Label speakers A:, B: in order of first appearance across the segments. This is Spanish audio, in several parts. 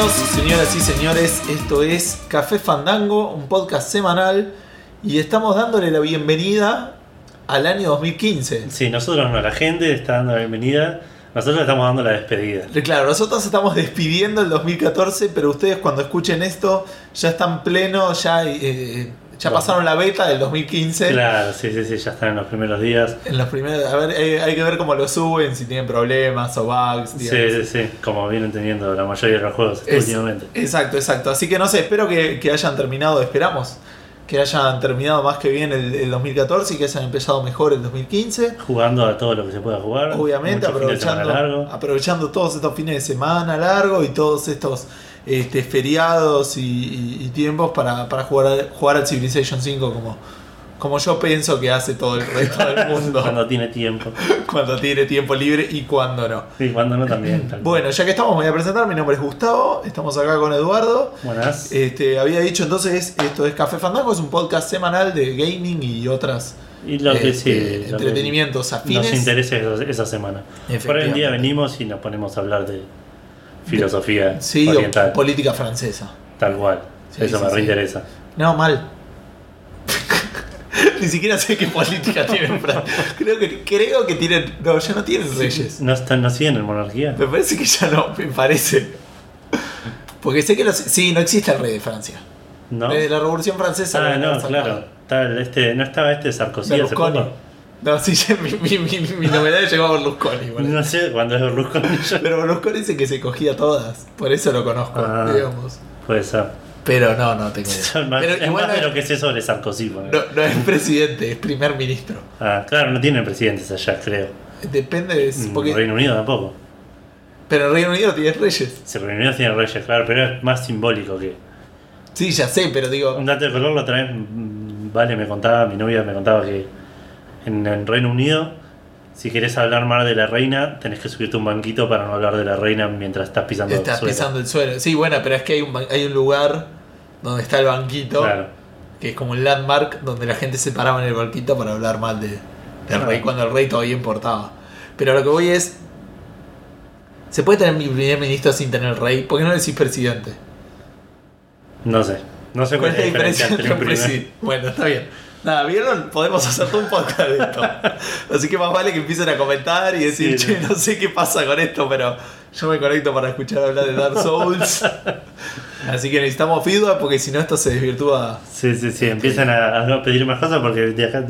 A: Señoras y señores, esto es Café Fandango, un podcast semanal y estamos dándole la bienvenida al año 2015.
B: Sí, nosotros no, la gente está dando la bienvenida, nosotros le estamos dando la despedida.
A: Claro, nosotros estamos despidiendo el 2014, pero ustedes cuando escuchen esto ya están pleno, ya, eh, ya
B: Bueno.
A: pasaron la beta del 2015.
B: Claro, sí, sí, sí, ya están en los primeros días.
A: En los primeros, a ver, hay, hay que ver cómo lo suben, si tienen problemas o bugs.
B: Sí,
A: digamos.
B: sí, sí, como vienen teniendo la mayoría de los juegos
A: Es-
B: últimamente.
A: Exacto, exacto. Así que no sé, espero que, que hayan terminado, esperamos que hayan terminado más que bien el, el 2014 y que hayan empezado mejor el 2015.
B: Jugando a todo lo que se pueda jugar.
A: Obviamente,
B: mucho fin de semana
A: aprovechando,
B: largo.
A: aprovechando todos estos fines de semana largo y todos estos este, feriados y, y- y tiempos para, para jugar, al- jugar al Civilization 5 como, como yo pienso que hace todo el resto del mundo
B: Cuando tiene tiempo.
A: cuando tiene tiempo libre y cuando no.
B: Sí, cuando no también. tal.
A: Bueno, ya que estamos, me voy a presentar. Mi nombre es Gustavo, estamos acá con Eduardo.
B: Buenas.
A: Este, había dicho entonces, esto es Café Fandango, es un podcast semanal de gaming y otras
B: y lo que
A: este,
B: sí. lo que
A: entretenimientos
B: Nos
A: afines.
B: interesa esa, esa semana. Por hoy en
A: Efectivamente.
B: día venimos y nos ponemos a hablar de filosofía
A: Sí, o
B: oriental.
A: política francesa.
B: Tal cual.
A: Sí,
B: Eso
A: sí,
B: me
A: sí.
B: reinteresa.
A: No, mal. Ni siquiera sé qué política tienen Francia. Creo que, creo que tienen. No, ya no tienen reyes.
B: ¿No, están, ¿No siguen en monarquía?
A: Me parece que ya no, me parece. Porque sé que los. Sí, no existe el rey de Francia.
B: ¿No?
A: Desde la Revolución Francesa.
B: Ah,
A: lo
B: no,
A: alcanzan
B: claro.
A: a-
B: Tal, este, ¿No estaba este Sarkozy hace
A: Berlusconi.
B: poco?
A: No, sí, ya mi, mi, mi, mi novedad llegó a Berlusconi. boludo.
B: No sé cuándo es Berlusconi. yo-
A: Pero Berlusconi dice que se cogía todas, por eso lo conozco,
B: Ah.
A: digamos.
B: Puede ser.
A: Pero no, no tengo idea.
B: Son más-
A: Eh, Pero
B: es
A: igual
B: más
A: no,
B: de
A: es-
B: lo que sé sobre Sarkozy. ponele.
A: no, no es presidente, es primer ministro.
B: Ah, claro, no tienen presidentes allá, creo.
A: Depende de.
B: En
A: porque-
B: Mm, Reino Unido tampoco.
A: pero en Reino Unido tienes reyes.
B: Si Reino Unido tiene reyes, claro, pero es más simbólico que.
A: Sí, ya sé, pero digo.
B: Un dato de color lo traes. Vale, me contaba, mi novia me contaba que en, en Reino Unido, si querés hablar mal de la reina, tenés que subirte un banquito para no hablar de la reina mientras estás pisando el
A: Estás
B: suelo.
A: pisando el suelo. Sí, bueno, pero es que hay un, ban- hay un lugar donde está el banquito,
B: Claro.
A: que es como un landmark donde la gente se paraba en el banquito para hablar mal de, del rey
B: Ah.
A: cuando el rey todavía importaba. Pero lo que voy es. ¿Se puede tener mi primer ministro sin tener rey? ¿Por qué no decís presidente?
B: No sé. No sé
A: ¿Cuál es la diferencia entre un
B: un primer-
A: presidente? Bueno, está bien. Nada, ¿vieron? Podemos hacer todo un podcast de esto. Así que más vale que empiecen a comentar y decir,
B: Sí,
A: che,
B: no.
A: no sé qué pasa con esto, pero yo me conecto para escuchar hablar de Dark Souls. Así que necesitamos feedback porque si no esto se desvirtúa.
B: Sí, sí, sí, empiezan a, a no pedir más cosas porque de, acá-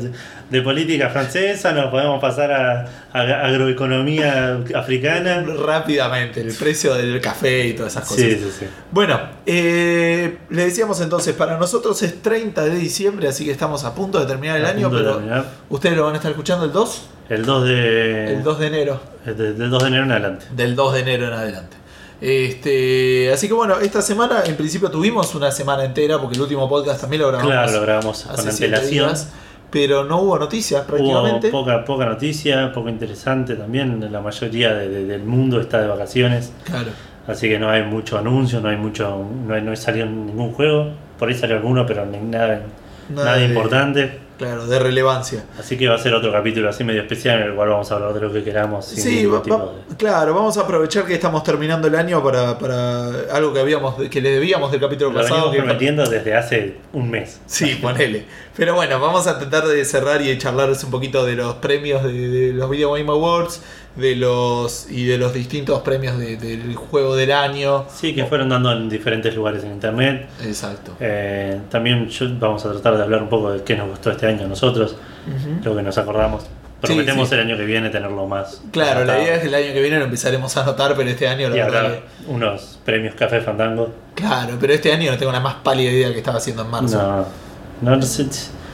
B: de política francesa nos podemos pasar a, a agroeconomía africana.
A: Rápidamente, el precio del café y todas esas cosas.
B: Sí, sí, sí.
A: Bueno, eh, le decíamos entonces, para nosotros es 30 de diciembre, así que estamos a punto de terminar el
B: A
A: año,
B: punto de
A: pero
B: terminar. Eh.
A: ustedes lo van a estar escuchando el 2,
B: El 2 de,
A: el 2 de enero.
B: de- del 2 de enero en adelante.
A: del 2 de enero en adelante. Este, así que bueno, esta semana en principio tuvimos una semana entera porque el último podcast también lo grabamos
B: Claro, lo grabamos con
A: hace siete
B: antelación.
A: días, pero no hubo noticias
B: Hubo
A: prácticamente.
B: poca, poca noticia, poco interesante también. La mayoría de- de- del mundo está de vacaciones,
A: Claro.
B: así que no hay mucho anuncio, no hay mucho, no, hay- no salió ningún juego. Por ahí salió alguno, pero ni- nada,
A: Nada
B: nada,
A: de-
B: importante.
A: Claro, de relevancia.
B: Así que va a ser otro capítulo así medio especial en el cual vamos a hablar de lo que queramos. sin
A: Sí,
B: ningún
A: va-
B: tipo
A: va-
B: de-
A: claro, vamos a aprovechar que estamos terminando el año para, para algo que habíamos que le debíamos del capítulo
B: Lo
A: pasado.
B: venimos
A: que-
B: prometiendo desde hace un mes.
A: Sí, ponele. Pero bueno, vamos a tratar de cerrar y de charlarles un poquito de los premios de, de los Video Game Awards de los y de los distintos premios de- del juego del año.
B: Sí, que fueron dando en diferentes lugares en internet.
A: Exacto.
B: Eh, también yo- vamos a tratar de hablar un poco de qué nos gustó este año a nosotros, lo que nos acordamos. Prometemos
A: sí.
B: el año que viene tenerlo más.
A: Claro, la
B: anotado.
A: idea es que el año que viene lo empezaremos a anotar, pero este año la
B: Y
A: verdad
B: habrá unos premios Café Fandango.
A: que- Claro, pero este año no tengo la más pálida idea que estaba haciendo en marzo.
B: No, no, no sé.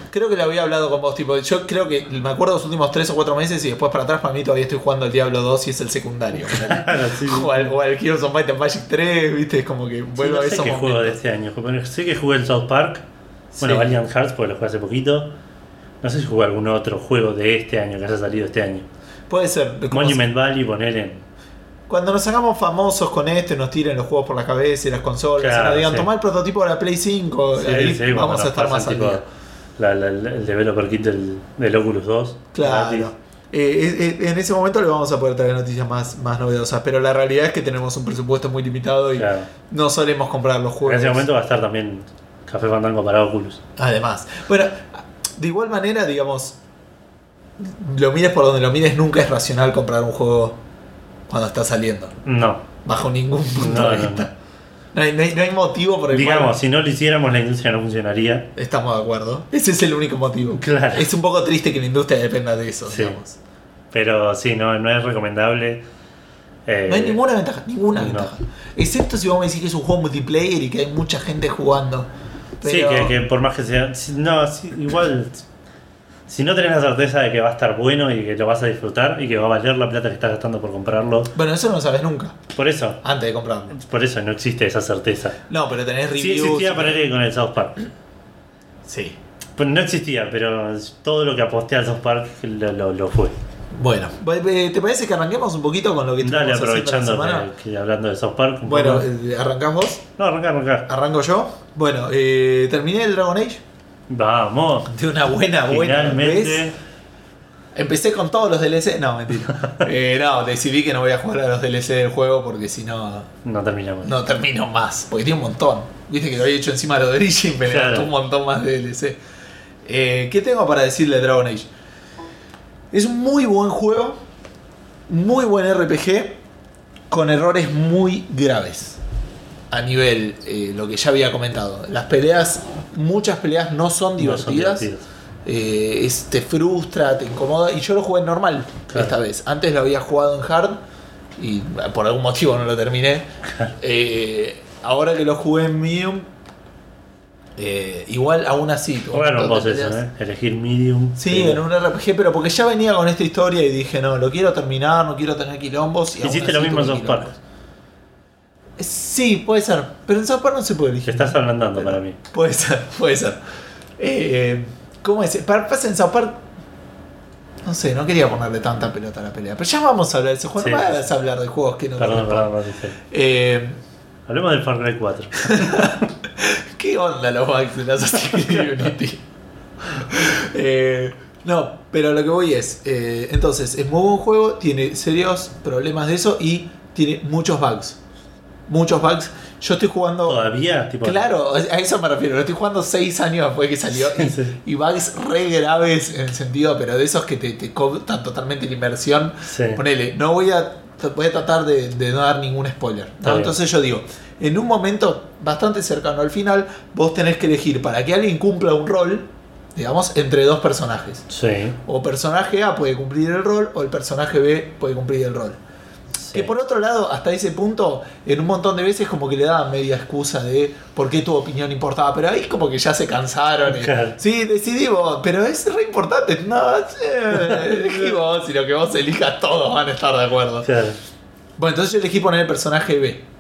A: Creo que lo había hablado con vos, tipo, yo creo que me acuerdo los últimos 3 o 4 meses y después para atrás para mí todavía estoy jugando al Diablo 2 y es el secundario.
B: Sí.
A: o al, o al Heroes of Might and Magic 3, viste, es como que vuelvo
B: no
A: a
B: sé
A: esos
B: qué juego
A: momentos.
B: de este año. Bueno, sé que jugué el South Park. Bueno,
A: Sí.
B: Valiant Hearts, porque lo jugué hace poquito. No sé si jugué algún otro juego de este año que haya salido este año.
A: Puede ser. como
B: Monument Valley, ponele.
A: Cuando nos hagamos famosos con esto y nos tiren los juegos por la cabeza y las consolas,
B: Claro,
A: y nos digan,
B: sí.
A: tomá el prototipo de la Play 5,
B: Sí,
A: ahí
B: sí, cuando
A: vamos
B: nos
A: a estar
B: pasan,
A: más al
B: tipo,
A: día.
B: la- la- la- el developer kit del, del Oculus 2.
A: Claro.
B: gratis.
A: eh, eh, en ese momento le vamos a poder traer noticias más, más novedosas, pero la realidad es que tenemos un presupuesto muy limitado y
B: Claro.
A: no solemos comprar los
B: En
A: juegos.
B: ese momento va a estar también Café Fandango para Oculus.
A: Además, bueno, de igual manera, digamos, lo mires por donde lo mires, nunca es racional comprar un juego cuando está saliendo,
B: No,
A: bajo ningún punto
B: No,
A: de
B: no,
A: vista. No hay, no hay- no hay motivo por el
B: digamos,
A: cual
B: si no lo hiciéramos la industria no funcionaría.
A: estamos de acuerdo. Ese es el único motivo.
B: Claro.
A: Es un poco triste que la industria dependa de eso,
B: Sí.
A: digamos.
B: Pero sí, no, no es recomendable. Eh,
A: No hay ninguna ventaja, ninguna
B: no.
A: ventaja. Excepto si vos me decís que es un juego multiplayer y que hay mucha gente jugando.
B: Sí,
A: Pero-
B: que, que por más que sea. si- No, sí, igual. Si no tenés la certeza de que va a estar bueno y que lo vas a disfrutar y que va a valer la plata que estás gastando por comprarlo.
A: Bueno, eso no lo sabes nunca,
B: Por eso,
A: antes de comprarlo.
B: por eso no existe esa certeza.
A: No, pero tenés
B: Sí
A: reviews.
B: existía ponerle con el South Park.
A: Sí.
B: Pues no existía, pero todo lo que aposté al South Park lo, lo- lo fue.
A: Bueno, eh, ¿te parece que arranquemos un poquito con lo que estuvimos
B: Dale,
A: haciendo la
B: aprovechando
A: semana?
B: que, que hablando de South Park. un
A: Bueno,
B: poco-
A: eh, ¿arrancás vos?
B: No, arranca, arranca.
A: ¿Arranco yo? Bueno, eh, terminé el Dragon Age
B: Vamos.
A: de una buena, buena
B: Finalmente.
A: vez. Empecé con todos los DLC. No, mentira. Eh, no, decidí que no voy a jugar a los DLC del juego porque si no,
B: No terminamos.
A: no termino más. Porque tiene un montón. Viste que lo había hecho encima de lo de Origin, pero
B: Claro.
A: gastó un montón más de DLC. Eh, ¿Qué tengo para decirle de Dragon Age? Es un muy buen juego, muy buen RPG, con errores muy graves. A nivel, eh, lo que ya había comentado. Las peleas, muchas peleas no son
B: No son
A: divertidas.
B: divertidas.
A: Eh, es- te frustra, te incomoda. Y yo lo jugué en normal
B: Claro.
A: esta vez. Antes lo había jugado en hard y por algún motivo no lo terminé. Eh, ahora que lo jugué en medium, eh, igual aún así. tuvo un
B: Raro
A: montón
B: vos
A: de
B: eso,
A: peleas.
B: ¿eh? Elegir medium. Eh,
A: Sí, en un RPG, pero porque ya venía con esta historia y dije, no, lo quiero terminar, no quiero tener quilombos. Y aún
B: Hiciste lo
A: así
B: mismo en
A: tuve
B: South Park.
A: quilombos. Eh, Sí, puede ser. Pero en South Park no se puede
B: Te
A: elegir.
B: estás ablandando para mí.
A: Puede ser, puede ser. Eh, ¿Cómo es? Para, pasa en South Park. No sé, no quería ponerle tanta pelota a la pelea. Pero ya vamos a hablar de ese juego.
B: Sí,
A: no
B: sí,
A: vas a hablar de juegos que no
B: Perdón,
A: corresponden.
B: perdón, Maricel.
A: Eh,
B: Hablemos del Far Cry 4.
A: ¿Qué onda los bugs de la Assassin's Unity? Eh, no, pero lo que voy es. eh, entonces, es muy buen juego, tiene serios problemas de eso y tiene muchos bugs. Muchos bugs. Yo estoy jugando.
B: Todavía, tipo.
A: Claro, a eso me refiero. Lo estoy jugando 6 años después que salió. Y,
B: Sí, sí.
A: y bugs re graves en el sentido, pero de esos que te, te cortan totalmente la inversión.
B: Sí.
A: Ponele, no voy a, voy a tratar de, de no dar ningún spoiler. ¿no?
B: Está bien.
A: Entonces yo digo, en un momento bastante cercano al final, vos tenés que elegir para que alguien cumpla un rol, digamos, entre dos personajes.
B: Sí.
A: O personaje A puede cumplir el rol, o el personaje B puede cumplir el rol.
B: sí.
A: Que por otro lado, hasta ese punto, en un montón de veces como que le daban media excusa de por qué tu opinión importaba, pero ahí como que ya se cansaron. eh.
B: Claro.
A: Sí, decidí vos, pero es re importante. No, che, elegí vos y lo que vos elijas todos van a estar de acuerdo.
B: Claro.
A: Bueno, entonces yo elegí poner el personaje B.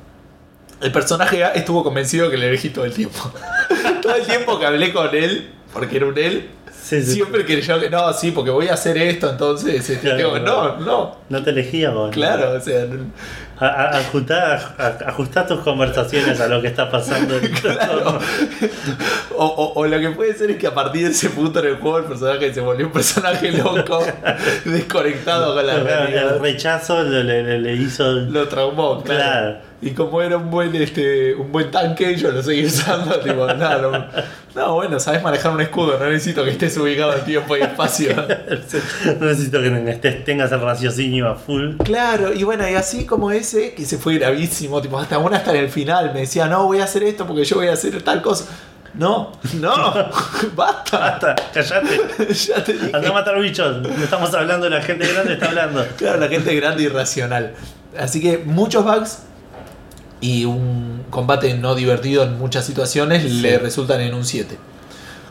A: El personaje A estuvo convencido que le elegí todo el tiempo. todo el tiempo que hablé con él, porque era un él,
B: Sí, sí.
A: siempre que yo, no, sí, porque voy a hacer esto, entonces, este,
B: Claro,
A: digo,
B: claro.
A: no, no.
B: No te elegía vos. ¿no?
A: Claro, o sea, no-
B: A- a- ajustá, a- ajustá tus conversaciones a lo que está pasando. en tu entorno.
A: O, o- o lo que puede ser es que a partir de ese punto en el juego el personaje se volvió un personaje loco, desconectado con la
B: El
A: realidad.
B: rechazo le, le- le hizo.
A: Lo traumó, claro.
B: Claro.
A: Y como era un buen este un buen tanque, yo lo seguí usando, tipo, nada, no, no, bueno, sabes manejar un escudo, no necesito que estés ubicado en tiempo y espacio.
B: No necesito que estés- tengas el raciocinio a full.
A: Claro, y bueno, y así como ese, que se fue gravísimo, tipo, hasta una hasta en el final me decía, no, voy a hacer esto porque yo voy a hacer tal cosa. No, no, basta,
B: Basta, callate.
A: ya te dije.
B: Anda a matar bichos. Estamos hablando, la gente grande está hablando.
A: Claro, la gente grande y racional. Así que muchos bugs y un combate no divertido en muchas situaciones le resultan en un 7.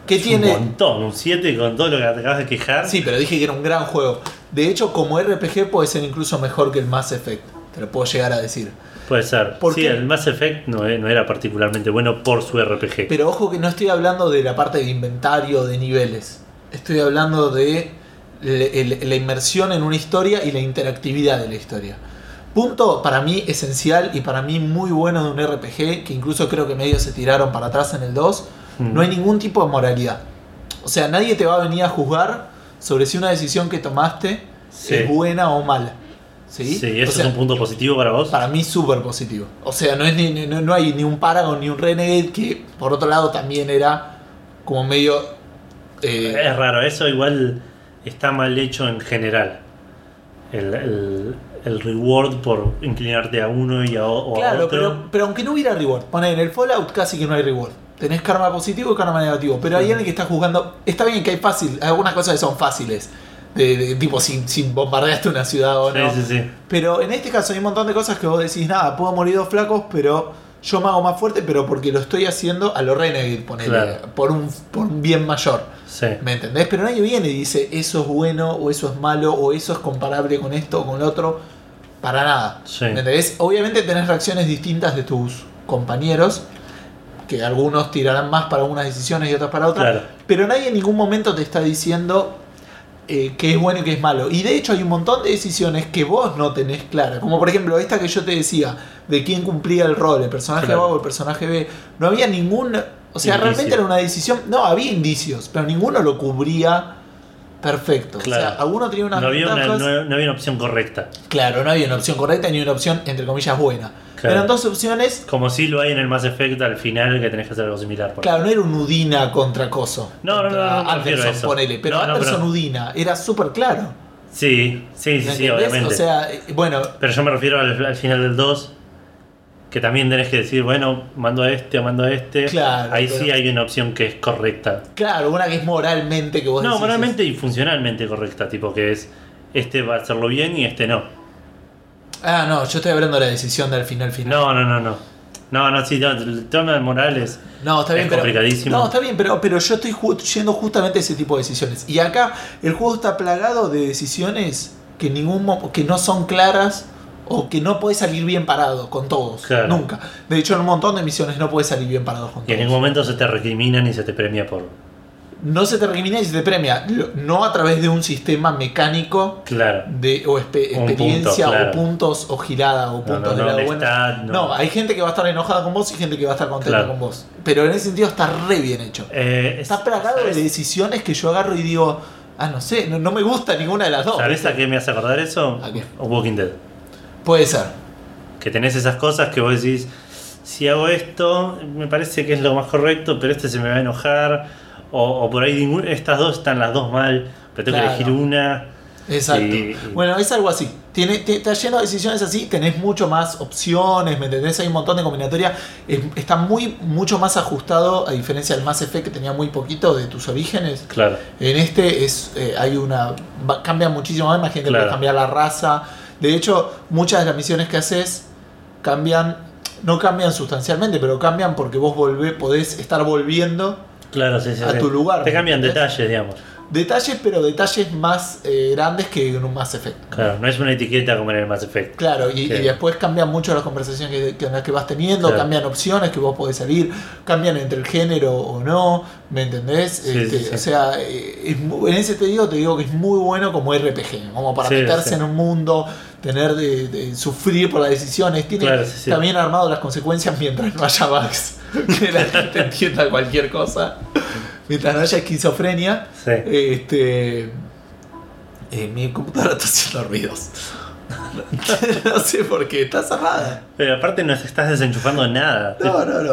A: ¿Qué
B: Un
A: tiene?
B: montón, un 7 con todo lo que te acabas de quejar.
A: Sí, pero dije que era un gran juego. De hecho, como RPG puede ser incluso mejor que el Mass Effect. Te lo puedo llegar a decir.
B: Puede ser.
A: ¿Por
B: sí,
A: qué?
B: el Mass Effect no, e- no era particularmente bueno por su RPG.
A: Pero ojo que no estoy hablando de la parte de inventario de niveles. Estoy hablando de le- el- la inmersión en una historia y la interactividad de la historia. Punto para mí esencial y para mí muy bueno de un RPG, que incluso creo que medio se tiraron para atrás en el 2,
B: Mm.
A: no hay ningún tipo de moralidad. O sea, nadie te va a venir a juzgar sobre si una decisión que tomaste
B: Sí.
A: es buena o mala. ¿Sí?
B: Sí,
A: O
B: eso
A: sea,
B: es un punto positivo para vos.
A: Para mí súper positivo. O sea, no, es ni- ni- no, no hay ni un Paragon ni un Renegade que por otro lado también era como medio... eh,
B: Es raro, eso igual está mal hecho en general. El, el- el reward por inclinarte a uno y a, o- o a
A: Claro,
B: otro.
A: pero, pero aunque no hubiera reward, poner en el Fallout casi que no hay reward. Tenés karma positivo y karma negativo. Pero hay alguien que está jugando. Está bien que hay fácil, hay algunas cosas que son fáciles. De, de- tipo, si, si bombardeaste una ciudad o no.
B: Sí, sí, sí.
A: Pero en este caso hay un montón de cosas que vos decís, nada, puedo morir dos flacos, pero yo me hago más fuerte, pero porque lo estoy haciendo a lo Renegade, ponele,
B: Claro.
A: por, un, por un bien mayor.
B: Sí.
A: ¿Me entendés? Pero nadie viene y dice, eso es bueno, o eso es malo, o eso es comparable con esto o con lo otro. Para nada.
B: Sí.
A: ¿Me entendés? Obviamente tenés reacciones distintas de tus compañeros, que algunos tirarán más para unas decisiones y otras para otras.
B: Claro.
A: Pero nadie en ningún momento te está diciendo eh, qué es bueno y qué es malo. Y de hecho hay un montón de decisiones que vos no tenés claras. Como por ejemplo esta que yo te decía, de quién cumplía el rol, el personaje
B: Claro.
A: A o el personaje B. No había ningún... O sea,
B: Indicio.
A: realmente era una decisión... No, había indicios, pero ninguno lo cubría perfecto. O
B: Claro.
A: sea, alguno tenía unas
B: No había, una,
A: ventajas-
B: no- no había una opción correcta.
A: Claro, no había una opción correcta ni una opción, entre comillas, buena.
B: Claro.
A: Eran dos opciones.
B: Como si lo hay en el Mass Effect al final que tenés que hacer algo similar. por-
A: Claro, no era un Udina contra Coso.
B: No, no, no,
A: contra
B: no, no me refiero
A: Anderson,
B: a eso.
A: ponele. Pero
B: No, no,
A: Anderson
B: pero-
A: Udina era súper claro.
B: Sí, sí, sí,
A: ¿me
B: sí,
A: entendés?
B: obviamente.
A: O sea, eh, bueno,
B: Pero yo me refiero al, al final del 2, que también tenés que decir, bueno, mando a este o mando a este.
A: Claro,
B: Ahí
A: pero-
B: sí hay una opción que es correcta.
A: claro, una que es moralmente que vos
B: No,
A: decís,
B: moralmente y funcionalmente correcta, tipo que es, este va a hacerlo bien y este no.
A: Ah, no, yo estoy hablando de la decisión del final final.
B: No, no, no, no. No, no, sí, no, el tema de morales.
A: No, está
B: Es
A: bien, pero.
B: complicadísimo.
A: No, está bien, pero, pero yo estoy ju- yendo justamente a ese tipo de decisiones. Y acá el juego está plagado de decisiones que, en ningún mo- que no son claras o que no puedes salir bien parado con todos.
B: Claro.
A: Nunca. De hecho, en un montón de misiones no puedes salir bien parado con
B: Y en
A: todos.
B: ningún momento se te recrimina ni se te premia por.
A: No se te recrimina y se te premia. Lo- No a través de un sistema mecánico
B: Claro.
A: de, o espe-
B: Un punto,
A: experiencia
B: claro.
A: o puntos o girada o
B: No,
A: puntos
B: no,
A: de
B: no,
A: la
B: de
A: buena.
B: stat,
A: no.
B: no.
A: hay gente que va a estar enojada con vos y gente que va a estar contenta
B: Claro.
A: con vos. Pero en ese sentido está re bien hecho.
B: Eh, es-
A: Está plagado de
B: ¿sabes-
A: decisiones que yo agarro y digo, ah, no sé, no, no me gusta ninguna de las dos.
B: ¿Sabes a qué me hace acordar eso?
A: ¿A qué?
B: O Walking Dead.
A: Puede ser.
B: Que tenés esas cosas que vos decís, si hago esto, me parece que es lo más correcto, pero este se me va a enojar. O, o por ahí ningún- estas dos están las dos mal, pero tengo
A: Claro.
B: que elegir una.
A: Exacto.
B: Y- y-
A: Bueno, es algo así. Tiene, te, está lleno de decisiones así, tenés mucho más opciones, ¿me entendés? Hay un montón de combinatoria. Es- está muy, mucho más ajustado, a diferencia del Mass Effect que tenía muy poquito de tus orígenes.
B: Claro.
A: En este es eh, hay una va- cambia muchísimo más, imagínate
B: Claro.
A: puedes cambiar la raza. De hecho, muchas de las misiones que haces cambian, no cambian sustancialmente, pero cambian porque vos volvé, podés estar volviendo
B: Claro, sí, sí,
A: A
B: sí.
A: tu lugar,
B: Te cambian
A: ¿entendés?
B: detalles, digamos.
A: detalles, pero detalles más eh, grandes que en un Mass Effect.
B: Claro, no es una etiqueta como en el Mass Effect.
A: Claro, y,
B: Sí.
A: y después cambian mucho las conversaciones que, que- que vas teniendo,
B: Claro.
A: cambian opciones que vos podés salir, cambian entre el género o no, ¿me entendés?
B: Sí,
A: Este,
B: sí, sí.
A: O sea, eh, es mu- en ese te digo, te digo que es muy bueno como RPG, como para
B: Sí,
A: meterse
B: sí.
A: en un mundo, tener de, de sufrir por las decisiones, tiene
B: Claro, sí, sí.
A: también armado las consecuencias mientras no haya bugs, que la gente entienda cualquier cosa, mientras no haya esquizofrenia.
B: Sí.
A: Este. eh, mi computadora está haciendo ruidos. no sé por qué, está cerrada.
B: Pero aparte no estás desenchufando nada.
A: No, no, no.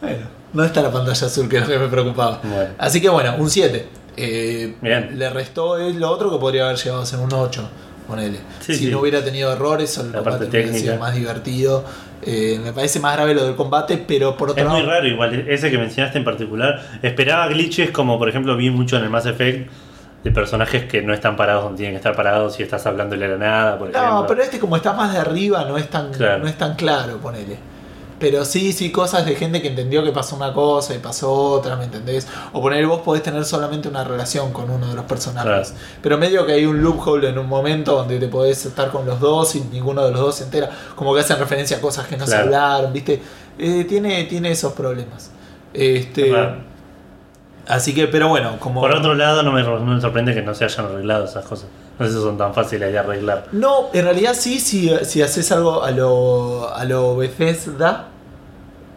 A: Bueno, no está la pantalla azul, que es lo que me preocupaba.
B: Bueno.
A: Así que bueno, un 7. Eh,
B: Bien.
A: Le restó es lo otro que podría haber llegado a ser un 8. Ponele.
B: Sí,
A: si
B: sí.
A: no hubiera tenido errores, o el
B: La
A: combate
B: parte
A: hubiera sido
B: técnica.
A: más divertido. Eh, me parece más grave lo del combate, pero por otro
B: Es muy
A: lado.
B: raro igual, ese que mencionaste en particular. Esperaba glitches como por ejemplo vi mucho en el Mass Effect de personajes que no están parados donde tienen que estar parados y estás hablándole a la nada, por ejemplo.
A: No, pero este como estás más de arriba no es tan
B: Claro.
A: no es tan claro, ponele. Pero sí, sí, cosas de gente que entendió que pasó una cosa y pasó otra, ¿me entendés? O poner vos podés tener solamente una relación con uno de los personajes.
B: Claro.
A: Pero medio que hay un loophole en un momento donde te podés estar con los dos y ninguno de los dos se entera. Como que hacen referencia a cosas que no se
B: Claro.
A: hablaron, ¿viste? Eh, tiene, tiene esos problemas. Este,
B: Claro.
A: así que, pero bueno, como...
B: Por otro lado, no me, no me sorprende que no se hayan arreglado esas cosas. No sé si son tan fáciles de arreglar.
A: No, en realidad sí, si, si haces algo a lo, a lo Bethesda,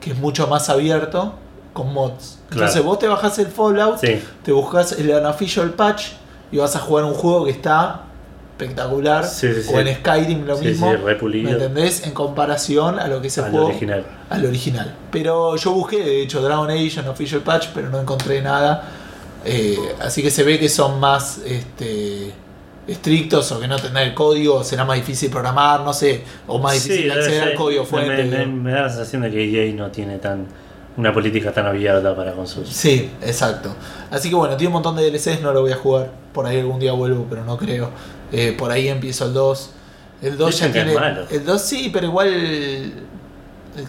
A: que es mucho más abierto, con mods.
B: Claro.
A: Entonces vos te bajás el Fallout,
B: Sí.
A: te buscas el unofficial patch y vas a jugar un juego que está espectacular.
B: Sí, sí, sí.
A: O en Skyrim lo
B: Sí,
A: mismo.
B: sí, re pulido.
A: ¿Me entendés? En comparación a lo que es el
B: Al
A: juego.
B: original.
A: Al original. Pero yo busqué, de hecho, Dragon Age en Official Patch, pero no encontré nada. Eh, así que se ve que son más este, estrictos o que no tendrán el código, o será más difícil programar, no sé, o más difícil
B: debe
A: acceder
B: ser.
A: al código fuente.
B: Me, me-
A: digo.
B: me da la sensación de que EA no tiene tan una política tan abierta para con sus.
A: Sí, exacto. Así que bueno, tiene un montón de DLCs, no lo voy a jugar. Por ahí algún día vuelvo, pero no creo. Eh, por ahí empiezo el 2. El 2
B: Dicen
A: ya
B: que es
A: tiene.
B: malo.
A: El 2 sí, pero igual eh,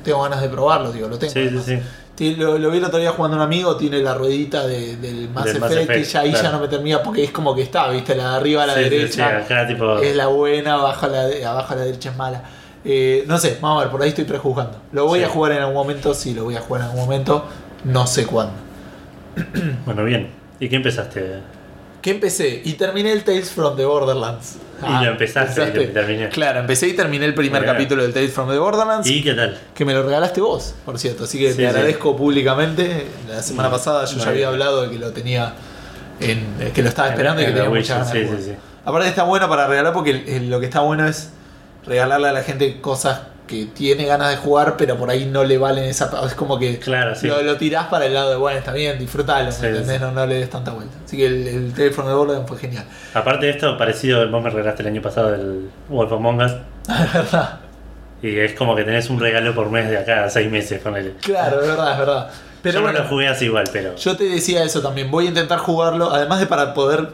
A: tengo ganas de probarlo, digo, lo tengo.
B: Sí, sí,
A: además.
B: sí.
A: Tiene- Lo, lo vi el otro día jugando un amigo, tiene la ruedita de- del Mass
B: Del Mass
A: Effect, que
B: Effect,
A: ya ahí ya
B: claro.
A: no me termina porque es como que está, viste, la de arriba a la
B: Sí, sí,
A: derecha
B: sí, acá tipo.
A: es la buena, abajo a la, de- abajo a la derecha es mala. Eh, no sé, vamos a ver, por ahí estoy prejuzgando. Lo voy
B: Sí.
A: a jugar en algún momento, sí, lo voy a jugar en algún momento, no sé cuándo.
B: Bueno, bien. ¿Y qué empezaste?
A: ¿Qué empecé? Y terminé el Tales from the Borderlands.
B: Y lo empezaste, y lo terminé.
A: Ah, Claro, empecé y terminé el primer
B: Mirá.
A: capítulo del Tales from the Borderlands.
B: ¿Y qué tal?
A: Que me lo regalaste vos, por cierto. Así que
B: Sí,
A: te
B: sí.
A: agradezco públicamente. La semana
B: Mm,
A: pasada yo
B: muy
A: ya había
B: bien.
A: hablado de que lo tenía en, eh, que lo estaba
B: En-
A: esperando y
B: en
A: que
B: la
A: tenía
B: Wii,
A: muchas ganas. de
B: sí,
A: jugar.
B: sí, sí.
A: Aparte está bueno para regalar porque el- el- lo que está bueno es regalarle a la gente cosas que tiene ganas de jugar, pero por ahí no le valen esa. Es como que
B: Claro, sí.
A: lo, lo tirás para el lado de bueno, está bien, disfrutalo, ¿me
B: Sí,
A: entendés?
B: sí.
A: No, no le des tanta vuelta. Así que el, el teléfono de Borderlands fue genial.
B: Aparte de esto, parecido, vos me regalaste el año pasado el Wolf Among Us. Y es como que tenés un regalo por mes de acá a seis meses con él.
A: Claro, es verdad, es verdad. Pero
B: Yo
A: bueno,
B: no lo jugué así igual, pero.
A: Yo te decía eso también. Voy a intentar jugarlo, además de para poder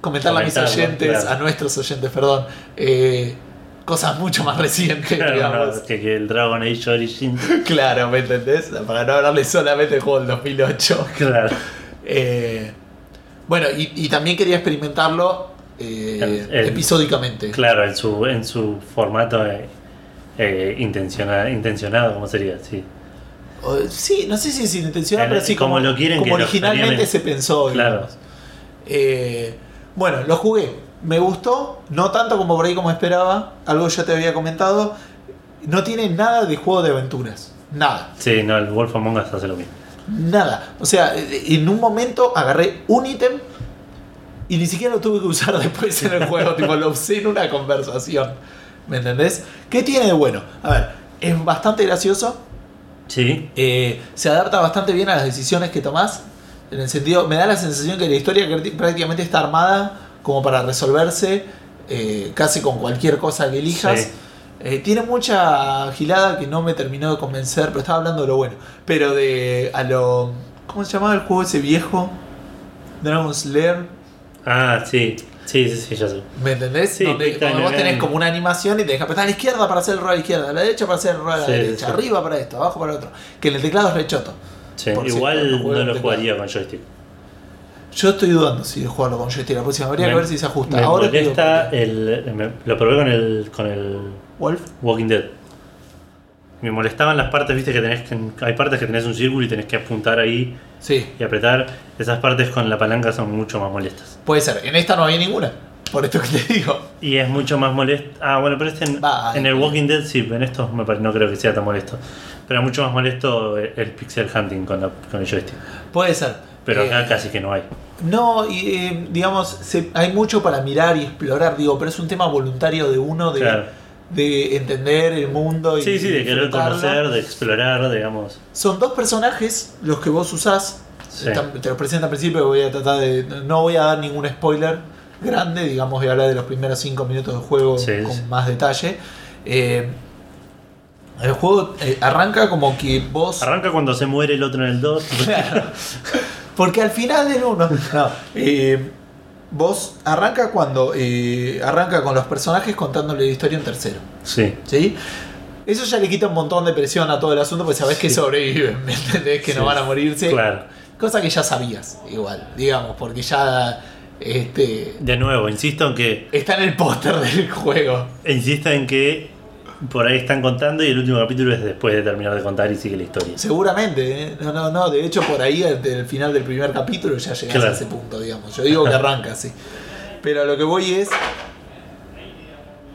A: comentarle a mis
B: Comentarlo,
A: oyentes,
B: claro.
A: a nuestros oyentes, perdón, eh, cosas mucho más recientes,
B: Claro,
A: digamos.
B: no, que, que el Dragon Age Origins.
A: Claro, ¿me entendés? Para no hablarle solamente del juego del 2008.
B: Claro.
A: Eh, bueno, y, y también quería experimentarlo eh,
B: El- el-
A: episódicamente.
B: Claro, en su, en su formato eh, eh, intenciona- intencionado, ¿cómo sería? Sí.
A: O- Sí, no sé si es intencional,
B: El-
A: pero sí
B: como lo quieren
A: como
B: que lo-
A: originalmente
B: también-
A: se pensó.
B: Claro.
A: digamos. Eh, bueno, lo jugué. Me gustó, no tanto como por ahí como esperaba, algo ya te había comentado. No tiene nada de juego de aventuras. Nada,
B: Sí, no, el Wolf Among Us hace lo mismo.
A: nada. O sea, eh, en un momento agarré un ítem y ni siquiera lo tuve que usar después en el juego. tipo, lo usé en una conversación. ¿Me entendés? ¿Qué tiene de bueno? A ver, es bastante gracioso.
B: Sí,
A: Eh, se adapta bastante bien a las decisiones que tomás. En el sentido, me da la sensación que la historia que prácticamente está armada como para resolverse eh, casi con cualquier cosa que elijas.
B: Sí.
A: Eh, tiene mucha gilada que no me terminó de convencer, pero estaba hablando de lo bueno. Pero de a lo. ¿Cómo se llamaba el juego ese viejo? Dragon Slayer.
B: Ah, sí, sí, sí, sí, ya sé.
A: ¿Me entendés?
B: Sí,
A: donde
B: Big Time
A: donde vos
B: Event.
A: tenés como una animación y tenés que apretar a la izquierda para hacer el rol a la izquierda, a la derecha para hacer el rol a la
B: Sí, sí,
A: derecha,
B: sí.
A: arriba para esto, abajo para el otro. Que en el teclado es rechoto.
B: Sí,
A: Por
B: igual
A: cierto, no
B: no,
A: juego
B: lo
A: de
B: jugaría con joystick.
A: Yo estoy dudando si jugarlo con joystick la próxima. Habría que ver si se ajusta.
B: me
A: Ahora te digo
B: molesta
A: por qué.
B: el, me- lo probé con el, con el
A: Wolf.
B: Walking Dead. Me molestaban las partes, viste, que tenés que, hay partes que tenés un círculo y tenés que apuntar ahí
A: Sí,
B: y apretar. Esas partes con la palanca son mucho más molestas.
A: puede ser. En esta no había ninguna. Por esto que te digo.
B: Y es mucho más molesto. Ah, bueno, pero este en,
A: Va,
B: en el
A: ahí.
B: Walking Dead sí, en estos me pare- no creo que sea tan molesto. Pero es mucho más molesto el, el pixel hunting con, la- con el joystick.
A: Puede ser.
B: Pero
A: Eh,
B: acá casi que no hay.
A: No, y, eh, digamos, se- hay mucho para mirar y explorar, digo, pero es un tema voluntario de uno de,
B: Claro.
A: de entender el mundo y.
B: Sí, sí, de querer
A: disfrutarlo.
B: conocer, de explorar, digamos.
A: Son dos personajes los que vos usás.
B: Sí.
A: Están- Te los presento al principio, voy a tratar de. No voy a dar ningún spoiler grande, digamos, voy a hablar de los primeros 5 minutos del juego
B: Sí,
A: con
B: sí.
A: más detalle. Eh, el juego eh, arranca como que vos.
B: Arranca cuando se muere el otro en el 2.
A: Claro. Porque al final del uno. No, eh, vos arranca cuando. eh, arranca con los personajes contándole la historia en tercero.
B: Sí.
A: ¿Sí? Eso ya le quita un montón de presión a todo el asunto, porque sabés que
B: Sí.
A: sobreviven, ¿me entendés? Que no
B: Sí.
A: van a morirse.
B: Claro.
A: Cosa que ya sabías, igual, digamos, porque ya este,
B: De nuevo, insisto en que.
A: está en el póster del juego.
B: Insisto E en que por ahí están contando y el último capítulo es después de terminar de contar y sigue la historia.
A: Seguramente, ¿eh? no, no, no, de hecho por ahí al al final del primer capítulo ya llegás
B: Claro.
A: a ese punto, digamos. Yo digo que arranca así. Pero a lo que voy es...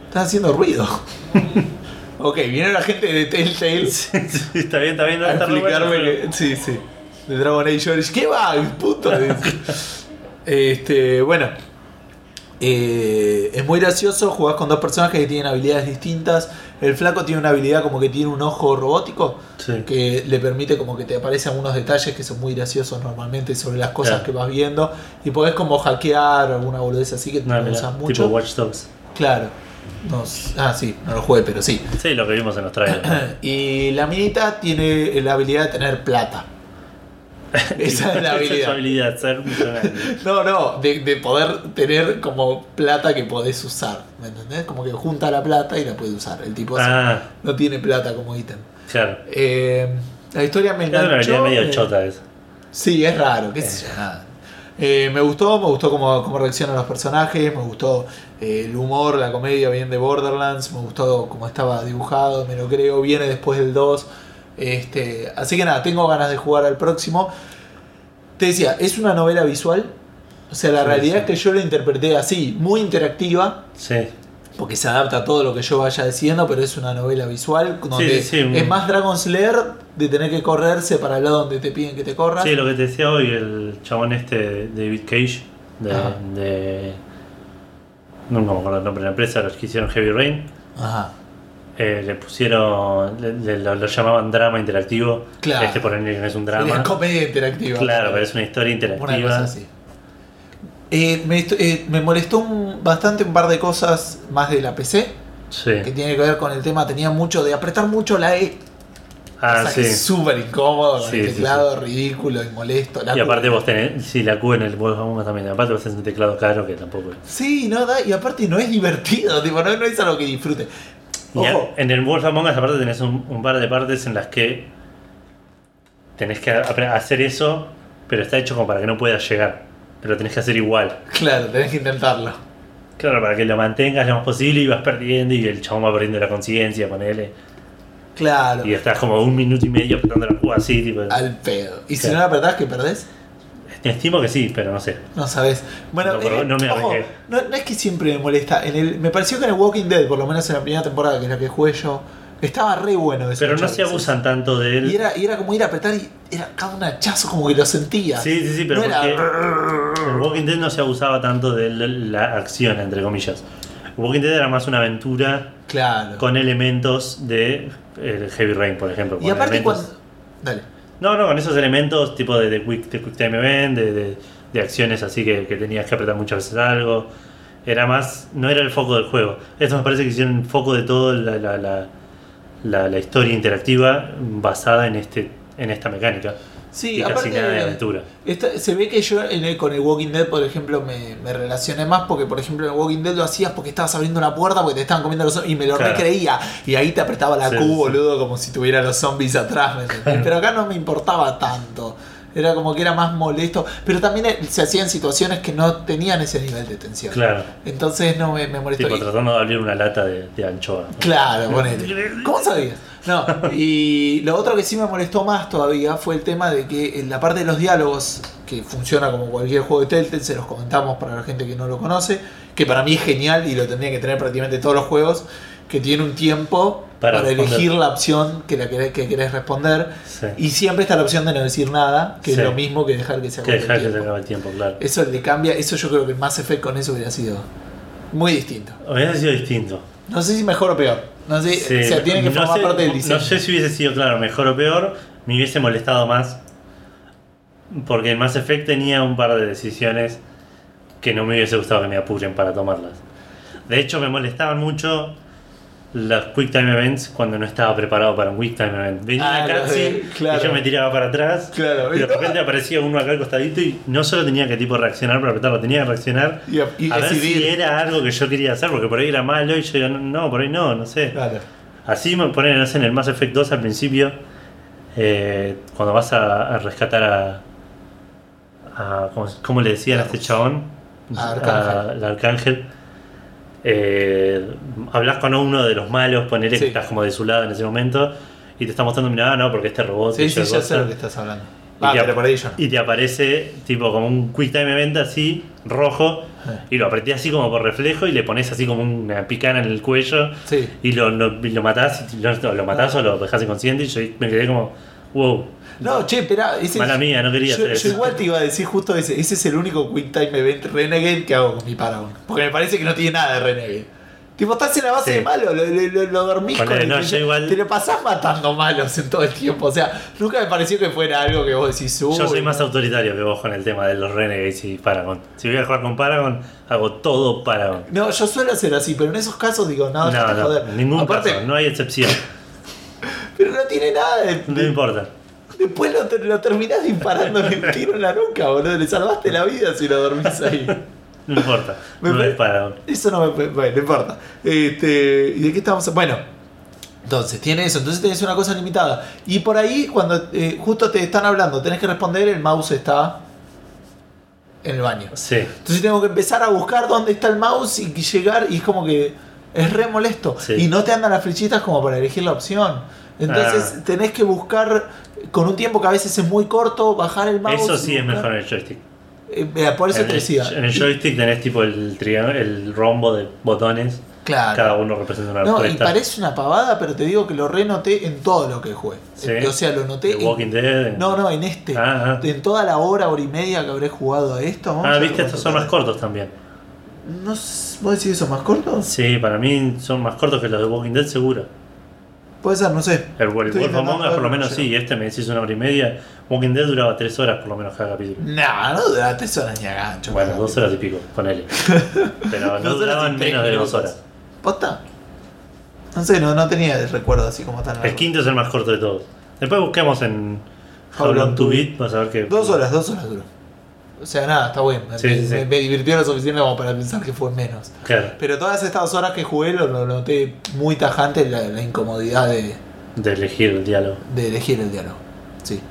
A: Estás haciendo ruido. ok, viene la gente de Telltale
B: Sí, está bien, está bien, no
A: a
B: está re bueno,
A: explicarme
B: pero-
A: que... Sí, sí. De Dragon Age Origins. ¿Qué va? Puto. Dice. este, bueno. Eh, es muy gracioso, jugás con dos personajes que tienen habilidades distintas. El flaco tiene una habilidad como que tiene un ojo robótico
B: Sí.
A: que le permite como que te aparecen algunos detalles que son muy graciosos normalmente sobre las cosas
B: Claro.
A: que vas viendo y podés como hackear o alguna boludez así que
B: No,
A: no
B: Ah, mirá,
A: usas
B: Tipo
A: mucho.
B: Watch Dogs.
A: Claro. No s- ah, sí, no lo jugué, pero sí.
B: Sí, lo que vimos en los trailers.
A: Y la minita tiene la habilidad de tener plata. Esa es la
B: Esa es
A: habilidad.
B: tu habilidad, ser millonario.
A: No, no, de, de poder tener como plata que podés usar, ¿me entendés? Como que junta la plata y la puede usar. El tipo
B: Ah,
A: no tiene plata como ítem.
B: claro.
A: Eh, la historia me
B: Es una
A: enganchó,
B: habilidad medio
A: eh,
B: chota esa.
A: Sí, es raro, qué sé yo, nada. Eh, me gustó, me gustó cómo, cómo reaccionan los personajes, me gustó eh, el humor, la comedia bien de Borderlands, me gustó cómo estaba dibujado, me lo creo, viene después del 2. Este, así que nada, tengo ganas de jugar al próximo. Te decía, es una novela visual, o sea, la
B: Sí,
A: realidad
B: sí.
A: es que yo la interpreté así, muy interactiva,
B: Sí.
A: porque se adapta a todo lo que yo vaya diciendo, pero es una novela visual donde
B: sí, sí, un-
A: es más Dragon Slayer de tener que correrse para el lado donde te piden que te corras.
B: Sí, lo que te decía hoy, el chabón este, David Cage, de.
A: Ajá.
B: de- no me acuerdo el nombre de la empresa, los que hicieron Heavy Rain.
A: Ajá.
B: eh, le pusieron. le- le- lo, lo llamaban drama interactivo.
A: Claro.
B: Este por ende no es un
A: Una
B: drama.
A: comedia interactiva.
B: Claro, pero es una historia
A: Una cosa
B: interactiva.
A: así. Eh, me, estu- eh, me molestó un- bastante un par de cosas más de la PC, que
B: Sí.
A: tiene que ver con el tema, tenía mucho de apretar mucho la E,
B: Ah,
A: cosa que es
B: sí.
A: súper incómodo, con
B: Sí,
A: el
B: sí,
A: teclado ridículo y molesto. la
B: Y aparte
A: cu-
B: vos tenés. Sí, la Q en el Wolf Among Us también. Aparte vos tenés un teclado caro que tampoco es.
A: Sí, no, da- y aparte no es divertido, tipo, no, no es algo que disfrute.
B: Y a-
A: Ojo,
B: en el Wolf Among Us aparte tenés un, un par de partes en las que tenés que apre- hacer eso, pero está hecho como para que no puedas llegar. Pero lo tenés que hacer igual.
A: claro, tenés que intentarlo.
B: Claro, para que lo mantengas lo más posible y vas perdiendo y el chabón va perdiendo la conciencia, ponele.
A: Claro,
B: Y estás como un minuto y medio apretando la cuba así, tipo.
A: al pedo. Y si
B: Claro.
A: no la apretás, ¿qué perdés?
B: Estimo que sí, pero no sé.
A: No sabes. Bueno,
B: No, pero
A: eh,
B: no me
A: ojo,
B: arranqué.
A: no, no es que siempre me molesta. En el, me pareció que en el Walking Dead, por lo menos en la primera temporada, que es la que jugué yo, estaba re bueno eso.
B: Pero no
A: muchas
B: se
A: veces.
B: abusan tanto de él.
A: Y era, y era como ir a apretar y era cada un hachazo, como que lo sentía.
B: Sí, sí, sí, pero
A: No
B: porque
A: era-
B: en Walking Dead no se abusaba tanto de la- la acción, entre comillas. Walking Dead era más una aventura
A: Claro.
B: con elementos de eh, Heavy Rain, por ejemplo.
A: y
B: con
A: aparte,
B: elementos-
A: cuando. Dale.
B: No, no, con esos elementos tipo de, de quick, de quick Time Event, de, de- de acciones así que, que tenías que apretar muchas veces algo. Era más, no era el foco del juego. Esto me parece que hicieron foco de toda la, la- la- la- la historia interactiva basada en, este, en esta mecánica.
A: Sí,
B: y casi
A: aparte.
B: nada de aventura.
A: Esta- se ve que yo en el- con el Walking Dead, por ejemplo, me, me relacioné más porque, por ejemplo, en el Walking Dead lo hacías porque estabas abriendo una puerta porque te estaban comiendo los zombies y me lo
B: Claro.
A: recreía. Y ahí te apretaba la
B: Sí,
A: Q,
B: sí.
A: boludo, como si tuviera los zombies atrás. ¿me entendés? Pero acá no me importaba tanto. Era como que era más molesto. Pero también eh, se hacían situaciones que no tenían ese nivel de tensión.
B: Claro.
A: Entonces no me, me molestó.
B: Tipo
A: Y-
B: tratando de abrir una lata de, de anchoa.
A: Claro, ponete. ¿Cómo sabías? No, y lo otro que sí me molestó más todavía fue el tema de que en la parte de los diálogos, que funciona como cualquier juego de Telltale, se los comentamos para la gente que no lo conoce, que para mí es genial y lo tendría que tener prácticamente todos los juegos, que tiene un tiempo para,
B: Para responder.
A: elegir la opción que, la querés, que querés responder.
B: Sí.
A: Y siempre está la opción de no decir nada, que
B: Sí.
A: es lo mismo que dejar que se
B: que
A: acabe
B: dejar que
A: el
B: se
A: tiempo.
B: acabe el tiempo, claro.
A: Eso le cambia, eso yo creo que el Mass Effect con eso hubiera sido muy distinto.
B: Hubiera sido distinto.
A: No sé si mejor o peor. No sé,
B: Sí,
A: o sea, tiene que
B: no
A: formar
B: sé-
A: parte del diseño.
B: No sé si hubiese sido, claro, mejor o peor. Me hubiese molestado más. Porque en Mass Effect tenía un par de decisiones que no me hubiese gustado que me apuren para tomarlas. De hecho, me molestaban mucho los Quick Time Events cuando no estaba preparado para un Quick Time Event. Venía
A: Ah,
B: una
A: los de-
B: cutscene
A: claro.
B: y yo me tiraba para atrás.
A: Claro.
B: Y de repente aparecía uno acá al costadito y no solo tenía que tipo reaccionar para apretarlo, tenía que reaccionar
A: Y a- y
B: a ver
A: decidir.
B: si era algo que yo quería hacer, porque por ahí era malo y yo digo, no, no, por ahí no, no sé.
A: Claro.
B: Así me ponen no sé, en el Mass Effect 2 al principio, eh, cuando vas a, a rescatar a, a- ¿cómo, cómo le decían a este chabón?
A: A Ah, Arcángel.
B: Al Arcángel. Eh, hablas con uno de los malos, ponele
A: Sí.
B: que estás como de su lado en ese momento, y te está mostrando, mira, no, porque este robot
A: Sí,
B: hizo
A: sí, ya sé
B: cosa".
A: lo que estás hablando.
B: Y
A: Ah,
B: te ap-
A: pero por ahí yo no.
B: Y te aparece tipo como un quick time event así, rojo,
A: Ah.
B: y lo apreté así como por reflejo y le pones así como una picana en el cuello
A: Sí.
B: y lo, lo, y lo matás, y lo, lo matás o lo dejás inconsciente y yo me quedé como, Wow.
A: No, che, espera, ese
B: Mala mía, no quería
A: yo,
B: hacer
A: yo
B: eso.
A: igual te iba a decir justo ese. Ese es el único Quick Time Event Renegade que hago con mi Paragon. Porque me parece que no tiene nada de Renegade. Tipo, estás en la base
B: Sí.
A: de malo, lo, lo- lo- lo dormís
B: Ponele,
A: con el
B: no,
A: que-
B: yo igual-
A: Te lo pasás matando malos en todo el tiempo. O sea, nunca me pareció que fuera algo que vos decís,
B: Yo soy
A: "Uy,
B: más autoritario que vos con el tema de los Renegades y Paragon. Si voy a jugar con Paragon, hago todo Paragon.
A: No, yo suelo hacer así, pero en esos casos digo, no,
B: No,
A: ya te
B: no,
A: joder.
B: ningún
A: Aparte,
B: caso, no hay excepción.
A: pero no tiene nada de.
B: No
A: de-
B: importa.
A: después lo, ter- lo terminás disparándole un tiro en la nuca, boludo. Le salvaste la vida si lo dormís ahí.
B: No importa.
A: Me
B: no
A: pare-
B: es Paragon.
A: Eso no me. Bueno, no importa. Este, ¿Y de qué estábamos? Bueno, entonces tiene eso. Entonces tenés una cosa limitada. Y por ahí, cuando eh, justo te están hablando, tenés que responder, el mouse está en el baño.
B: Sí.
A: Entonces tengo que empezar a buscar dónde está el mouse y llegar y es como que es re molesto.
B: Sí.
A: Y no te andan las flechitas como para elegir la opción. Entonces
B: Ah.
A: tenés que buscar con un tiempo que a veces es muy corto, bajar el mouse.
B: Eso
A: y
B: sí es
A: buscar.
B: mejor en el joystick.
A: Eh, mira, por eso
B: En
A: te
B: el,
A: decía.
B: en el joystick tenés tipo el, triángulo- el rombo de botones.
A: Claro.
B: Cada uno representa una
A: Ah, No, y
B: respuesta.
A: parece una pavada, pero te digo que lo renoté en todo lo que jugué.
B: Sí.
A: Eh, O sea, lo noté
B: The Walking
A: en,
B: Dead.
A: No, no, en este.
B: Ah, ah.
A: En toda la hora, hora y media que habré jugado a esto. vamos a
B: Ah,
A: ver
B: viste, estos son más
A: cuánto
B: cortos también.
A: tarda. No, sé, ¿Vos decís eso más cortos?
B: Sí, para mí son más cortos que los de Walking Dead, seguro.
A: Puede ser, no sé.
B: El Wolf
A: Estoy
B: Wolf Among
A: intentando
B: Us, por lo
A: ver,
B: menos
A: no
B: sí, este me decís una hora y media. Walking Dead duraba tres horas por lo menos cada capítulo.
A: Nah, no duraba tres horas ni a gancho.
B: Bueno,
A: cara.
B: dos horas y pico, ponele. Pero no
A: Dos horas y
B: duraban
A: tres
B: menos de dos
A: minutos.
B: horas.
A: ¿Posta? No sé, no, no tenía el recuerdo así como tan largo.
B: El quinto es el más corto de todos. Después busquemos en
A: How
B: How
A: Long
B: Long
A: to
B: to Beat, vas a ver que.
A: Dos horas, dos horas duró. O sea, nada, está bueno. Me,
B: Sí, sí, sí.
A: me- me divirtió lo suficiente como para pensar que fue menos.
B: Claro,
A: Pero todas estas dos horas que jugué lo, lo noté muy tajante la, la incomodidad de,
B: de elegir el diálogo.
A: de elegir el diálogo. Sí.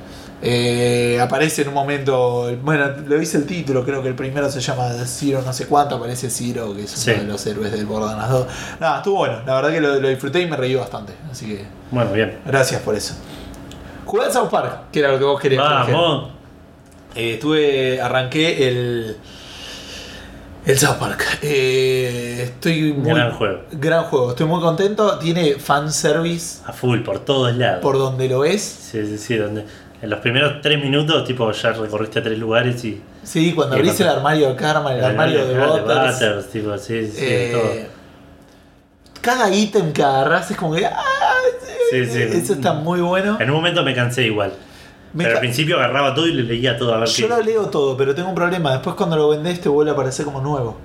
A: Eh, aparece en un momento, bueno, lo dice el título, creo que el primero se llama Ciro no sé cuánto, aparece Ciro, que es uno
B: Sí.
A: de los héroes del Borderlands 2. Nada, estuvo bueno, la verdad que lo, lo disfruté y me reí bastante, así que
B: Bueno, bien.
A: gracias por eso. Jugué al South Park, que era lo que vos querías. Jorge.
B: Vamos.
A: Eh, estuve, arranqué el. El South Park. Eh, estoy muy.
B: Gran juego.
A: Gran juego, estoy muy contento. Tiene fanservice
B: A full, por todos lados.
A: por donde lo es.
B: Sí, sí, sí. Donde en los primeros tres minutos, tipo, ya recorriste tres lugares y.
A: Sí, cuando
B: Y
A: abrís el
B: cuando-
A: armario de Karma, el, armario de
B: Eh, Butters.
A: Butters.
B: tipo, sí, sí,
A: eh,
B: todo.
A: cada ítem que agarrás es como que. ¡ah!
B: Sí, sí.
A: Eso está muy bueno.
B: En un momento me cansé igual.
A: Me
B: pero
A: ca-
B: al principio agarraba todo y le leía todo a ver
A: Yo
B: qué-
A: lo leo todo, pero tengo un problema. Después, cuando lo vendés, te vuelve a aparecer como nuevo.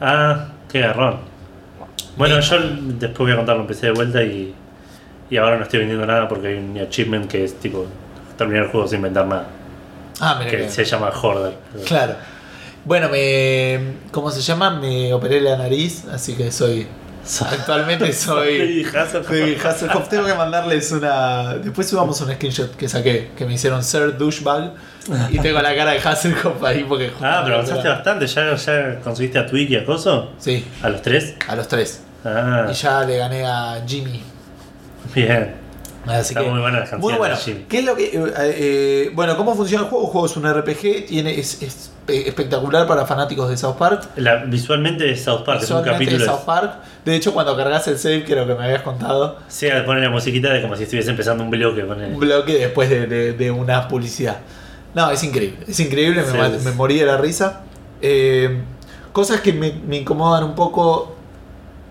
B: Ah, qué garrón. Bueno, yo después voy a contarlo, empecé de vuelta y, y ahora no estoy vendiendo nada porque hay un achievement que es tipo terminar el juego sin vender nada.
A: Ah, mira.
B: Que
A: que-
B: se llama Horder.
A: Claro. Bueno, me. ¿Cómo se llama? Me operé la nariz, así que soy. Actualmente soy.
B: David Hasselhoff.
A: soy Hasselhoff. Tengo que mandarles una. Después subamos un screenshot que saqué, que me hicieron Sir Douchebag. Y tengo la cara de Hasselhoff ahí porque.
B: Ah, pero avanzaste bastante, ¿Ya, ya conseguiste a Twig y a Coso,
A: Sí,
B: a los tres.
A: a los tres.
B: Ah,
A: Y ya le gané a Jimmy.
B: bien.
A: Así
B: Está
A: que-
B: muy buena la canción
A: Muy
B: de
A: bueno.
B: Jimmy.
A: ¿Qué es lo que, eh, eh, bueno, ¿cómo funciona el juego? El juego es un RPG, tiene, es, es espectacular para fanáticos de South Park.
B: La- visualmente es South Park, es un
A: Solamente de
B: capítulo.
A: South Park. De hecho, cuando cargas el save, que es lo que me habías contado,
B: O sea, pone la musiquita de como si estuviese empezando un bloque. Pone...
A: un bloque después de, de- de una publicidad. No, es increíble. Es increíble, me,
B: Sí,
A: mal-
B: es-
A: me morí de la risa. Eh, cosas que me, me incomodan un poco.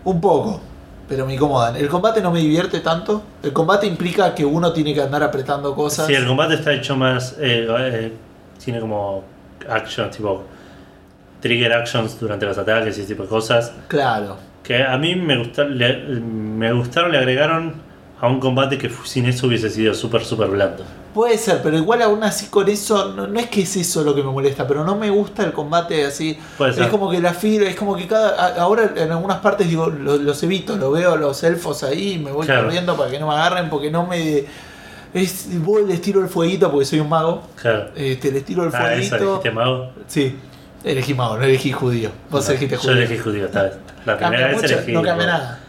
A: Un poco, pero me incomodan. El combate no me divierte tanto. El combate implica que uno tiene que andar apretando cosas.
B: Sí, el combate está hecho más. eh, eh, tiene como action, tipo trigger actions durante los ataques y ese tipo de cosas.
A: Claro.
B: Que a mí me, gusta- le- me gustaron, le agregaron a un combate que fu- sin eso hubiese sido súper, súper blando.
A: Puede ser, pero igual aún así con eso, no, no es que es eso lo que me molesta, pero no me gusta el combate así.
B: Puede
A: es
B: ser.
A: como que la fila, es como que cada. a- ahora en algunas partes digo, lo- los evito, lo veo a los elfos ahí, me voy
B: Claro.
A: corriendo para que no me agarren, porque no me. Es, voy, les tiro el fueguito porque soy un mago.
B: Claro.
A: Este, les tiro el
B: Ah, eso
A: fueguito.
B: dijiste mago.
A: Sí, elegí mago, no elegí judío. Vos
B: No,
A: elegiste
B: Yo
A: judío.
B: elegí judío esta vez. La primera
A: Cambia
B: vez
A: mucho,
B: elegí.
A: no cambia
B: bueno.
A: nada.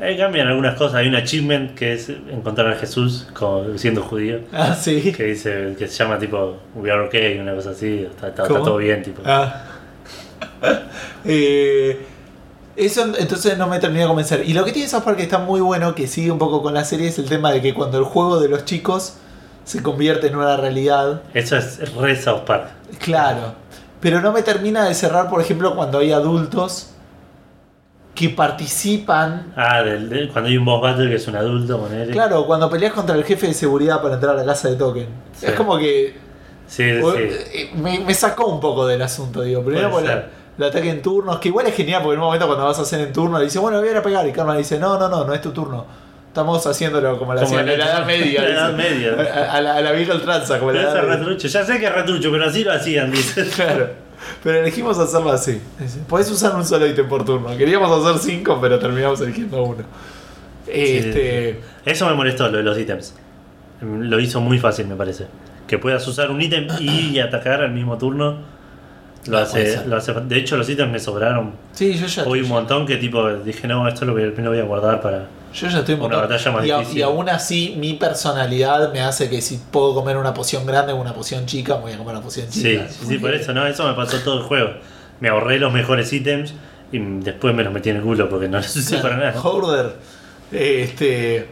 B: Eh, cambian algunas cosas. Hay un achievement que es encontrar a Jesús como, siendo judío.
A: Ah, sí.
B: Que dice, que se llama tipo We are okay, una cosa así. Está, está- está
A: ¿Cómo?
B: todo bien, tipo.
A: Ah. Eh, eso entonces no me terminé de convencer. Y lo que tiene South Park que está muy bueno, que sigue un poco con la serie, es el tema de que cuando el juego de los chicos se convierte en una realidad.
B: Eso es re South Park.
A: Claro. Pero no me termina de cerrar, por ejemplo, cuando hay adultos que participan.
B: Ah, del- del- cuando hay un boss battle que es un adulto, ponele.
A: Claro, cuando peleas contra el jefe de seguridad para entrar a la casa de Token.
B: Sí.
A: Es como que
B: Sí,
A: O-
B: sí.
A: eh, Me, me sacó un poco del asunto, digo. Primero
B: Puede
A: por
B: ser.
A: la- el ataque en turnos, que igual es genial porque en un momento cuando vas a hacer en turno le dice, bueno, voy a ir a pegar. Y Carmen le dice, no, no, no, no es tu turno. Estamos haciéndolo como la,
B: Como
A: hacían en
B: la-
A: la Edad Media.
B: la Edad
A: dice.
B: Media.
A: A, a la, a la vieja ultranza, como la
B: Pero
A: Edad
B: ese
A: Media.
B: retrucho. Ya sé que es retrucho, pero así lo hacían, dice.
A: Claro. Pero elegimos hacerlo así. Dice, Podés usar un solo ítem por turno. Queríamos hacer cinco, pero terminamos eligiendo uno. Este.
B: Eso me molestó, lo de los ítems. Lo hizo muy fácil, me parece. Que puedas usar un ítem y atacar al mismo turno. Lo
A: No, puede
B: hace,
A: ser.
B: lo hace- de hecho, los ítems me sobraron
A: Sí, yo Ah, ya.
B: hoy un montón que tipo dije, no, esto lo voy, a- lo voy a guardar para...
A: Yo ya estoy
B: Una
A: montado.
B: batalla más
A: y, a-
B: difícil.
A: y aún así, mi personalidad me hace que si puedo comer una poción grande o una poción chica, me voy a comer una poción
B: Sí,
A: chica.
B: sí, sí, por eso, ¿no? Eso me pasó todo el juego. Me ahorré los mejores ítems y después me los metí en el culo porque no los usé para nada.
A: Hoarder. Este.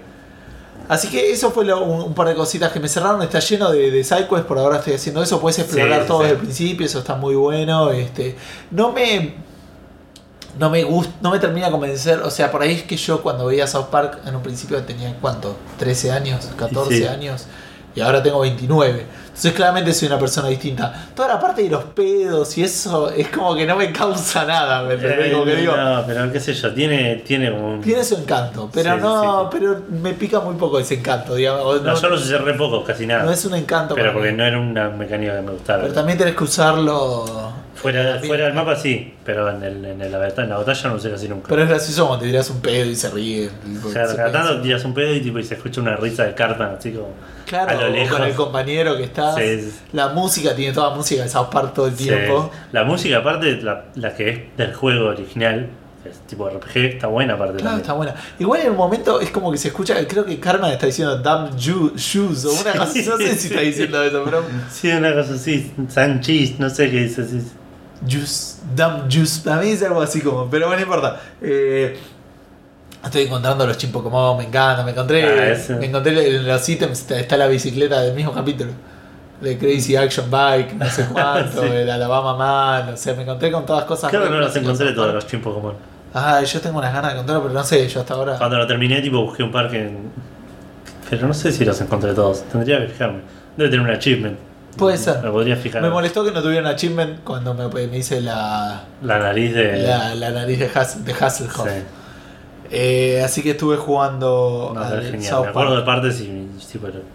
A: Así que eso fue lo- un, un par de cositas que me cerraron. Está lleno de, de sidequests, por ahora estoy haciendo eso. Puedes explorar
B: Sí,
A: todo
B: sí.
A: desde el principio, eso está muy bueno. Este. No me. No me gusta, no me termina de convencer. O sea, por ahí es que yo cuando veía South Park en un principio tenía cuánto, 13 años, 14
B: Sí.
A: años, y ahora tengo 29. Entonces claramente soy una persona distinta. Toda la parte de los pedos y eso es como que no me causa nada, ¿me entendés?
B: Eh,
A: Como que digo,
B: no, pero qué sé yo, tiene, tiene como un...
A: tiene su encanto, pero
B: Sí,
A: no,
B: sí.
A: pero me pica muy poco ese encanto, digamos. o
B: No,
A: No,
B: yo los usé re pocos, casi nada.
A: no es un encanto
B: Pero
A: para
B: porque
A: mí.
B: no era una mecánica que me gustara.
A: Pero también tenés que usarlo.
B: Fuera,
A: Bien.
B: fuera del mapa sí, pero en, el, en, el- la batalla- en la batalla no lo usé casi nunca.
A: Pero es gracioso cuando te tiras un pedo y se ríe.
B: o sea, cada tanto tiras un pedo y, tipo, y se escucha una risa de carta, así como
A: Claro,
B: a lo
A: o
B: lejos.
A: con el compañero que estás.
B: Sí, sí.
A: La música tiene toda música de South Park todo el
B: Sí.
A: tiempo.
B: La música, aparte, la, la que es del juego original, es tipo RPG, está buena aparte
A: Claro,
B: también.
A: está buena. Igual en un momento es como que se escucha, creo que Karma está diciendo Damn ju- Shoes o una cosa, no sé si está diciendo eso, pero
B: Sí, una cosa así, Sanchis, no sé qué dice. sí.
A: Juice, Damn Juice, también dice algo así como, pero bueno, no importa. Eh, estoy encontrando los chimpocomos, me encanta, me encontré,
B: Ah, ese.
A: me encontré en los ítems, está, está la bicicleta del mismo capítulo. De Crazy Action Bike, no sé cuánto,
B: Sí.
A: el Alabama Man, o sea, me encontré con todas cosas.
B: Creo que no
A: raras
B: los encontré
A: en
B: todos
A: South
B: los chimpos como.
A: Park. Ah, yo tengo unas ganas de encontrarlo, pero no sé, yo hasta ahora.
B: Cuando lo terminé, tipo, busqué un parque. en- Pero no sé si los encontré todos. Tendría que fijarme. Debe tener un achievement.
A: Puede ser.
B: Me podría fijar.
A: Me molestó que no tuvieran achievement cuando me, me hice la,
B: La nariz de.
A: la, la nariz de, Hassel, de Hasselhoff.
B: Eh. Sí.
A: Eh, así que estuve jugando
B: No,
A: al
B: es genial.
A: South
B: Me
A: Park.
B: acuerdo de partes y. sí, pero-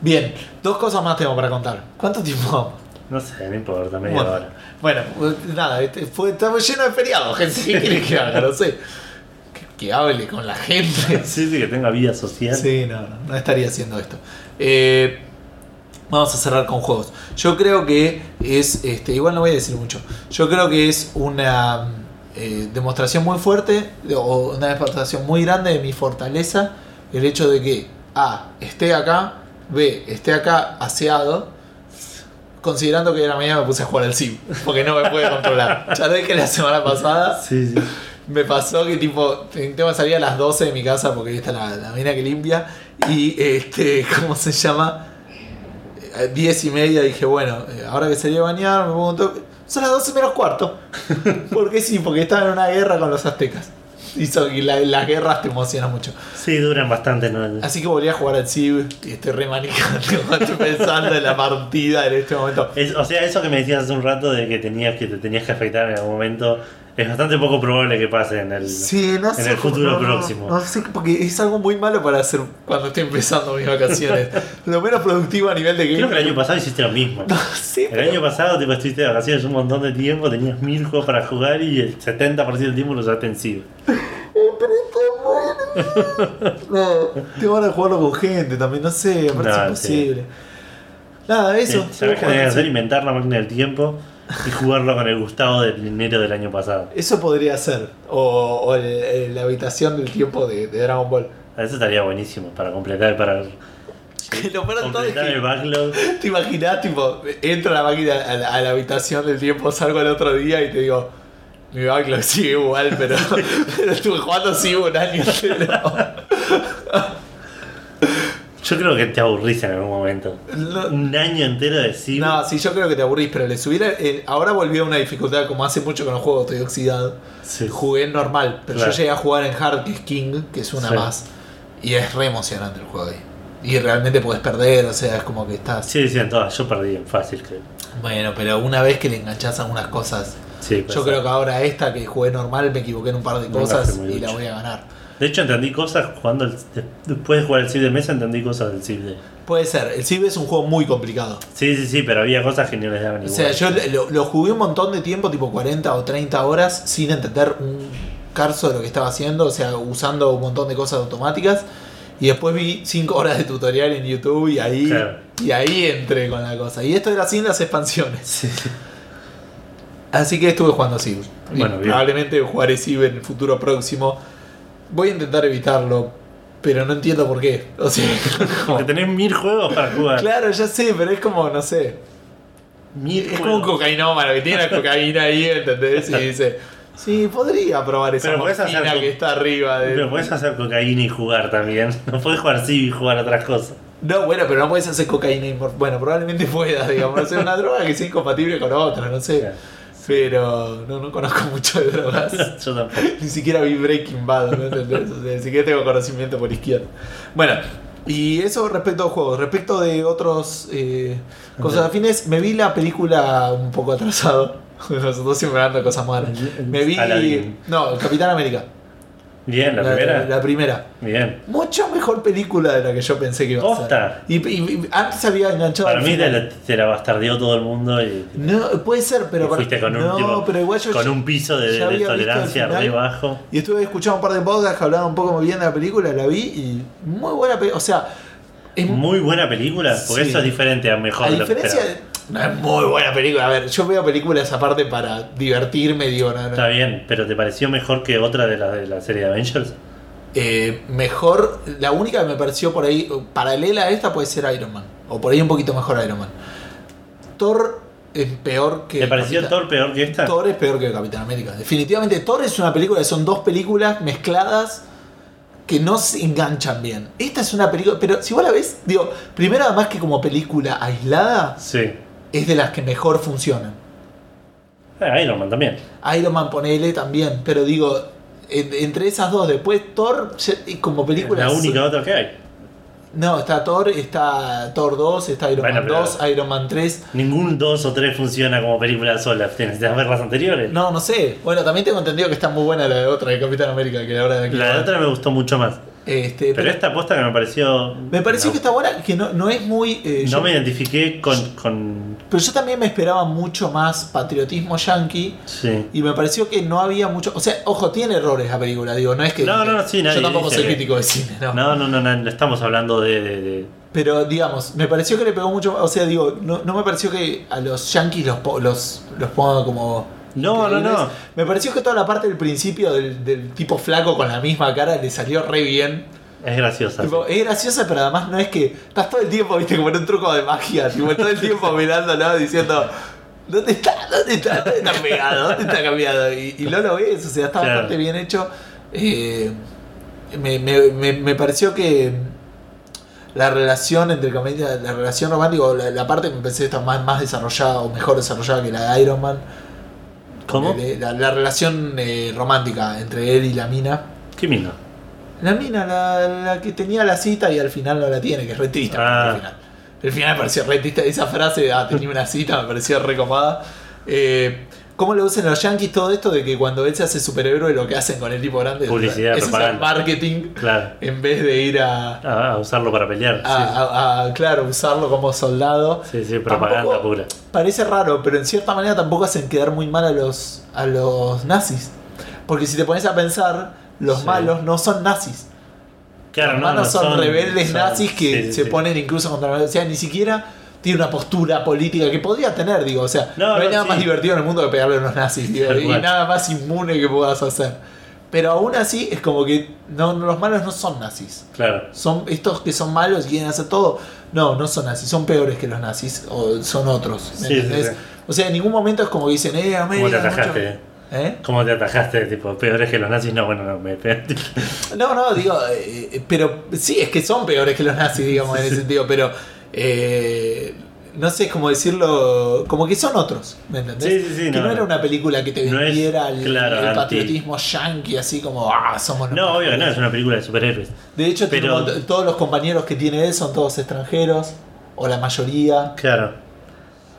A: Bien, dos cosas más tengo para contar. ¿Cuánto tiempo? vamos?
B: no sé, no importa, media
A: Bueno,
B: hora.
A: bueno, eh, nada, este, fue, estamos llenos de feriados, gente. ¿Qué querés que haga? No sé. Que, que hable con la gente.
B: Sí, sí, que tenga vida social.
A: Sí, no, no, no estaría haciendo esto. Eh, vamos a cerrar con juegos. Yo creo que es, este, igual no voy a decir mucho, yo creo que es una eh, demostración muy fuerte, de- o una demostración muy grande de mi fortaleza, el hecho de que A, esté acá, B, esté acá aseado. Considerando que de la mañana me puse a jugar al CIB, porque no me puede controlar. Ya lo dije la semana pasada,
B: Sí, sí.
A: me pasó que tipo, tengo que salir a las 12 de mi casa porque ahí está la, la mina que limpia. Y este, ¿cómo se llama? A 10 y media dije, bueno, eh, ahora que salí a bañar, me pongo un toque. Son las 12 menos cuarto. Porque sí, porque estaba en una guerra con los aztecas. Y, son- y la- las guerras te emocionan mucho.
B: Sí, duran bastante, ¿no?
A: Así que volví a jugar al CIB y estoy re manijando, estoy pensando en la partida en este momento.
B: Es- o sea, eso que me decías hace un rato de que tenías que te tenías que afectar en algún momento, es bastante poco probable que pase en el.
A: Sí, no
B: en
A: sé.
B: el
A: cómo-
B: futuro
A: no, no,
B: próximo.
A: No, sé, porque es algo muy malo para hacer cuando estoy empezando mis vacaciones. Lo menos productivo a nivel de game.
B: Creo que el año ¿Eh? pasado hiciste lo mismo.
A: No, sí,
B: El año pasado tipo, estuviste de vacaciones un montón de tiempo, tenías mil juegos para jugar y el 70% del tiempo lo usaste en sí.
A: pero Eh, está bueno. No, tengo ganas de jugarlo con gente también, no sé, me parece
B: No,
A: imposible. Nada, eso.
B: Eh, Sabes que
A: Bueno,
B: tenés que hacer
A: sí.
B: inventar la máquina del tiempo y jugarlo con el Gustavo de enero del año pasado.
A: Eso podría ser. O, o el- el- la habitación del tiempo de, de Dragon Ball.
B: Eso estaría buenísimo para completar, para
A: Que lo peor de todo es
B: completar
A: que-
B: el backlog.
A: ¿Te imaginas, tipo, entro a la máquina, a la, a la habitación del tiempo, salgo al otro día y te digo, mi backlog sigue igual, pero, pero estuve jugando así un año entero.
B: Yo creo que te aburrís en algún momento.
A: No-
B: Un año entero de Civ.
A: No, sí, yo creo que te aburrís, pero le subí. la- el- ahora volví a una dificultad, como hace mucho que no juego, estoy oxidado.
B: Sí.
A: Jugué en normal, pero
B: Claro.
A: yo llegué a jugar en hard, que es King, que es una
B: Sí.
A: más. Y es re emocionante el juego ahí. Y realmente puedes perder, o sea, es como que estás.
B: Sí, decían todas. Yo perdí en fácil, creo.
A: Bueno, pero una vez que le enganchás algunas cosas.
B: Sí,
A: Yo
B: pasa.
A: creo que ahora esta que jugué normal me equivoqué en un par de
B: Nunca
A: cosas
B: fui muy
A: y la
B: ducho.
A: voy a ganar.
B: De hecho, entendí cosas jugando. el- de- después de jugar el Civ de mesa, entendí cosas del Civ de.
A: Puede ser, el Civ es un juego muy complicado.
B: Sí, sí, sí, pero había cosas que no les daban
A: O
B: igual.
A: sea, yo lo, lo jugué un montón de tiempo, tipo 40 o 30 horas, sin entender un carso de lo que estaba haciendo, o sea, usando un montón de cosas automáticas. Y después vi 5 horas de tutorial en YouTube y ahí,
B: Claro.
A: y ahí entré con la cosa. Y esto era sin las expansiones.
B: Sí, sí.
A: Así que estuve jugando Civ. Y
B: Bueno, bien.
A: probablemente jugaré Civ en el futuro próximo. Voy a intentar evitarlo, pero no entiendo por qué. O sea, como-
B: Porque tenés mil juegos para jugar.
A: claro, ya sé, pero es como, no sé.
B: Mil
A: Es como un
B: juegos.
A: cocainómano que tiene la cocaína ahí, ¿entendés? Y dice, sí, podría probar esa
B: Pero podés
A: morfina
B: hacer co-
A: que está arriba de...
B: Pero puedes hacer cocaína y jugar también. No puedes jugar Civ y jugar otras cosas.
A: No, bueno, pero no puedes hacer cocaína y morf- Bueno, probablemente puedas, digamos, hacer una droga que sea incompatible con otra, no sé.
B: Claro.
A: Pero no, no conozco mucho de drogas.
B: Yo tampoco.
A: Ni siquiera vi Breaking Bad, ¿no entendés? O sea, ni siquiera tengo conocimiento por izquierda. Bueno, y eso respecto a juegos. Respecto de otros eh, cosas afines, me vi la película un poco atrasado. Nosotros siempre hablando de cosas malas. Me vi.
B: Aladdin.
A: No, el Capitán América.
B: Bien, la, primera.
A: La primera.
B: Bien.
A: Mucho mejor película de la que yo pensé que iba a ser.
B: Posta.
A: Y, y- y antes había enganchado.
B: Para
A: al
B: mí te
A: final.
B: la, te la bastardeó todo el mundo y.
A: No, puede ser, pero.
B: y fuiste con un,
A: no,
B: tipo-
A: pero igual yo
B: con un piso de,
A: ya
B: de
A: había visto el
B: tolerancia
A: final.
B: re bajo.
A: Y estuve escuchando un par de podcasts que hablaban un poco muy bien de la película, la vi y muy buena película. O sea, es
B: Muy buena película, porque
A: Sí.
B: eso es diferente a mejor
A: a
B: de lo que
A: diferencia
B: esperaba.
A: de- no es muy buena película. A ver, yo veo películas aparte para divertirme, digo, no, no.
B: Está bien, pero ¿te pareció mejor que otra de la, de la serie de Avengers?
A: Eh, mejor, la única que me pareció por ahí, paralela a esta puede ser Iron Man. O por ahí un poquito mejor Iron Man. Thor es peor que.
B: ¿Te pareció
A: Capitán-
B: Thor peor que esta?
A: Thor es peor que Capitán América. Definitivamente Thor es una película, son dos películas mezcladas que no se enganchan bien. Esta es una película, pero si vos la ves, digo, primero además que como película aislada,
B: Sí.
A: es de las que mejor funcionan.
B: Ah, Iron Man también.
A: Iron Man ponele también, pero digo, en- entre esas dos, después Thor ya- y como película...
B: la
A: es-
B: única otra que hay.
A: No, está Thor, está Thor 2, está Iron
B: Bueno,
A: Man
B: pero-
A: 2, Iron Man 3.
B: Ningún dos o tres funciona como película sola. Tienes que ver las anteriores.
A: No, no sé. Bueno, también tengo entendido que está muy buena la de otra de Capitán América, que la verdad que-
B: La otra me gustó mucho más.
A: Este,
B: Pero esta aposta que me pareció.
A: Me pareció
B: no,
A: que está buena, que no, no es muy. eh,
B: No
A: yo-
B: me identifiqué con. con
A: Pero yo también me esperaba mucho más patriotismo yankee.
B: sí.
A: Y me pareció que no había mucho. O sea, ojo, tiene errores la película, digo, no es que.
B: No, no, no, sí, nadie
A: Yo tampoco
B: dice
A: soy
B: que-
A: crítico de cine, no.
B: No, no, no, no, no estamos hablando de. de- de-
A: Pero digamos, me pareció que le pegó mucho. O sea, digo, no, no me pareció que a los yankees los, po- los, los ponga como.
B: No, no,
A: increíbles.
B: no.
A: Me pareció que toda la parte del principio del, del tipo flaco con la misma cara le salió re bien.
B: Es graciosa. sí.
A: Tipo, es graciosa, pero además no es que estás todo el tiempo, viste, como en un truco de magia, tipo, todo el tiempo mirándolo diciendo, ¿dónde está? ¿Dónde está? ¿Dónde está pegado? ¿Dónde está cambiado? Y, y no lo ves, o sea, está
B: Claro.
A: bastante bien hecho. Eh, me, me- me- me pareció que la relación entre comedia, la relación romántica, o la, la parte que me pensé está más, más desarrollada o mejor desarrollada que la de Iron Man,
B: ¿Cómo?
A: eh, La, la relación eh, romántica entre él y la mina.
B: Qué mina.
A: La mina, la, la que tenía la cita y al final no la tiene, que es re triste.
B: Ah.
A: El final, el final me pareció re triste. Esa frase, de, ah, tenía una cita, me pareció re comada. Eh, ¿Cómo le usan los yankees todo esto de que cuando él se hace superhéroe lo que hacen con el tipo grande?
B: Publicidad,
A: Eso es el
B: propaganda.
A: marketing
B: Claro.
A: en vez de ir a,
B: A, a usarlo para pelear.
A: a- a- a, claro, usarlo como soldado.
B: sí, sí, sí, propaganda
A: Tampoco-
B: pura.
A: Parece raro, pero en cierta manera tampoco hacen quedar muy mal a los, a los nazis. Porque si te pones a pensar, los
B: Sí.
A: malos no son nazis. Los malos son, rebeldes
B: son-
A: nazis que
B: sí, sí,
A: se
B: sí.
A: ponen incluso contra O sea, ni siquiera tiene una postura política que podría tener, digo. O sea, no,
B: No,
A: hay
B: no,
A: nada
B: sí.
A: más divertido en el mundo que pegarle a los nazis, digo,
B: Tal
A: y
B: cual.
A: nada más inmune que puedas hacer. Pero aún así es como que no, no, los malos no son nazis.
B: Claro.
A: Son estos que son malos y quieren hacer todo. No, no son nazis, son peores que los nazis, o son otros. ¿me
B: Sí, sí,
A: entendés?
B: sí.
A: O sea, en ningún momento es como que dicen, eh,
B: ¿Cómo te
A: América. mucho-
B: atajaste? eh?
A: ¿Eh?
B: ¿Cómo te atajaste? Tipo, peores que los nazis. No, bueno, no, me
A: No, no, digo, eh, eh, pero sí, es que son peores que los nazis, digamos, en ese sentido, pero eh, no sé cómo decirlo, como que son otros, ¿me entendés?
B: Sí, sí, sí,
A: que no,
B: no,
A: era
B: no.
A: una película que te
B: No es,
A: vendiera el,
B: claro,
A: el
B: anti-
A: patriotismo yankee, así como, ah, somos los
B: No, obvio que no,
A: mejores".
B: es una película de superhéroes.
A: De hecho, tiene
B: pero-
A: un montón- todos los compañeros que tiene él son todos extranjeros, o la mayoría.
B: Claro.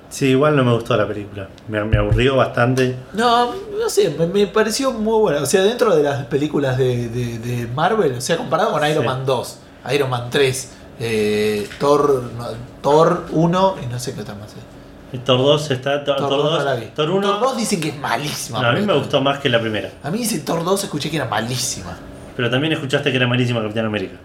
B: Sí, igual no me gustó la película. Me, me aburrió bastante.
A: No, no sé, me, me pareció muy buena. O sea, dentro de las películas de, de- de Marvel, o sea, comparado con Iron
B: Sí.
A: Man 2, Iron Man 3, eh, Thor, no, Thor 1 y no sé qué otra más. es.
B: El Thor 2 está. Ah, Thor, Thor 2.
A: no la vi.
B: Thor 1.
A: Thor 2 dicen que es malísima.
B: no, a mí
A: boludo.
B: me gustó más que la primera.
A: A mí dice Thor 2 escuché que era malísima.
B: Pero también escuchaste que era malísima Capitán América.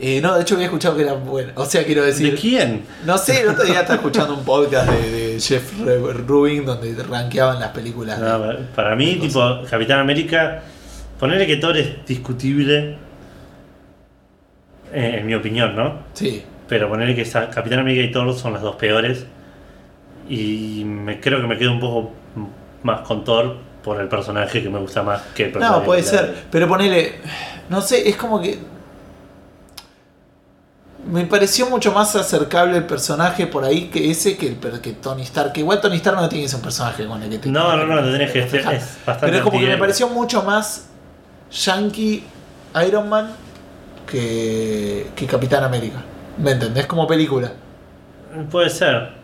A: Eh, no, de hecho había escuchado que era buena. O sea, quiero decir...
B: ¿De quién?
A: No sé, el otro día estaba escuchando un podcast de, de Jeff Re- Rubin donde rankeaban las películas. de-
B: No, para mí, tipo, Capitán América. Ponerle que Thor es discutible. eh, en mi opinión, ¿no?
A: Sí.
B: Pero ponerle que esa- Capitán América y Thor son las dos peores. Y me creo que me quedo un poco más con Thor por el personaje que me gusta más que el personaje.
A: No,
B: de
A: puede
B: Capitán
A: ser.
B: América.
A: Pero ponele. No sé, es como que. Me pareció mucho más acercable el personaje por ahí que ese que, el, per- que Tony Stark. Que igual Tony Stark no tiene que ser un personaje con el que te.
B: No, no, no, te tenés que es bastante
A: Pero es como que me
B: antihéroe.
A: pareció mucho más Yankee Iron Man que, que Capitán América. ¿Me entendés? Como película.
B: Puede ser.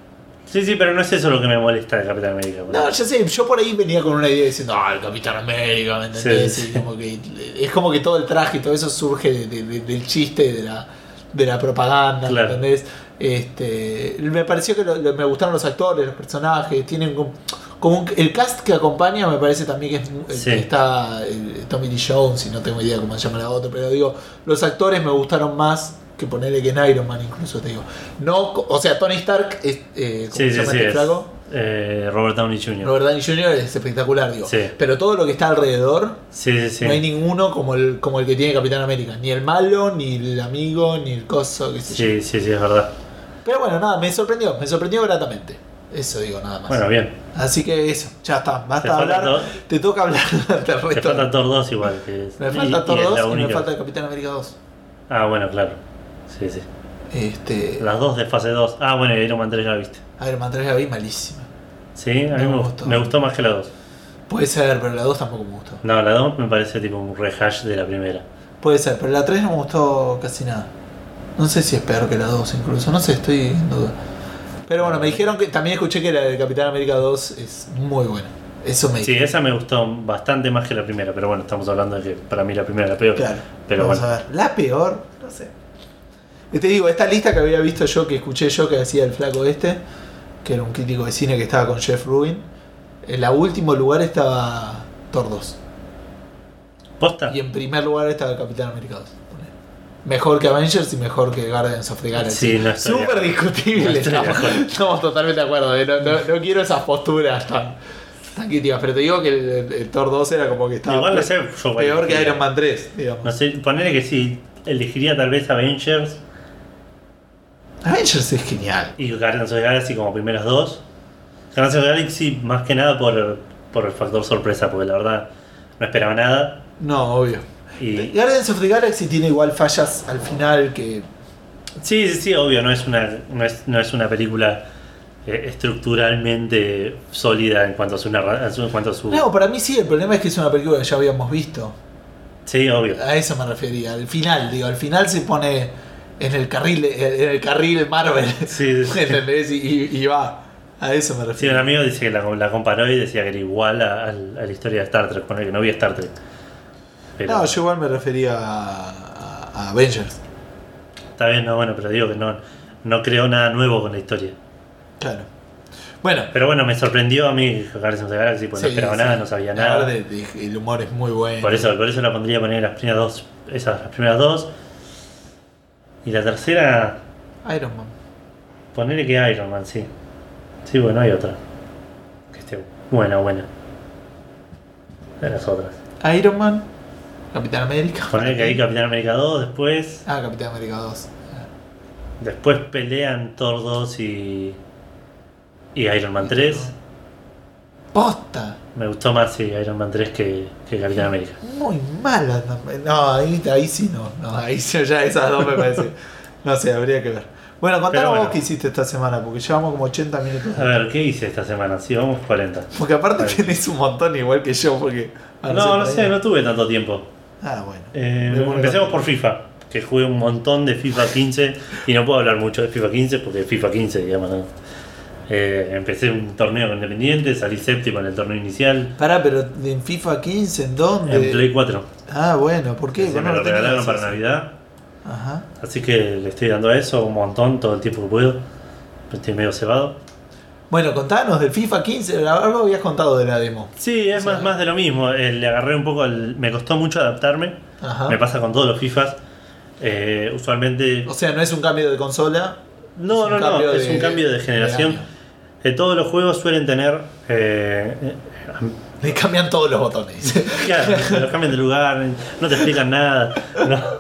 B: Sí, sí, pero no es eso lo que me molesta de Capitán América. pues. por
A: No,
B: ejemplo.
A: ya sé, yo por ahí venía con una idea diciendo, ah, el Capitán América, ¿me entendés?
B: Sí, sí.
A: Y como que- es como que todo el traje y todo eso surge de- de- de- del chiste, de la, de la propaganda,
B: Claro.
A: ¿me entendés? Este, me pareció que lo- lo- me gustaron los actores, los personajes, tienen como, como un- el cast que acompaña me parece también que es mu-
B: Sí.
A: que está eh, Tommy Lee Jones, y no tengo idea cómo se llama la otra, pero digo, los actores me gustaron más que ponerle que en Iron Man incluso, te digo. No, co- o sea, Tony Stark es, eh, ¿cómo se
B: sí, sí,
A: llama
B: sí.
A: este
B: es,
A: flaco?
B: eh, Robert Downey Jr.
A: Robert Downey Jr. es espectacular, digo.
B: Sí.
A: Pero todo lo que está alrededor,
B: sí, sí, sí.
A: no hay ninguno como el, como el que tiene Capitán América. Ni el malo, ni el amigo, ni el coso, qué sé yo.
B: sí, sí, sí, es verdad.
A: Pero bueno, nada, me sorprendió, me sorprendió gratamente. Eso digo, nada más.
B: Bueno, bien.
A: Así que eso, ya está,
B: Te
A: basta de
B: falta
A: hablar.
B: todo.
A: Te toca hablar del
B: Te
A: resto.
B: falta Thor 2 igual. Que es-
A: Pues me
B: y-
A: falta
B: y
A: Thor
B: es la
A: 2 y me
B: única.
A: falta Capitán América 2.
B: Ah, bueno, claro. Sí, sí.
A: Este,
B: Las dos de fase 2. Ah, bueno, y Iron Man 3 ya la viste.
A: Iron Man 3 la vi malísima.
B: Sí, a mí
A: No,
B: me,
A: me
B: gustó.
A: gustó.
B: me gustó más que la 2.
A: Puede ser, pero la 2 tampoco me gustó.
B: No, la 2 me parece tipo un rehash de la primera.
A: Puede ser, pero la 3 no me gustó casi nada. No sé si es peor que la 2 incluso, no sé, estoy en duda. Pero bueno, me dijeron que también escuché que la de Capitán América 2 es muy buena. Eso me
B: Sí,
A: dijeron.
B: esa me gustó bastante más que la primera, pero bueno, estamos hablando de que para mí la primera es la peor.
A: Claro.
B: Pero
A: Vamos
B: bueno.
A: a ver. La peor, no sé. Y Te digo, esta lista que había visto yo, que escuché yo que hacía el flaco este, que era un crítico de cine que estaba con Jeff Rubin, en la último lugar estaba Thor 2.
B: ¿Posta?
A: Y en primer lugar estaba Capitán América 2. ponele. Mejor que Avengers y mejor que Guardians of the Galaxy.
B: Sí, no estoy de
A: Súper discutible.
B: No estoy de
A: estamos,
B: acuerdo.
A: estamos totalmente de acuerdo. eh, No, no- no quiero esas posturas tan, tan críticas. Pero te digo que el, el- el Thor 2 era como que estaba
B: Igual no
A: pe-
B: sé, yo
A: peor que
B: elegiría.
A: Iron Man 3, digamos.
B: No sé, ponele que sí, elegiría tal vez Avengers
A: Avengers es genial.
B: y Guardians of the Galaxy como primeras dos. Guardians of the Galaxy más que nada por, por el factor sorpresa, porque la verdad no esperaba nada.
A: No, obvio.
B: Y,
A: Guardians of the Galaxy tiene igual fallas al final que...
B: sí, sí, sí, obvio, no es una, no es, no es una película eh, estructuralmente sólida en cuanto a su narra- en su- en cuanto a su...
A: No, para mí sí, el problema es que es una película que ya habíamos visto.
B: Sí, obvio.
A: A eso me refería, al final, digo, al final se pone en el carril, en el carril Marvel.
B: Sí, sí, sí.
A: ¿Entendés? Y, y- y va. A eso me
B: Sí, un
A: refiero.
B: amigo dice que la, la comparó y decía que era igual a, a la historia de Star Trek, ponele que no vi Star Trek. Pero-
A: no, yo igual me refería a, a Avengers.
B: Está bien, no, bueno, pero digo que no, no creó nada nuevo con la historia.
A: Claro. Bueno,
B: Pero bueno, me sorprendió a mí Guardians of the Galaxy, porque no
A: sí,
B: esperaba
A: sí.
B: nada, no sabía
A: La
B: nada.
A: verdad, el- el humor es muy bueno.
B: Por eso, por eso la pondría poner las primeras dos, esas las primeras dos. Y la tercera,
A: Iron Man.
B: ponerle que Iron Man, sí. Sí, bueno, hay otra. Que esté buena, buena. De las otras.
A: Iron Man, Capitán América.
B: Ponerle que ahí Capitán América 2, después.
A: Ah, Capitán América 2.
B: Después pelean Thor 2 y. y Iron Man 3.
A: Posta.
B: Me gustó más sí, Iron Man 3 que, que Capitán América.
A: Muy mala. No, ahí, ahí sí no. no ahí sí, ya esas dos me parece. No sé, habría que ver. Bueno,
B: Pero
A: contanos
B: bueno. Ah.
A: vos qué hiciste esta semana, porque llevamos como 80 minutos.
B: A ver, ¿qué hice esta semana? Sí, vamos 40.
A: Porque aparte
B: Ahí.
A: tenés un montón igual que yo, porque. ah,
B: No, no sé,
A: todavía.
B: no tuve tanto tiempo.
A: Ah, bueno.
B: Eh,
A: De alguna
B: empecemos
A: cosa.
B: por FIFA, que jugué un montón de FIFA 15 y no puedo hablar mucho de FIFA 15 porque es FIFA 15, digamos. ¿no? Eh, empecé un torneo con Independiente, salí séptimo en el torneo inicial,
A: Pará, pero en FIFA 15, ¿en dónde?
B: en Play 4.
A: Ah, bueno, ¿por qué?
B: que
A: Vos
B: me
A: no
B: lo
A: tenías
B: regalaron para
A: eso.
B: Navidad,
A: Ajá.
B: así que le estoy dando a eso un montón todo el tiempo que puedo. Estoy medio cebado.
A: Bueno, contanos del FIFA 15, la- algo habías contado de la demo.
B: Sí, es más, más de lo mismo. eh, le agarré un poco, el- me costó mucho adaptarme.
A: Ajá.
B: Me pasa con todos los FIFAs. Eh, usualmente
A: O sea, no es un cambio de consola.
B: No,
A: es
B: no,
A: un
B: no,
A: cambio
B: es
A: de-
B: un cambio de
A: de
B: generación.
A: año.
B: Eh, todos los juegos suelen tener. eh, eh,
A: Le cambian todos los botones.
B: claro, te los cambian de lugar, no te explican nada. no.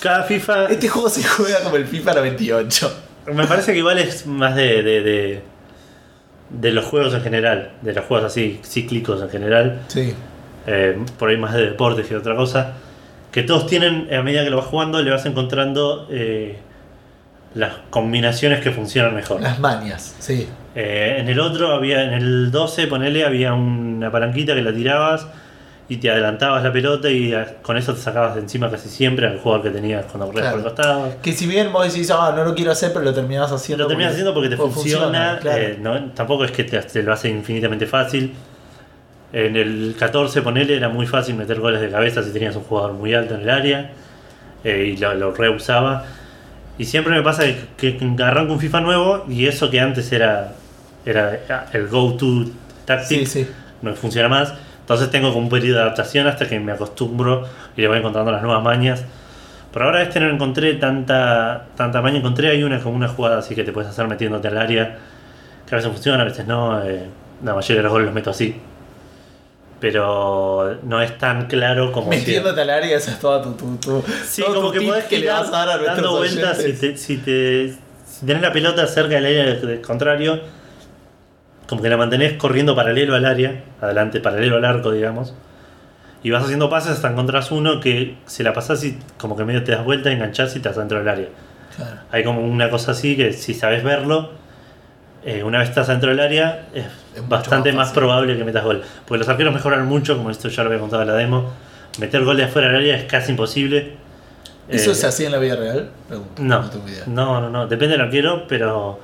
B: Cada FIFA.
A: este juego se juega como el FIFA 98.
B: Me parece que igual es más de, de, de, de los juegos en general, de los juegos así cíclicos en general.
A: Sí.
B: eh, por ahí más de deportes que de otra cosa, que todos tienen, a medida que lo vas jugando, le vas encontrando eh, las combinaciones que funcionan mejor.
A: Las manias, sí.
B: Eh, en el otro había, en el 12, ponele, había una palanquita que la tirabas y te adelantabas la pelota y a- con eso te sacabas de encima casi siempre al jugador que tenías cuando corrías
A: Claro.
B: por el costado.
A: Que si bien vos decís, ah, no lo quiero hacer, pero lo terminás haciendo.
B: Lo terminas haciendo porque te funciona,
A: claro.
B: eh, no- tampoco es que te, te lo hace infinitamente fácil. En el 14, ponele, era muy fácil meter goles de cabeza si tenías un jugador muy alto en el área eh, y lo, lo reusaba. Y siempre me pasa que, que arranco un FIFA nuevo y eso que antes era, era el go-to tactic
A: sí, sí.
B: no me funciona más. Entonces tengo como un periodo de adaptación hasta que me acostumbro y le voy encontrando las nuevas mañas. Por ahora este no encontré tanta, tanta maña, encontré hay una como una jugada así que te puedes hacer metiéndote al área, que a veces funciona, a veces no, eh, la mayoría de los goles los meto así. Pero no es tan claro como si-
A: Metiéndote al área, esa es toda tu. tu, tu
B: Sí,
A: todo
B: como
A: tu
B: que
A: tip
B: podés
A: que le
B: girar
A: vas a dar a nuestros
B: dando vueltas si,
A: oyentes.
B: te, si, te- si tenés la pelota cerca del área del contrario, como que la mantenés corriendo paralelo al área, adelante, paralelo al arco, digamos. Y vas haciendo pases hasta encontrás uno que se la pasás y como que medio te das vuelta, enganchás y estás dentro del área.
A: Claro.
B: Hay como una cosa así que si sabes verlo, eh, una vez estás dentro del área, es,
A: Es mucho
B: bastante
A: más
B: más,
A: fácil.
B: probable que metas gol. Porque los arqueros mejoran mucho, como esto ya lo había contado en la demo. Meter gol de afuera del área es casi imposible.
A: ¿Eso
B: Eh,
A: se hacía en la vida real? Pregunto.
B: No,
A: No tengo idea.
B: no, no, no. Depende del arquero, pero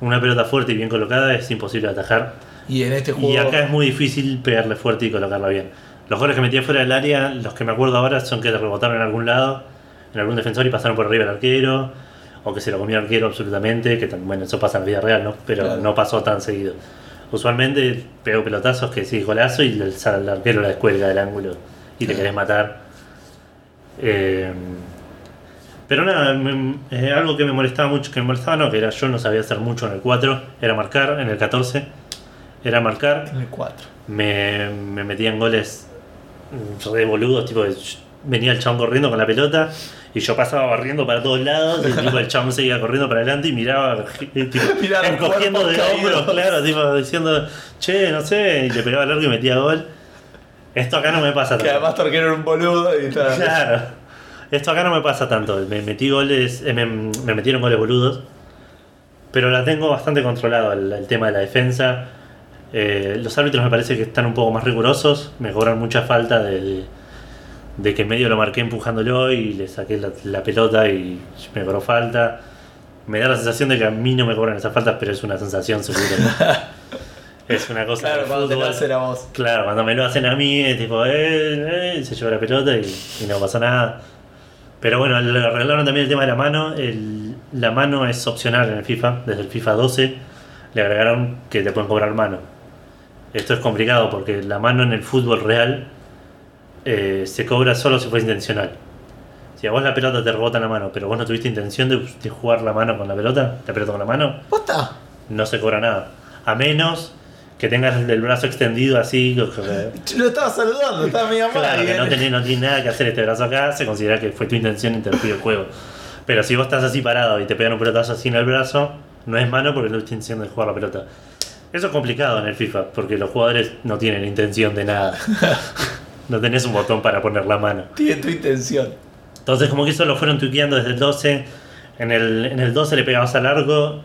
B: una pelota fuerte y bien colocada es imposible de atajar.
A: Y en este juego.
B: Y acá es muy difícil pegarle fuerte y colocarla bien. Los goles que metí fuera del área, los que me acuerdo ahora son que rebotaron en algún lado, en algún defensor y pasaron por arriba del arquero, o que se lo comió el arquero absolutamente, que también bueno, eso pasa en la vida real, ¿no? Pero
A: Claro.
B: no pasó tan seguido. Usualmente pego pelotazos que sí, golazo y el, sal- el arquero la descuelga del ángulo y te
A: Claro.
B: querés matar. Eh, pero nada, me- eh, algo que me molestaba mucho, que me molestaba no, que era yo no sabía hacer mucho en el 4, era marcar, en el 14 era marcar
A: En el 4.
B: me, me metían goles mm, re boludos, tipo de- venía el chabón corriendo con la pelota y yo pasaba barriendo para todos lados y tipo, el chabón seguía corriendo para adelante y miraba eh, tipo,
A: Miraba los
B: encogiendo
A: cuerpos
B: de
A: caídos.
B: hombros, claro, tipo diciendo, che, no sé, y le pegaba largo y metía gol. Esto acá no me pasa
A: Que
B: tanto.
A: además Torquero era un boludo y está.
B: Claro. Esto acá no me pasa tanto. Me metí goles, eh, me, me metieron goles boludos. Pero la tengo bastante controlado el, el tema de la defensa. Eh, los árbitros me parece que están un poco más rigurosos. Me cobran mucha falta de, de que en medio lo marqué empujándolo y le saqué la, la pelota y me cobró falta. Me da la sensación de que a mí no me cobran esas faltas, pero es una sensación seguro. es una cosa.
A: Claro,
B: del
A: cuando te
B: fútbol.
A: la era vos.
B: Claro, cuando me lo hacen a mí es tipo, eh, eh, se lleva la pelota y, y no pasa nada. Pero bueno, le arreglaron también el tema de la mano. El- la mano es opcional en el FIFA. Desde el FIFA 12 le agregaron que te pueden cobrar mano. Esto es complicado porque la mano en el fútbol real eh, se cobra solo si fue intencional. Si a vos la pelota te rebota en la mano, pero vos no tuviste intención de, de jugar la mano con la pelota, la pelota con la mano,
A: ¿Posta?
B: no se cobra nada. A menos que tengas el del brazo extendido así, que- que-
A: Yo lo estaba saludando, estaba mi mamá.
B: claro,
A: y
B: que no
A: él-
B: tiene, no tiene nada que hacer este brazo acá, se considera que fue tu intención interrumpir el juego. Pero si vos estás así parado y te pegan un pelotazo así en el brazo, no es mano porque no tienes intención de jugar la pelota. Eso es complicado en el FIFA, porque los jugadores no tienen intención de nada. no tenés un botón para poner la mano.
A: Tiene tu intención.
B: Entonces, como que eso lo fueron tuqueando desde el 12. En el, en el 12 le pegabas a largo,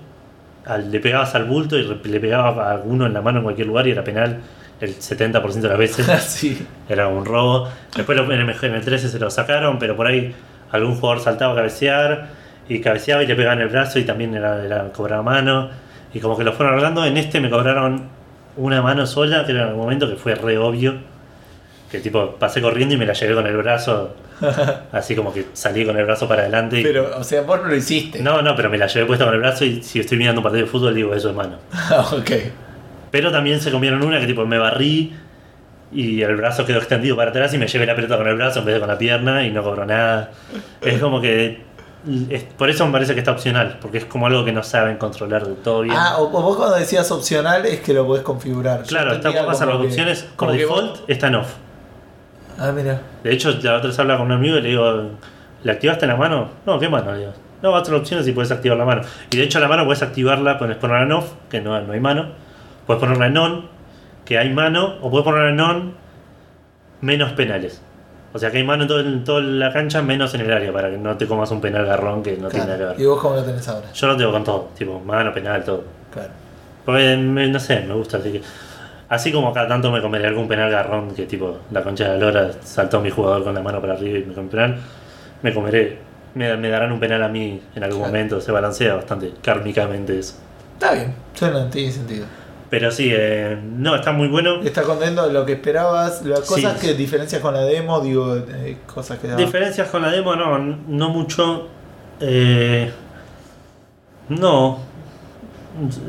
B: al- le pegabas al bulto y le pegabas a alguno en la mano en cualquier lugar y era penal el 70% de las veces.
A: Así.
B: Era un robo. Después lo- en el en el 13 se lo sacaron, pero por ahí algún jugador saltaba a cabecear y cabeceaba y le pegaban el brazo y también era, era cobrar mano. Y como que lo fueron hablando, en este me cobraron una mano sola, que era en el momento que fue re obvio. Que tipo, pasé corriendo y me la llevé con el brazo, así como que salí con el brazo para adelante. y-
A: Pero, o sea, vos no lo hiciste.
B: no, no, pero me la llevé puesta con el brazo y si estoy mirando un partido de fútbol digo, eso es mano.
A: Ah, ok.
B: Pero también se comieron una que tipo me barrí y el brazo quedó extendido para atrás y me llevé la pelota con el brazo en vez de con la pierna y no cobró nada. Es como que... es- por eso me parece que está opcional, porque es como algo que no saben controlar del todo bien.
A: Ah, o, o vos cuando decías opcional es que lo podés configurar. Yo
B: claro, está
A: entendía
B: vos vas a
A: como
B: las
A: que-
B: opciones, por
A: como que vos-
B: default está en off.
A: Ah, mira.
B: De hecho, la otra vez hablaba con un amigo y le digo, ¿la activaste en la mano? No, ¿qué mano? Le digo, no, vas a las opciones y puedes activar la mano. Y de hecho la mano puedes activarla, puedes ponerla en off, que no, no hay mano. Puedes ponerla en on, que hay mano, o puedes ponerla en on menos penales. O sea que hay mano en, todo, en toda la cancha menos en el área, para que no te comas un penal garrón que no tiene
A: Claro.
B: nada que ver.
A: ¿Y vos cómo lo tenés ahora?
B: Yo lo tengo con todo, tipo, mano, penal, todo.
A: Claro.
B: Porque, me- no sé, me gusta, así que... Así como cada tanto me comeré algún penal garrón que tipo la concha de la lora saltó mi jugador con la mano para arriba y me comió un penal, me comeré, me, me darán un penal a mí en algún
A: Claro.
B: momento, se balancea bastante kármicamente eso.
A: Está bien. Suena, tiene sentido.
B: Pero sí, eh, no, está muy bueno.
A: ¿Estás contento de lo que esperabas? Las
B: Sí.
A: cosas que diferencias con la demo, digo, eh, cosas que...
B: Diferencias con la demo, no, no mucho. eh, no,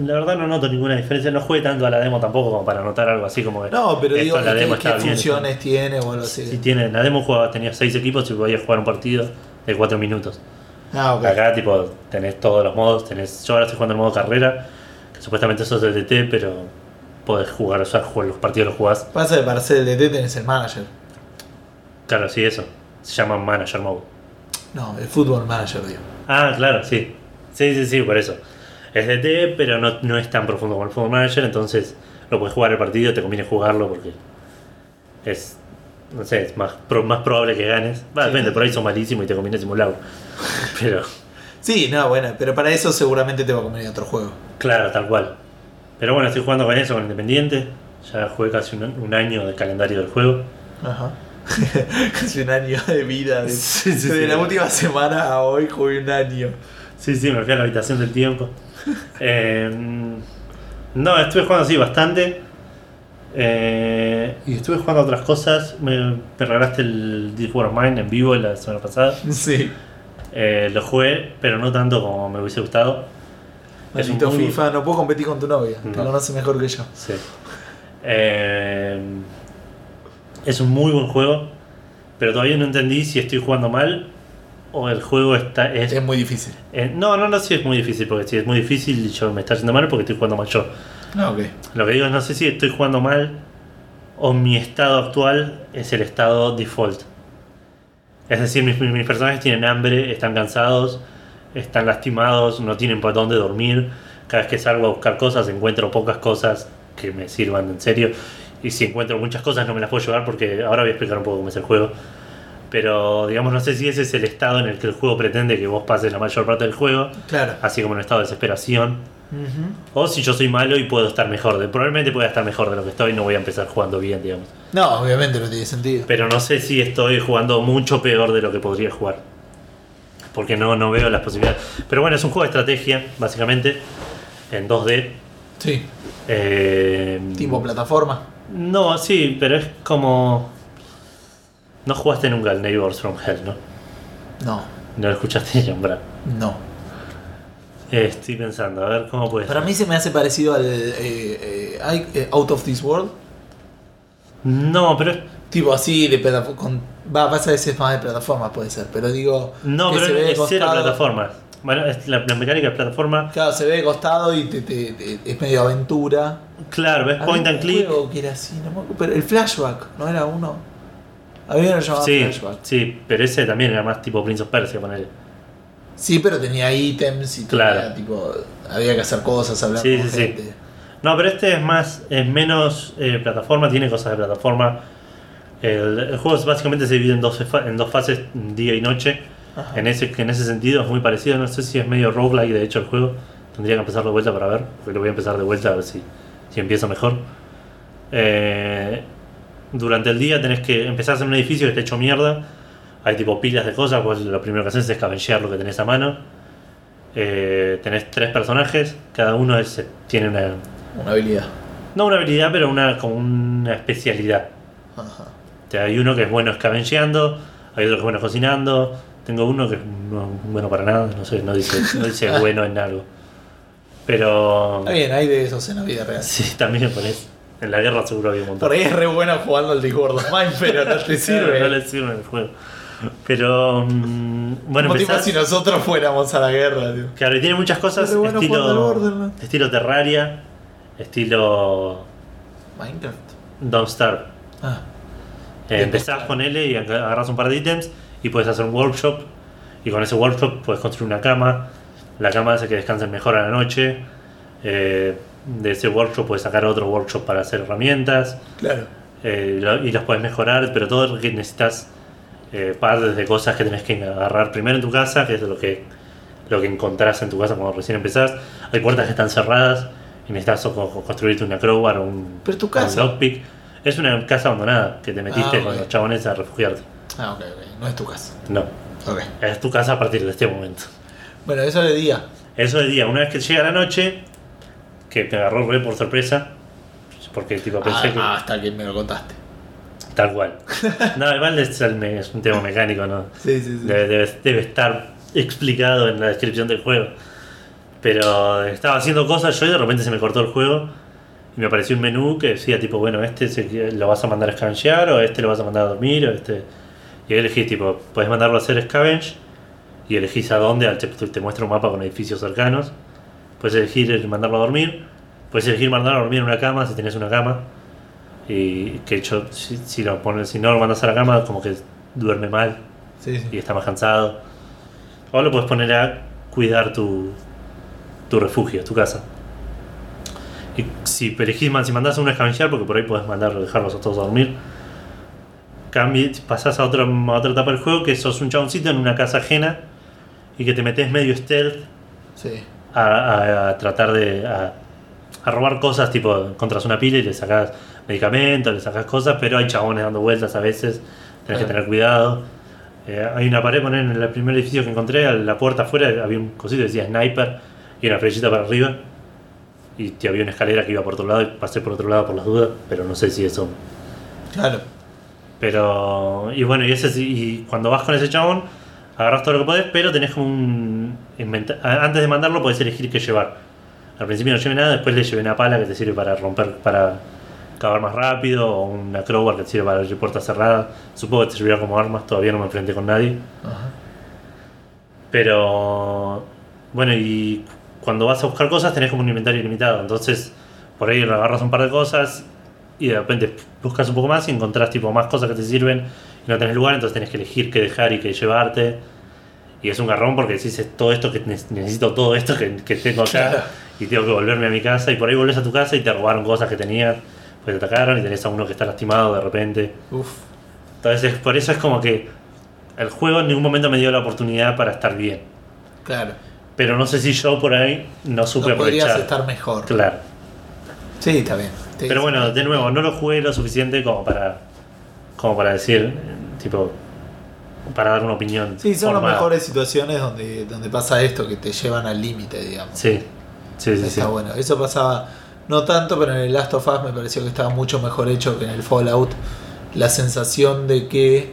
B: la verdad no noto ninguna diferencia, no jugué tanto a la demo tampoco como para notar algo así como...
A: No, pero
B: esto
A: digo,
B: en la
A: ¿qué-
B: demo
A: ¿qué,
B: está bien,
A: funciones tiene o algo así?
B: Si tiene, la demo jugaba, tenía seis equipos y podías jugar un partido de 4 minutos.
A: Ah, ok.
B: Acá, tipo, tenés todos los modos. Tenés, yo ahora estoy jugando el modo carrera, que supuestamente sos del DT, pero podés jugar, o sea, jugar- los partidos los jugás.
A: Pasa que para ser el DT tenés el manager.
B: Claro, sí, eso. Se llama Manager Mode.
A: No, el fútbol manager, digo.
B: Ah, claro, sí. Sí, sí, sí, por eso. Es DT, pero no, no es tan profundo como el Football Manager, entonces lo puedes jugar el partido, te conviene jugarlo porque es, no sé, es más, pro- más probable que ganes. Va,
A: Sí.
B: depende, por ahí sos malísimo y te conviene simularlo. Pero...
A: Sí, no, bueno, pero para eso seguramente te va a convenir otro juego.
B: Claro, tal cual. Pero bueno, estoy jugando con eso, con Independiente. Ya jugué casi un, un año del calendario del juego.
A: Ajá. Casi un año de vida. De,
B: Sí, sí,
A: de
B: sí.
A: la última semana a hoy jugué un año.
B: Sí, sí, me fui a la habitación del tiempo. Eh, no, estuve jugando así bastante. Eh, y estuve jugando otras cosas. Me, me regalaste el Deep War of Mine en vivo la semana pasada.
A: Sí.
B: Eh, lo jugué, pero no tanto como me hubiese gustado. Es un
A: Maldito
B: muy-
A: FIFA, no puedo competir con tu novia. Te
B: No.
A: conoce mejor que yo.
B: Sí. Eh, es un muy buen juego, pero todavía no entendí si estoy jugando mal o el juego está. Es,
A: Es muy difícil.
B: eh, no, no, no, si es muy difícil, porque si es muy difícil, yo me está haciendo mal porque estoy jugando mal yo. Ah,
A: No, ok.
B: Lo que digo es, no sé si estoy jugando mal o mi estado actual es el estado default. Es decir, mis, mis- mis personajes tienen hambre, están cansados, están lastimados, no tienen para dónde dormir. Cada vez que salgo a buscar cosas encuentro pocas cosas que me sirvan en serio. Y si encuentro muchas cosas no me las puedo llevar porque ahora voy a explicar un poco cómo es el juego. Pero digamos, no sé si ese es el estado en el que el juego pretende que vos pases la mayor parte del juego,
A: Claro.
B: así como en un estado de desesperación.
A: Ujú.
B: O si yo soy malo y puedo estar mejor. de- Probablemente pueda estar mejor de lo que estoy. No voy a empezar jugando bien, digamos.
A: No, obviamente no tiene sentido.
B: Pero no sé si estoy jugando mucho peor de lo que podría jugar. Porque no, no veo las posibilidades. Pero bueno, es un juego de estrategia, básicamente. En 2D.
A: Sí.
B: eh,
A: Tipo plataforma.
B: No, sí, pero es como... No jugaste nunca al Neighbors from Hell, ¿no?
A: No,
B: No lo escuchaste nombrar.
A: no.
B: Eh, estoy pensando, a ver cómo puede
A: Para
B: ser.
A: mí se me hace parecido al eh, eh, I- eh, Out of This World.
B: No, pero es
A: Tipo así, de plataforma. Va, pasa a veces más de plataforma, puede ser. Pero digo.
B: No,
A: que
B: pero
A: se ve de
B: es cero
A: costado.
B: plataformas. Bueno, es la, la mecánica de plataforma,
A: Claro, se ve de costado y te, te- te- es medio aventura.
B: claro, ves point
A: Había
B: and
A: un
B: click.
A: juego que era así, no me acuerdo, pero el flashback, ¿no era uno? Había uno llamado
B: Sí,
A: flashback.
B: sí, pero ese también era más tipo Prince of Persia, ponele.
A: Sí, pero tenía ítems y tenía,
B: Claro.
A: tipo, había que hacer cosas, hablar
B: Sí,
A: con
B: sí, sí.
A: gente.
B: No, pero este es más, es menos eh, plataforma, tiene cosas de plataforma. El, el juego es- básicamente se divide en dos, fa- en dos fases, día y noche.
A: Ajá.
B: En ese, que en ese sentido es muy parecido, no sé si es medio roguelike de hecho el juego. Tendría que empezar de vuelta para ver, porque lo voy a empezar de vuelta a ver si, si empiezo mejor. Eh, durante el día tenés que empezar en un edificio que está hecho mierda. Hay tipo pilas de cosas, pues lo primero que haces es escabechear lo que tenés a mano. Eh, tenés tres personajes, cada uno es- tiene una,
A: Una habilidad.
B: no una habilidad, pero una, como una especialidad.
A: Ajá.
B: O sea, hay uno que es bueno escabecheando, hay otro que es bueno cocinando, tengo uno que no es bueno para nada, no sé, no dice, no dice bueno en algo. Pero
A: Está bien, hay de esos en la vida real.
B: sí, también por eso. En la guerra seguro había un montón.
A: Por ahí es re bueno jugando al Discord of Mine, pero no te sirve.
B: No le sirve el juego. Pero mm, bueno,
A: Como tipo
B: empezás-
A: si nosotros fuéramos a la guerra, tío.
B: Claro, y tiene muchas cosas
A: Pero bueno, jugando al
B: estilo,
A: Borderlands.
B: estilo Terraria, estilo
A: Minecraft.
B: Don't Starve.
A: Ah.
B: Eh,
A: Bien,
B: empezás
A: claro.
B: con él y aga- agarrás un par de ítems y puedes hacer un workshop. Y con ese workshop puedes construir una cama. La cama hace que descansen mejor a la noche. Eh, de ese workshop puedes sacar otro workshop para hacer herramientas.
A: Claro.
B: eh, lo- y los puedes mejorar, pero todo que necesitas eh, partes de cosas que tenés que agarrar primero en tu casa, que es lo que, lo que encontrás en tu casa cuando recién empezás. Hay puertas que están cerradas y necesitas o co- co- construirte una crowbar o un,
A: Pero es tu
B: o un
A: casa.
B: lockpick. Es una casa abandonada que te metiste
A: Ah,
B: con
A: ok.
B: los chabones a refugiarte.
A: Ah, ok, ok. No es tu casa.
B: No,
A: Ok.
B: es tu casa a partir de este momento.
A: Bueno, eso de día.
B: Eso de día, una vez que llega la noche, que te agarró re por sorpresa, porque tipo pensé
A: Ah,
B: que.
A: ah, hasta que me lo contaste.
B: Tal cual. No, igual es, el me- es un tema mecánico, ¿no?
A: Sí, sí, sí.
B: Debe, debe- debe estar explicado en la descripción del juego. Pero estaba haciendo cosas yo y de repente se me cortó el juego. Y me apareció un menú que decía tipo, bueno, este se- lo vas a mandar a escabechear o este lo vas a mandar a dormir o este... Y ahí elegí tipo, puedes mandarlo a hacer scavenge y elegís a dónde, al- te, te muestra un mapa con edificios cercanos. Puedes elegir el mandarlo a dormir. Puedes elegir mandarlo a dormir en una cama si tenés una cama. Y que yo, si, si lo pones, si no lo mandas a la cama, como que duerme mal
A: Sí, sí.
B: y está más cansado. O lo puedes poner a cuidar tu, tu refugio, tu casa. Y si elegís, man- si mandás a uno a escabechear, porque por ahí puedes mandarlo, dejarlos a todos a dormir, cambie, pasás a, otra a otra etapa del juego que sos un chaboncito en una casa ajena y que te metes medio stealth
A: Sí.
B: a, a- a tratar de. A, a robar cosas, tipo, encontrás una pila y le sacás medicamentos, le sacás cosas, pero hay chabones dando vueltas a veces, tenés que
A: Ah.
B: tener cuidado. Eh, hay una pared, poner en el primer edificio que encontré, a la puerta afuera había un cosito que decía sniper y una flechita para arriba. Y te- había una escalera que iba por otro lado y pasé por otro lado por las dudas, pero no sé si eso.
A: Claro.
B: Pero. Y bueno, y, ese, sí- y cuando vas con ese chabón, agarras todo lo que podés, pero tenés como un. inventa- a- Antes de mandarlo, podés elegir qué llevar. Al principio no lleve nada, después le llevé una pala que te sirve para romper, para cavar más rápido, o una crowbar que te sirve para abrir puertas cerradas. Supongo que te servirá como armas, todavía no me enfrenté con nadie.
A: Ajá.
B: Pero bueno, y cuando vas a buscar cosas tenés como un inventario ilimitado. Entonces, por ahí agarras un par de cosas y de repente buscas un poco más y encontrás tipo más cosas que te sirven y no tenés lugar, entonces tenés que elegir qué dejar y qué llevarte. Y es un garrón porque decís "Es todo esto que ne- necesito todo esto que, que tengo acá
A: Claro.
B: y tengo que volverme a mi casa y por ahí volvés a tu casa y te robaron cosas que tenías, pues te atacaron y tenés a uno que está lastimado de repente.
A: Uf.
B: Entonces, por eso es como que el juego en ningún momento me dio la oportunidad para estar bien.
A: Claro.
B: Pero no sé si yo por ahí no
A: No
B: supe
A: podrías
B: aprovechar.
A: estar mejor.
B: Claro.
A: Sí, está bien. Sí,
B: Pero
A: sí.
B: bueno, de nuevo, no lo jugué lo suficiente como para. como para decir. eh, tipo. para dar una opinión.
A: Sí, son las
B: formada.
A: mejores situaciones donde, donde pasa esto, que te llevan al límite, digamos.
B: Sí. Sí, sí, sí.
A: Está bueno. Eso pasaba, no tanto, pero en el Last of Us me pareció que estaba mucho mejor hecho que en el Fallout. La sensación de que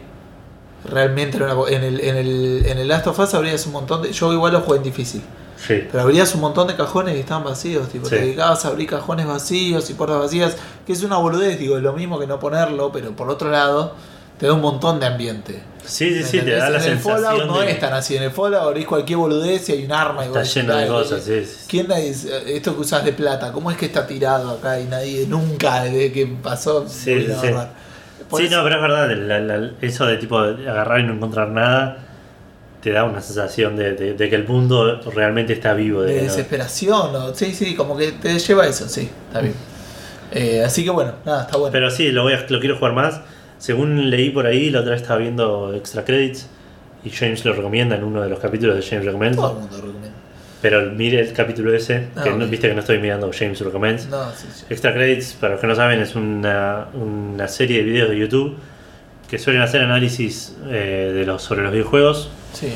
A: realmente era una co- en el, en el, en el Last of Us abrías un montón de. Yo igual lo jugué en difícil,
B: Sí.
A: pero abrías un montón de cajones que estaban vacíos. Tipo,
B: Sí.
A: Te dedicabas a abrir cajones vacíos y puertas vacías, que es una boludez, digo, es lo mismo que no ponerlo, pero por otro lado, te da un montón de ambiente.
B: Sí,
A: ¿Me
B: sí, sí, te
A: entendés?
B: da la
A: en el Fallout
B: sensación.
A: no
B: de-
A: es tan eh, así. En el Fallout abrís cualquier boludez y hay un arma. y
B: Está
A: vos
B: lleno de
A: decís, "Ay,
B: cosas, sí, sí, sí".
A: ¿Quién la dice? esto que usás de plata? ¿Cómo es que está tirado acá y nadie nunca desde que pasó
B: Sí,
A: volvió a
B: sí.
A: agarrar? Por
B: Sí,
A: eso-
B: no, pero es verdad, la- la- eso de tipo de agarrar y no encontrar nada te da una sensación de, de- de que el mundo realmente está vivo.
A: De
B: De que no-
A: desesperación, o- sí, sí, como que te lleva a eso, sí, está bien. Eh, así que bueno, nada, está bueno.
B: Pero sí, lo, voy a- lo quiero jugar más. Según leí por ahí, la otra vez estaba viendo Extra Credits y James lo recomienda en uno de los capítulos de James Recommends.
A: Todo el mundo recomienda.
B: Pero mire el capítulo ese,
A: Ah,
B: que no-
A: ok.
B: viste que no estoy mirando James Recommends.
A: No, sí, sí.
B: Extra Credits, para los que no saben, es una, una serie de videos de YouTube que suelen hacer análisis eh, de los, sobre los videojuegos,
A: Sí.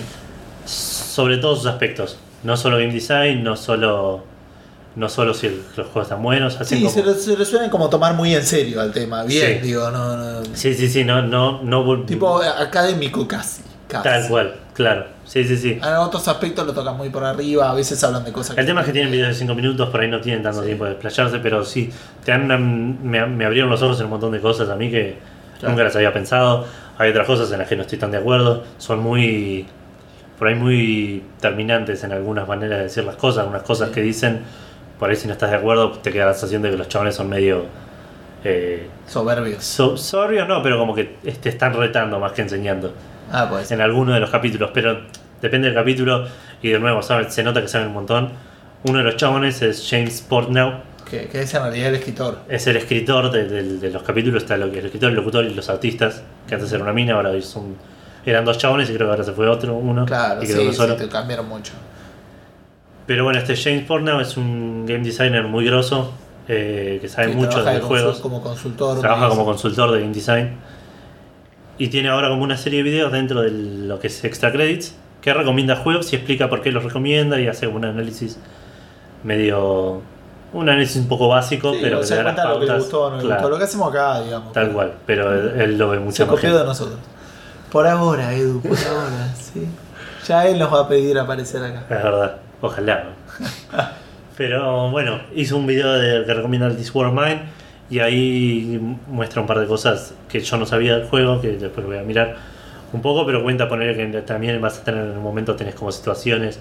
B: sobre todos sus aspectos. No solo game design, no solo, no solo si el- los juegos están buenos. Hacen
A: Sí,
B: como-
A: se, lo, se lo suelen como tomar muy en serio al tema. Bien,
B: Sí.
A: digo, no, no.
B: sí, sí, sí, no, no, no
A: Tipo académico casi. casi.
B: Tal cual, claro. Sí, sí, sí.
A: En otros aspectos lo tocan muy por arriba, a veces hablan de cosas
B: El tema es que tienen videos de 5 minutos, por ahí no tienen tanto
A: Ah. Sí.
B: tiempo de desplayarse, pero sí, te dan una- me, me abrieron los ojos en un montón de cosas a mí que
A: Claro.
B: nunca las había pensado. Hay otras cosas en las que no estoy tan de acuerdo. Son muy, por ahí muy terminantes en algunas maneras de decir las cosas. Algunas cosas
A: Sí.
B: que dicen, por ahí si no estás de acuerdo, te queda la sensación de que los chavales son medio... Eh,
A: Soberbios.
B: so- soberbios no, pero como que te están retando más que enseñando
A: Ah, pues.
B: en alguno de los capítulos, pero depende del capítulo y de nuevo, ¿sabes? se nota que saben un montón. Uno de los chabones es James Portnow,
A: Que, que es en realidad el escritor.
B: es el escritor de, de- de los capítulos, está lo que el escritor, el locutor y los artistas, que antes era una mina, ahora son, eran dos chabones y creo que ahora se fue otro, uno,
A: Claro,
B: y
A: sí,
B: quedó uno
A: sí,
B: solo.
A: te cambiaron mucho.
B: Pero bueno, este James Portnow es un game designer muy grosso, eh, que sabe
A: Que
B: mucho
A: trabaja
B: de
A: consul-
B: juegos.
A: como consultor.
B: Trabaja
A: me
B: como
A: dice.
B: consultor de game design. Y tiene ahora como una serie de videos dentro de lo que es Extra Credits, que recomienda juegos y explica por qué los recomienda y hace un análisis medio. Un análisis un poco básico,
A: Sí,
B: pero
A: o
B: que te
A: sea,
B: da las
A: cuenta lo que le
B: pautas.
A: gustó o no le
B: Claro,
A: gustó. Lo que hacemos acá, digamos.
B: Tal cual, pero él, él lo ve mucho
A: Se
B: más.
A: copió de nosotros. Por ahora, Edu, por ahora, sí. Ya él nos va a pedir aparecer acá.
B: Es verdad, ojalá. ¿no? Pero bueno, hizo un video de, que recomienda el This War of Mine y ahí muestra un par de cosas que yo no sabía del juego, que después voy a mirar un poco, pero cuenta poner que también vas a tener en un momento, tenés como situaciones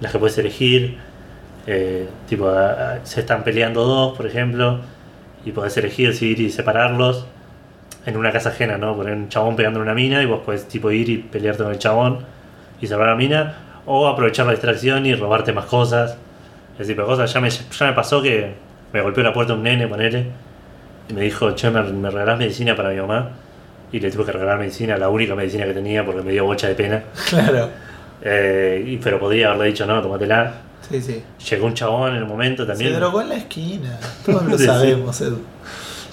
B: las que puedes elegir. eh, tipo, a- a- se están peleando dos, por ejemplo, y podés elegir si ir y separarlos en una casa ajena, ¿no? Poner un chabón pegando en una mina y vos podés tipo ir y pelearte con el chabón y salvar a la mina, o aprovechar la distracción y robarte más cosas. Ese tipo de cosas. Ya me, ya me pasó que me golpeó la puerta un nene, ponele, y me dijo, che, ¿me, me regalás medicina para mi mamá? Y le tuve que regalar medicina, la única medicina que tenía, porque me dio bocha de pena.
A: Claro.
B: Eh, y- pero podría haberle dicho, no, tómatela.
A: Sí, sí.
B: Llegó un chabón en el momento también.
A: Se drogó en la esquina. Todos lo
B: Sí, sí.
A: sabemos, Edu.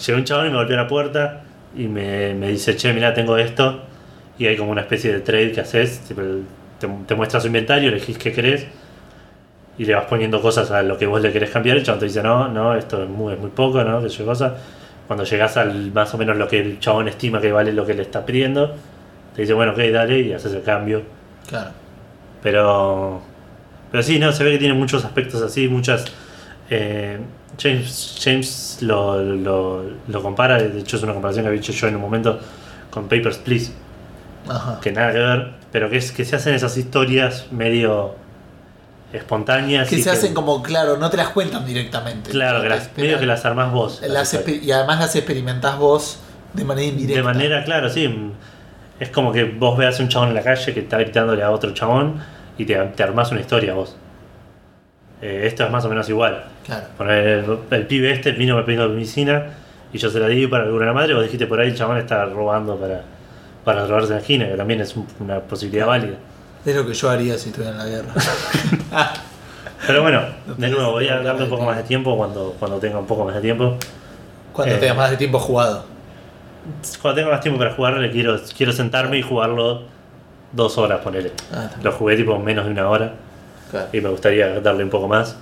B: Llegó un chabón y me golpeó la puerta y me, me dice, che, mirá, tengo esto. Y hay como una especie de trade que haces, tipo, el- te, te muestra su inventario, elegís qué querés y le vas poniendo cosas a lo que vos le querés cambiar. El chabón te dice, no, no, esto es muy, es muy poco, ¿no? Que yo cosa. Cuando llegás al más o menos lo que el chabón estima que vale lo que le está pidiendo, te dice, bueno, ok, dale y haces el cambio.
A: Claro.
B: Pero. Pero sí, no, se ve que tiene muchos aspectos así, muchas. eh, James, James lo, lo, lo compara, de hecho es una comparación que había hecho yo en un momento con Papers, Please,
A: Ajá.
B: que nada que ver, pero que es que se hacen esas historias medio espontáneas.
A: Que
B: y
A: se hacen como, claro, no te las cuentan directamente.
B: Claro, que
A: Te
B: las,
A: esperan-
B: medio que las armás vos.
A: las
B: las historias.
A: exper- y además las experimentás vos de manera indirecta.
B: De manera, claro, sí. Es como que vos veas un chabón en la calle que está gritándole a otro chabón y te, te armás una historia vos. Eh, esto es más o menos igual.
A: Claro.
B: Poner el, el pibe este vino me pidió medicina y yo se la di para alguna la madre. Vos dijiste por ahí el chabón está robando para, para robarse la esquina, que también es un- una posibilidad válida.
A: Es lo que yo haría si estuviera en la guerra. Ah,
B: Pero bueno,
A: No
B: de
A: tenés
B: nuevo, voy a
A: ningún
B: darle un poco
A: problema.
B: más de tiempo cuando, cuando tenga un poco más de tiempo.
A: Cuando
B: Eh.
A: tengas más de tiempo jugado.
B: Cuando tenga más tiempo para jugar, le quiero, quiero sentarme y jugarlo dos horas, ponele.
A: Ah, está bien.
B: Lo jugué tipo menos de una hora
A: Claro.
B: y me gustaría darle un poco más.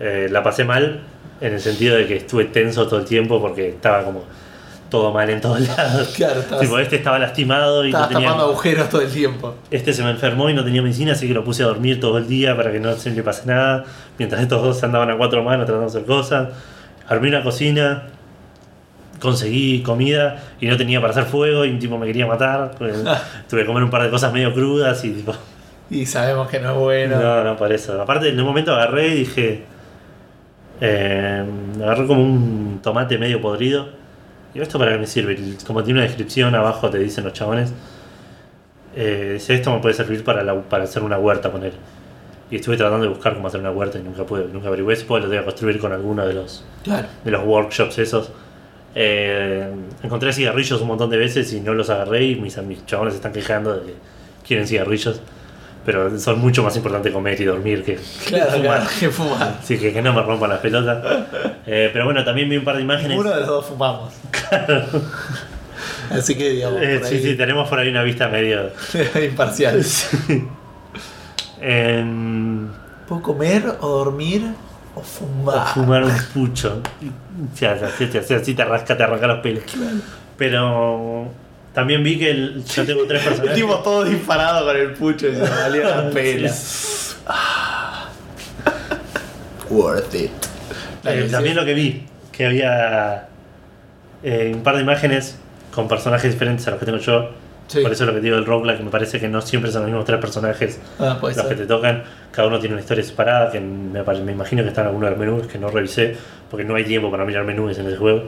B: Eh, la pasé mal en el sentido de que estuve tenso todo el tiempo porque estaba como todo mal en todos lados.
A: Claro, estabas,
B: Tipo, este estaba lastimado y no
A: estabas
B: tenía.
A: tapando agujeros todo el tiempo.
B: Este se me enfermó y no tenía medicina, así que lo puse a dormir todo el día para que no se le pase nada. Mientras estos dos andaban a cuatro manos tratando de hacer cosas. Armé una cocina, conseguí comida y no tenía para hacer fuego y un tipo me quería matar. porque Tuve que comer un par de cosas medio crudas y tipo.
A: Y sabemos que no es bueno.
B: No, no, por eso. Aparte, en un momento agarré y dije. eh, agarré como un tomate medio podrido. Digo, ¿esto para qué me sirve? Y Como tiene una descripción abajo, te dicen los chabones. eh, dice, esto me puede servir para, la- para hacer una huerta con él. Y estuve tratando de buscar cómo hacer una huerta y nunca pude, nunca averigué. Supongo que lo voy a construir con alguno de los,
A: Claro.
B: de los workshops esos. Eh, encontré cigarrillos un montón de veces y no los agarré y mis, mis chabones se están quejando de que quieren cigarrillos. Pero son mucho más importantes comer y dormir que, que
A: Claro,
B: fumar.
A: claro, que fumar.
B: Así que que no me rompan las pelotas. Eh, pero bueno, también vi un par de imágenes.
A: Uno de los dos fumamos. Así que, digamos,
B: Eh,
A: por
B: sí,
A: ahí,
B: sí, tenemos por ahí una vista medio...
A: imparcial.
B: Em,
A: ¿Puedo comer o dormir o
B: o
A: fumar?
B: fumar un pucho. O sea, así, te- así, te rasca, te arranca los pelos. Pero también vi que el- yo tengo tres
A: El
B: personajes.
A: tipo todo disparado con el pucho y se valía la pena. Worth it.
B: Eh, también lo que vi, que había eh, un par de imágenes con personajes diferentes a los que tengo yo.
A: Sí.
B: Por eso lo que digo del roguelike, me parece que no siempre son los mismos tres personajes
A: Ah, puede
B: los que
A: ser.
B: te tocan. Cada uno tiene una historia separada, que me, pare- me imagino que están algunos de los menús que no revisé, porque no hay tiempo para mirar menús en el juego.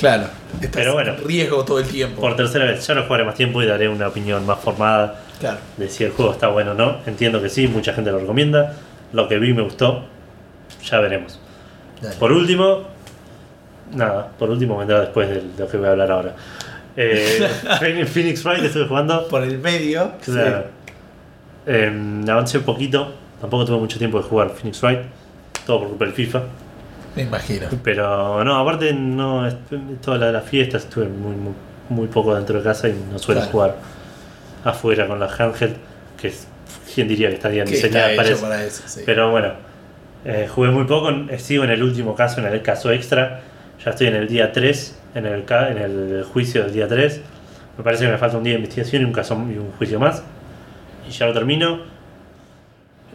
A: Claro. Estás
B: Pero bueno.
A: en riesgo todo el tiempo.
B: Por tercera vez, ya lo jugaré más tiempo y daré una opinión más formada
A: Claro.
B: de si el juego está bueno o no. Entiendo que sí, mucha gente lo recomienda. Lo que vi me gustó, ya veremos.
A: Dale.
B: Por último, nada, por último vendrá después del- de lo que voy a hablar ahora. Eh, Phoenix- Phoenix Wright estuve jugando.
A: Por el medio.
B: Claro. Eh, avancé un poquito, tampoco tuve mucho tiempo de jugar Phoenix Wright, todo por culpa del FIFA.
A: sí, me imagino.
B: Pero no, aparte no, es- toda la, la fiesta estuve muy, muy, muy poco dentro de casa y no suelo
A: Claro.
B: jugar afuera con las handheld, que es, quién diría que estarían
A: Que está
B: diseñadas para
A: hecho
B: eso.
A: para eso, sí.
B: Pero bueno, eh, jugué muy poco, eh, sigo en el último caso, en el caso extra, ya estoy en el día 3, en el, ca- en el juicio del día 3, me parece que me falta un día de investigación y un, caso, y un juicio más, y ya lo termino.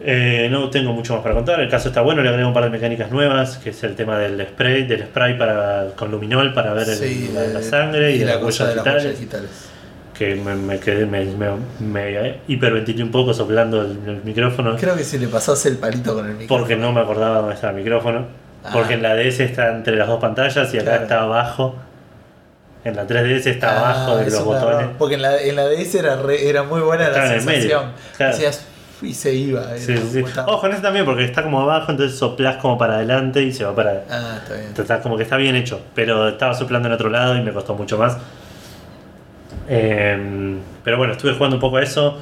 B: Eh, no tengo mucho más para contar. El caso está bueno, le agrego un par de mecánicas nuevas, que es el tema del spray, del spray para, con luminol para ver el-
A: Sí,
B: la,
A: eh,
B: la sangre y,
A: y la
B: las
A: cosa
B: huellas
A: de las huellas
B: digitales,
A: digitales.
B: Que me, me quedé, me, me- me hiperventilé un poco soplando el, el micrófono
A: Creo que si le pasás el palito con el micro.
B: porque no me acordaba dónde estaba el micrófono.
A: Ah.
B: Porque en la DS está entre las dos pantallas y acá
A: Claro.
B: está abajo. En la 3DS está
A: Ah,
B: abajo de
A: es
B: los
A: un error,
B: botones.
A: Porque en la, en la DS era, re- era muy buena
B: Estaba
A: la
B: en el medio,
A: sensación.
B: claro.
A: Hacías y se iba. era
B: Sí, sí, sí.
A: como tan-
B: Ojo en eso también, porque está como abajo, entonces soplás como para adelante y se va para.
A: Ah, está bien.
B: Está como que está bien hecho, pero estaba soplando en otro lado y me costó mucho más. Eh, pero bueno, estuve jugando un poco a eso.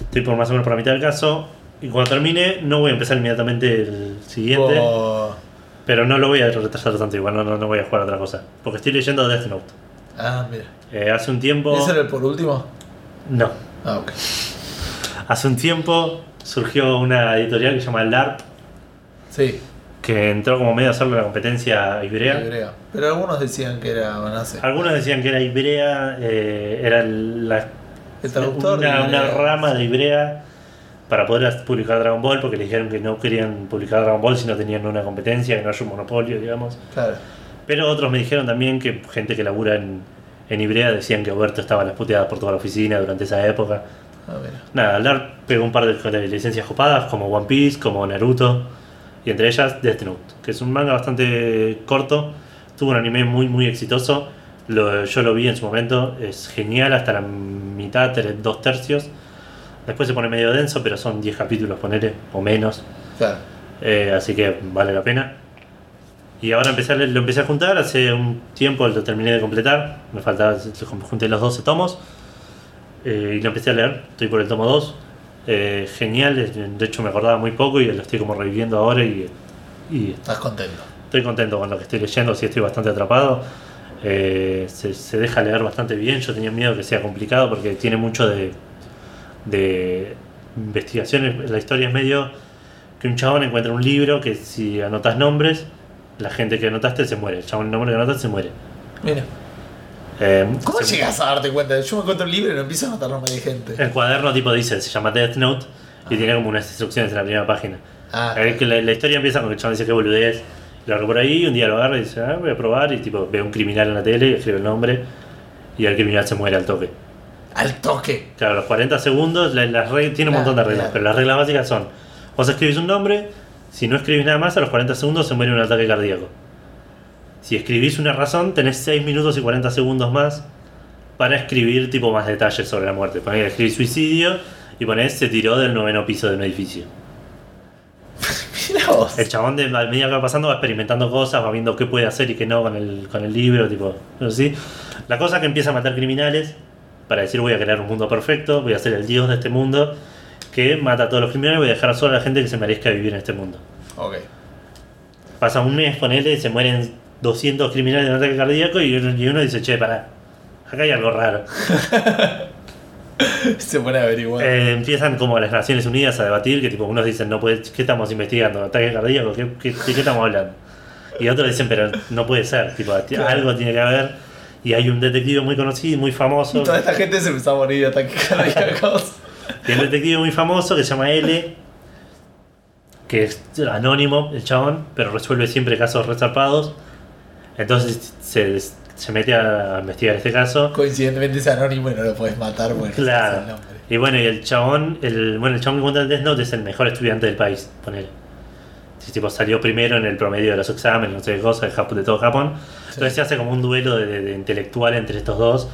B: Estoy por más o menos por la mitad del caso. Y cuando termine, no voy a empezar inmediatamente el siguiente.
A: Oh,
B: Pero no lo voy a retrasar tanto, igual no, no, no voy a jugar a otra cosa. Porque estoy leyendo Death Note.
A: ah, mira.
B: Eh, hace un tiempo.
A: ¿Ese era el por último?
B: No.
A: Ah, ok.
B: Hace un tiempo surgió una editorial que se llama LARP,
A: Sí,
B: que entró como medio a hacerle la competencia a Ibrea.
A: hebrea. Pero algunos decían que era Banase.
B: Algunos decían que era Ibrea, eh, era la,
A: El traductor. de
B: una, una
A: hebrea.
B: rama de Ibrea para poder publicar Dragon Ball, porque le dijeron que no querían publicar Dragon Ball si no tenían una competencia, que no haya un monopolio, digamos.
A: Claro.
B: Pero otros me dijeron también que gente que labura en, en Ibrea decían que Oberto estaba en las puteadas por toda la oficina durante esa época.
A: Ah, mira.
B: Nada, hablar pegó un par de, de licencias copadas como One Piece, como Naruto y entre ellas Death Note, que es un manga bastante corto, tuvo un anime muy muy exitoso, lo- yo lo vi en su momento, es genial hasta la mitad, tres- dos tercios, después se pone medio denso, pero son 10 capítulos, ponele, o menos,
A: Claro.
B: eh, así que vale la pena. Y ahora empecé a leer- lo empecé a juntar, hace un tiempo lo terminé de completar, me faltaba, junté los 12 tomos eh, y lo empecé a leer, estoy por el tomo 2, eh, genial, es- de hecho me acordaba muy poco y lo estoy como reviviendo ahora y, y
A: Estás contento.
B: estoy contento con lo que estoy leyendo, sí estoy bastante atrapado, Eh, se, se deja leer bastante bien, yo tenía miedo que sea complicado porque tiene mucho de, de investigaciones, la historia es medio que un chabón encuentra un libro que si anotas nombres, la gente que anotaste se muere, el chabón el nombre que anotaste se muere.
A: Mira.
B: Eh,
A: ¿Cómo
B: se-
A: llegas a darte cuenta? Yo me encuentro libre y no empiezo a notar nombre de gente.
B: El cuaderno tipo dice, se llama Death Note y tiene como unas instrucciones en la primera página.
A: Ah,
B: Ahí que La, la historia empieza con que el chabón dice que boludez, lo agarra por ahí, un día lo agarra y dice, ah, voy a probar y tipo ve a un criminal en la tele y escribe el nombre y el criminal se muere al toque.
A: al toque.
B: Claro, los 40 segundos, la- las reglas, tiene
A: Claro,
B: un montón de reglas,
A: claro.
B: pero las reglas básicas son, vos escribís un nombre, si no escribís nada más, a los 40 segundos se muere un ataque cardíaco. Si escribís una razón, tenés 6 minutos y 40 segundos más para escribir tipo más detalles sobre la muerte. Ponés escribir suicidio y ponés se tiró del noveno piso de un edificio.
A: Mirá vos.
B: El chabón de al medida que va pasando va experimentando cosas, va viendo qué puede hacer y qué no con el, con el libro, tipo, pero sí. La cosa es que empieza a matar criminales para decir voy a crear un mundo perfecto, voy a ser el dios de este mundo, que mata a todos los criminales, voy a dejar solo a la gente que se merezca vivir en este mundo.
A: Ok.
B: Pasa un mes, ponele, se mueren 200 criminales de un ataque cardíaco y uno, y uno dice, che, pará, acá hay algo raro.
A: Se pone a averiguar.
B: Eh, empiezan como las Naciones Unidas a debatir que tipo unos dicen no puede, ¿qué estamos investigando? ¿Ataque cardíaco? ¿Qué, qué, de qué estamos hablando? Y otros dicen, pero no puede ser, tipo, ti-
A: Claro.
B: algo tiene que haber. Y hay un detective muy conocido, y muy famoso.
A: Toda esta gente se empezó a morir de ataques cardíacos.
B: Y un detective muy famoso que se llama L, que es anónimo, el chabón, pero resuelve siempre casos resarpados. Entonces se, se mete a investigar este caso.
A: Coincidentemente es anónimo y no lo puedes matar porque es el
B: Claro.
A: nombre.
B: Y bueno, y el chabón, el, bueno, el chabón que cuenta el Death Note es el mejor estudiante del país, ponele. Sí, tipo, salió primero en el promedio de los exámenes, no sé qué cosa, de, Jap- de todo Japón. Entonces se hace como un duelo de, de- de intelectual entre estos dos,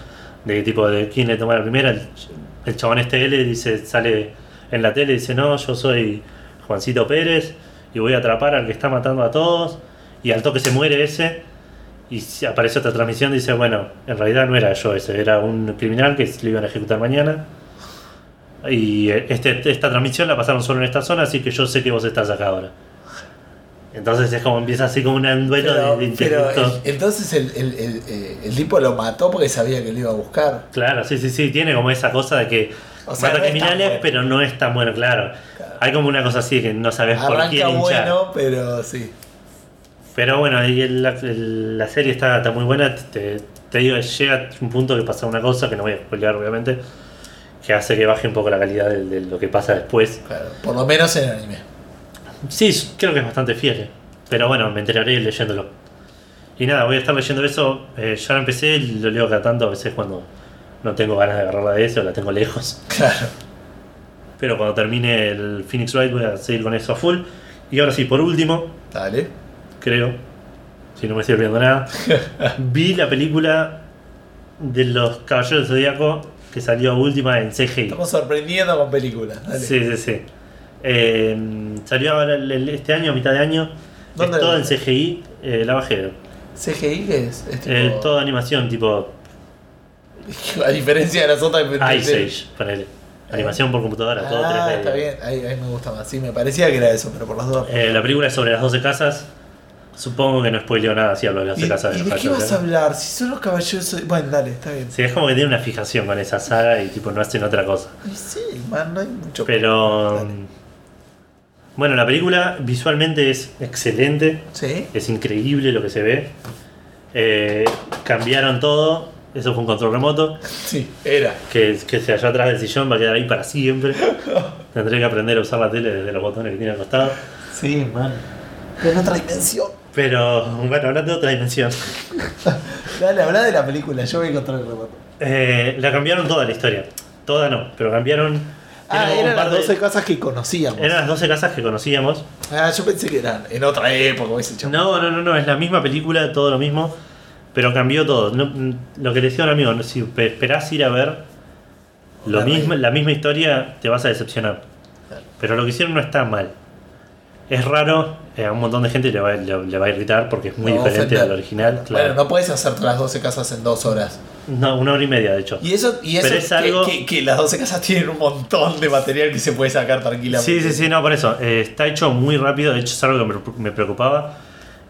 B: de tipo, de quién le toma la primera. El, ch- el chabón este L dice, sale en la tele y dice, no, yo soy Juancito Pérez y voy a atrapar al que está matando a todos. Y al toque se muere ese. Y se- aparece otra transmisión, dice, bueno, en realidad no era yo ese, era un criminal que lo iban a ejecutar mañana. Y eh, este, esta transmisión la pasaron solo en esta zona, así que yo sé que vos estás acá ahora. Entonces es como empieza así como un duelo
A: Pero,
B: de, de
A: pero
B: intelectos.
A: el- entonces el, el- el- eh, el tipo lo mató porque sabía que lo iba a buscar.
B: Claro, sí, sí, sí, tiene como esa cosa de que
A: O sea, no
B: mata
A: es tan
B: criminales,
A: bueno.
B: pero no es tan bueno, claro.
A: Claro.
B: Hay como una cosa así que no sabes por
A: Arranca
B: quién hinchar.
A: bueno, pero sí.
B: Pero bueno, y el- la, el- la serie está, está muy buena. Te, te digo, llega un punto que pasa una cosa que no voy a spoilear, obviamente, que hace que baje un poco la calidad de, de lo que pasa después.
A: Claro, por lo menos en el anime.
B: Sí, creo que es bastante fiel, eh. pero bueno, me enteraré leyéndolo. Y nada, voy a estar leyendo eso. eh, ya lo empecé, lo leo cada tanto, a veces cuando no tengo ganas de agarrarla de eso, la tengo lejos.
A: Claro.
B: Pero cuando termine el Phoenix Wright voy a seguir con eso a full. Y ahora sí, por último,
A: Dale.
B: creo, si no me estoy olvidando nada, vi la película de los Caballeros del Zodíaco que salió última en CGI.
A: Estamos sorprendiendo con películas. Dale.
B: Sí, sí, sí. Eh, salió ahora el- el- este año, a mitad de año. Es
A: ¿Dónde la
B: todo en
A: viste?
B: CGI, eh, la bajé.
A: ¿CGI qué es? Es tipo-
B: Eh, toda animación, tipo
A: A diferencia de las otras.
B: Ice Age, ponele. Animación por computadora, todo
A: Ah,
B: 3D.
A: está bien. Ahí, ahí me gusta más. Sí, me parecía que era eso, pero por las dos.
B: Eh, la película es sobre las 12 casas. Supongo que no spoileo nada si hablo de las
A: ¿Y,
B: 12 casas
A: y
B: de
A: de
B: los
A: qué
B: Caballeros del
A: vas a
B: Zodíaco.
A: hablar? Si son los caballeros. Bueno, dale, está bien.
B: Sí, es como que tiene una fijación con esa saga y tipo no hacen otra cosa.
A: Y sí, man, no hay mucho.
B: Pero. mm,
A: Dale.
B: Bueno, la película visualmente es excelente.
A: Sí.
B: Es increíble lo que se ve. Eh, cambiaron todo. Eso fue un control remoto.
A: Sí, era.
B: Que, que se halló atrás del sillón, va a quedar ahí para siempre. Tendré que aprender a usar la tele desde los botones que tiene al costado.
A: Sí, man. Pero en otra dimensión.
B: Pero bueno, hablando de otra dimensión.
A: Dale, habla de la película. Yo voy a encontrar el remoto.
B: Eh, la cambiaron toda la historia. Toda no, pero cambiaron.
A: Ah,
B: tiene un
A: eran
B: par
A: las
B: de-
A: 12 cosas que conocíamos.
B: eran las 12 casas que conocíamos.
A: Ah, yo pensé que eran en otra época, como ese chavo.
B: No, no, no, no, es la misma película, todo lo mismo, pero cambió todo. No, mm, lo que le decía a un amigo, no, si pe- esperás ir a ver lo
A: La
B: mismo,
A: raíz.
B: la misma historia, te vas a decepcionar.
A: Claro.
B: Pero lo que hicieron no está mal. Es raro, eh, a un montón de gente le va, le- le va a irritar porque es muy
A: No,
B: diferente
A: ofender.
B: al original. Claro.
A: Bueno, no puedes hacer todas las 12 casas en dos horas.
B: No, una hora y media, de hecho.
A: Y eso, y eso
B: Pero es algo-
A: que, que- que las 12 casas tienen un montón de material que se puede sacar
B: Sí,
A: tranquilamente.
B: sí, sí, no, por eso. Eh, está hecho muy rápido, de hecho es algo que me, me preocupaba.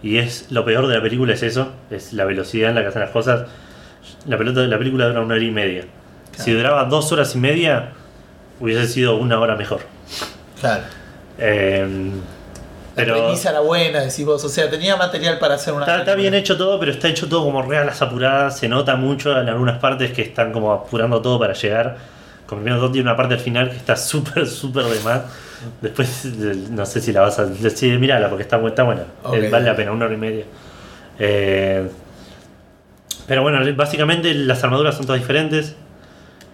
B: Y es lo peor de la película es eso, es la velocidad en la que hacen las cosas. La pelota de la película dura una hora y media. Si duraba dos horas y media, hubiese sido una hora mejor.
A: Claro.
B: Eh,
A: La
B: pero
A: premisa
B: está,
A: era buena, decís vos. O sea, tenía material para hacer una.
B: está bien
A: película.
B: hecho todo, pero está hecho todo como re a las apuradas. Se nota mucho en algunas partes que están como apurando todo para llegar. Como primero todo tiene una parte al final que está súper, súper de más. Después, eh, no sé si la vas a decir, mirala porque está, bu- está buena.
A: Ok.
B: Eh, Vale la pena, una hora y media. Eh, pero bueno, básicamente las armaduras son todas diferentes.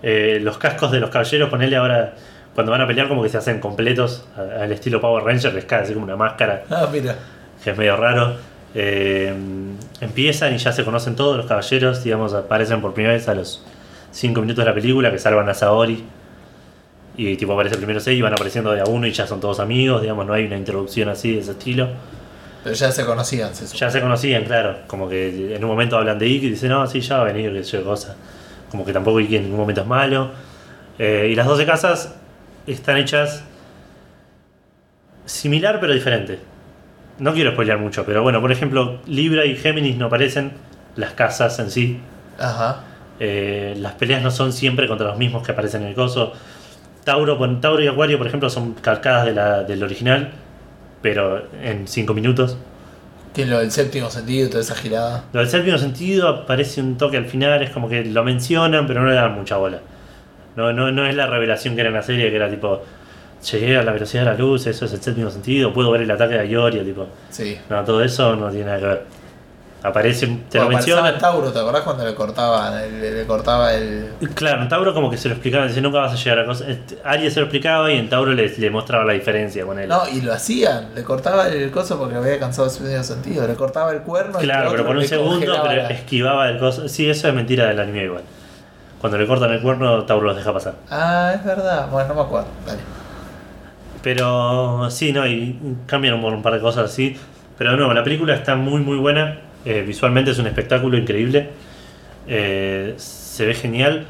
B: Eh, los cascos de los caballeros, ponele ahora, cuando van a pelear, como que se hacen completos a- al estilo Power Ranger, les cae así como una máscara
A: Ah, mira.
B: que es medio raro. Eh, empiezan y ya se conocen todos los caballeros, digamos, aparecen por primera vez a los 5 minutos de la película que salvan a Saori. Y tipo aparece el primero 6 y van apareciendo de a uno y ya son todos amigos, digamos, no hay una introducción así de ese estilo.
A: Pero ya se conocían, se supone.
B: Ya se conocían, claro, como que en un momento hablan de Ikki y dicen, no, sí, ya va a venir, que yo cosa. Como que tampoco Ikki en ningún momento es malo. Eh, y las 12 casas están hechas similar pero diferente. No quiero spoilear mucho, pero bueno, por ejemplo, Libra y Géminis no aparecen, las casas en sí,
A: Ajá.
B: eh, las peleas no son siempre contra los mismos que aparecen en el coso. Tauro, pon- Tauro y Acuario, por ejemplo, son calcadas de la- del original, pero en 5 minutos.
A: Tiene lo del séptimo sentido, toda esa girada.
B: Lo del séptimo sentido aparece un toque al final, es como que lo mencionan, pero no le dan mucha bola. No, no, no es la revelación que era en la serie, que era tipo, llegué a la velocidad de la luz, eso es el séptimo sentido, puedo ver el ataque de Iorio, tipo,
A: Sí.
B: no, todo eso no tiene nada que ver. Aparece, un- te
A: Cuando
B: lo
A: aparecía
B: mencionan.
A: Tauro, ¿te acordás cuando le cortaban? el- Le, le cortaba el.
B: Claro, en Tauro como que se lo explicaban, dice nunca vas a llegar a cosas. Este, Aries se lo explicaba y en Tauro le, le mostraba la diferencia con él.
A: No, y lo hacían. Le cortaba el coso porque había cansado su medio sentido. Le cortaba el cuerno y el
B: Claro, pero
A: otro
B: por un
A: le
B: segundo
A: congelaba
B: pero
A: la-
B: esquivaba el coso. Sí, eso es mentira del anime igual. Cuando le cortan el cuerno, Tauro los deja pasar.
A: Ah, es verdad. Bueno, no me acuerdo. Dale.
B: Pero sí, no, y cambian un, un par de cosas así. Pero de nuevo, la película está muy, muy buena. Eh, visualmente es un espectáculo increíble. Eh, se ve genial.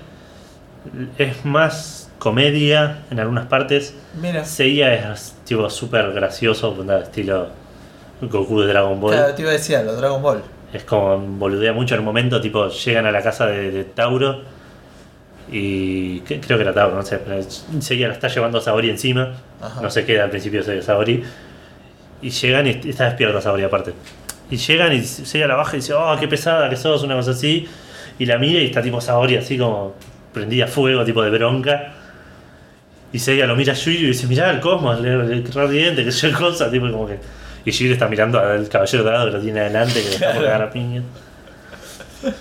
B: Es más comedia en algunas partes.
A: Mira.
B: Seiya es tipo súper gracioso, onda, estilo Goku de Dragon Ball.
A: Claro, te iba a decir, los Dragon Ball.
B: Es como boludea mucho en un momento, tipo llegan a la casa de, de Tauro y que- creo que era Tauro, no sé, pero Seiya la está llevando a Saori encima,
A: Ajá.
B: no se queda al principio de Saori y llegan y est- está despierta Saori aparte. Y llegan y Seiya la baja y dice, oh, qué pesada que sos, una cosa así, y la mira y está tipo Saori así como prendida a fuego, tipo de bronca. Y Seiya lo mira a Yuyu y dice, mirá el cosmos, le, le, qué radiante, que yo cosa, tipo como que. Y Yuyu está mirando al caballero dorado que lo tiene adelante, que lo está por
A: Claro.
B: cagar a piña.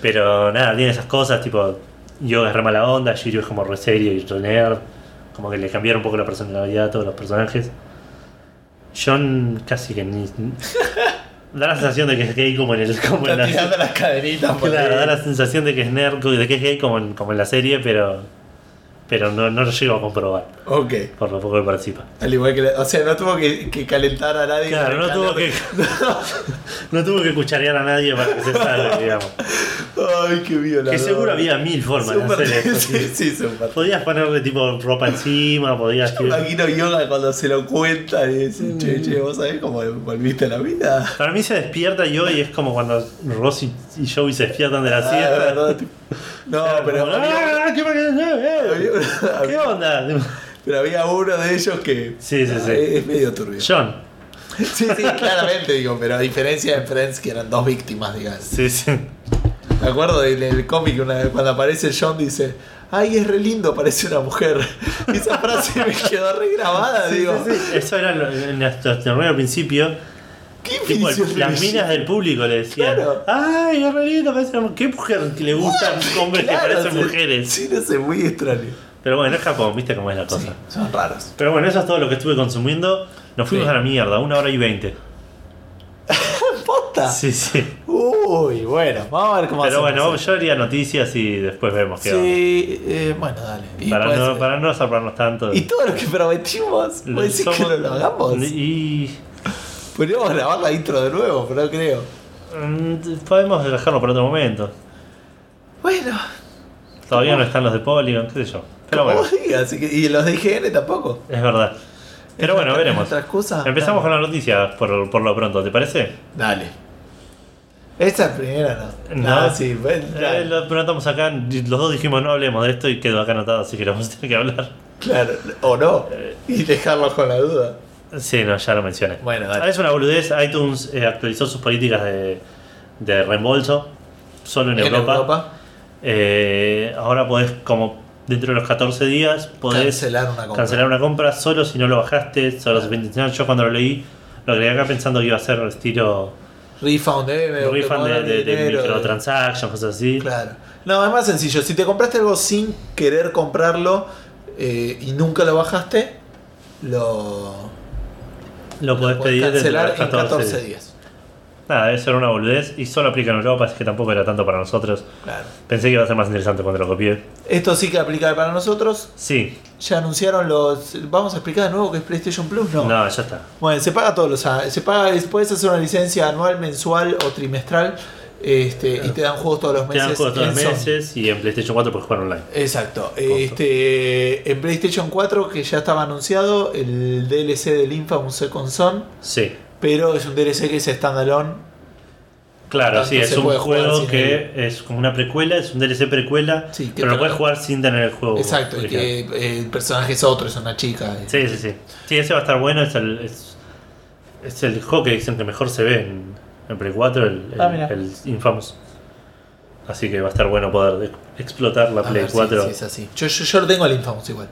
B: Pero nada, tiene esas cosas, tipo, yo es re mala onda, Yuyu es como re serio y re nerd. Como que le cambiaron un poco la personalidad a todos los personajes. John casi que ni. da la sensación de que es gay como en el. Como en
A: Está
B: la,
A: tirando las caderitas por
B: Claro,
A: ahí.
B: da la sensación de que es nerd, de que es gay como en, como en la serie, pero. Pero no, no lo llego a comprobar,
A: Ok.
B: por lo poco que participa.
A: Al igual que la- O sea, no tuvo que, que calentar a nadie.
B: Claro, no tuvo que. no tuvo que cucharear a nadie para que se salga, digamos.
A: Ay, qué violador.
B: Que seguro había mil formas de
A: Súper-
B: hacer eso.
A: Sí,
B: tío.
A: sí, súper.
B: Podías ponerle tipo ropa encima, podías.
A: Me Imagino Yoga cuando se lo cuenta y dice, che,
B: Mm.
A: che, ¿vos sabés cómo volviste a la vida?
B: Para mí se despierta yo y es como cuando Ross y, y Joey se despiertan de la
A: Ah,
B: siesta.
A: ¿verdad? No,
B: Claro,
A: pero
B: como,
A: había,
B: "Ah, ¿qué,
A: había-
B: ¿Qué onda?
A: pero había uno de ellos que
B: "Ah". Sí, sí,
A: Ah,
B: sí.
A: Es, es medio turbio.
B: John.
A: Sí, sí, claramente digo, pero a diferencia de Friends que eran dos víctimas, digamos.
B: Sí, sí.
A: Me acuerdo del, del cómic una vez cuando aparece John dice, ay, es re lindo, parece una mujer. Y esa frase me quedó re grabada, digo.
B: Sí, sí. Eso era lo- en nuestro torneo al principio.
A: ¿Qué
B: Tipo,
A: inicio
B: las
A: feliz?
B: minas del público le decían:
A: Claro.
B: ¡Ay, es re lindo! Parece una mu- ¿Qué mujer que le gustan hombres
A: Claro,
B: que parecen
A: sí.
B: mujeres?
A: Sí, no sé, muy extraño.
B: Pero bueno, es Japón, viste cómo es la cosa.
A: Sí, son raros.
B: Pero bueno, eso es todo lo que estuve consumiendo. Nos fuimos
A: Sí.
B: a la mierda, una hora y veinte.
A: ¿Posta?
B: Sí, sí.
A: Uy, bueno, vamos Ah. a ver cómo
B: Pero
A: hacemos
B: bueno,
A: eso.
B: yo haría noticias y después vemos qué
A: Sí, eh, bueno, dale. Y,
B: onda. Para
A: puede
B: no,
A: ser-
B: para no zarparnos tanto.
A: y todo lo que prometimos,
B: Lo-
A: ¿puedes decir que
B: somos-
A: no lo hagamos?
B: Y.
A: Podríamos grabar la intro de nuevo, pero no creo.
B: mm, Podemos dejarlo para otro momento.
A: Bueno,
B: Todavía no están los de Polygon, qué sé yo. Pero
A: como
B: bueno,
A: vos digas, así que- y los de IGN tampoco.
B: es verdad. Pero bueno,
A: Nuestra-
B: veremos.
A: nuestra excusa,
B: Empezamos
A: claro.
B: con las noticias por, por lo pronto, ¿te parece?
A: Dale. Esa es primera, ¿no?
B: No.
A: No, sí, ven, dale.
B: Eh, lo preguntamos acá, los dos dijimos no hablemos de esto y quedó acá anotado, así que lo vamos a tener que hablar.
A: claro, o no.
B: Eh.
A: Y dejarlos con la duda.
B: Sí, no, ya lo mencioné.
A: Bueno, dale.
B: Es una boludez. iTunes eh, actualizó sus políticas de, de reembolso solo en, Europa. Eh, ahora podés, como dentro de los 14 días, podés
A: Cancelar una compra.
B: cancelar una compra solo si no lo bajaste, solo si Yo cuando lo leí, lo agregué acá pensando que iba a ser estilo
A: Refund, eh, me- me
B: refund de,
A: cobran
B: de, de
A: dinero,
B: microtransactions, cosas así.
A: Claro. No, es más sencillo. Si te compraste algo sin querer comprarlo eh, y nunca lo bajaste, lo
B: Lo podés
A: podés
B: pedir dentro de
A: cancelar
B: los
A: en 14 días.
B: Nada, debe ser una boludez y solo aplica en Europa, así que tampoco era tanto para nosotros.
A: Claro.
B: Pensé que iba a ser más interesante cuando lo copié.
A: Esto sí que aplica para nosotros.
B: Sí,
A: Ya anunciaron los. Vamos a explicar de nuevo que es PlayStation Plus, ¿no?
B: no, ya está.
A: Bueno, se paga todos los años. Se paga, es- puedes hacer una licencia anual, mensual o trimestral. Este, Y te dan juegos todos los
B: Te
A: meses.
B: dan juegos todos los
A: en Sony.
B: meses y en PlayStation 4 puedes jugar online.
A: Exacto. Este, en PlayStation 4, que ya estaba anunciado, el DLC del Infamous Second Son.
B: Sí,
A: Pero es un DLC que es standalone.
B: claro,
A: Tanto
B: sí, es
A: se
B: un
A: puede jugar
B: juego
A: sin
B: que es como una precuela, es un DLC precuela,
A: Sí, que
B: pero lo
A: te-
B: puedes jugar sin tener el juego.
A: Exacto. Y
B: Oh, original.
A: que eh, el personaje es otro, es una chica. eh.
B: Sí, sí, sí. Sí, ese va a estar bueno. Es el, es, es el juego que dicen que mejor se ve en, en Play 4, el, el,
A: Ah, mira.
B: el Infamous. Así que va a estar bueno poder ex- explotar la
A: A
B: Play
A: ver si-
B: 4.
A: si es así. Yo, yo, yo lo tengo el Infamous igual.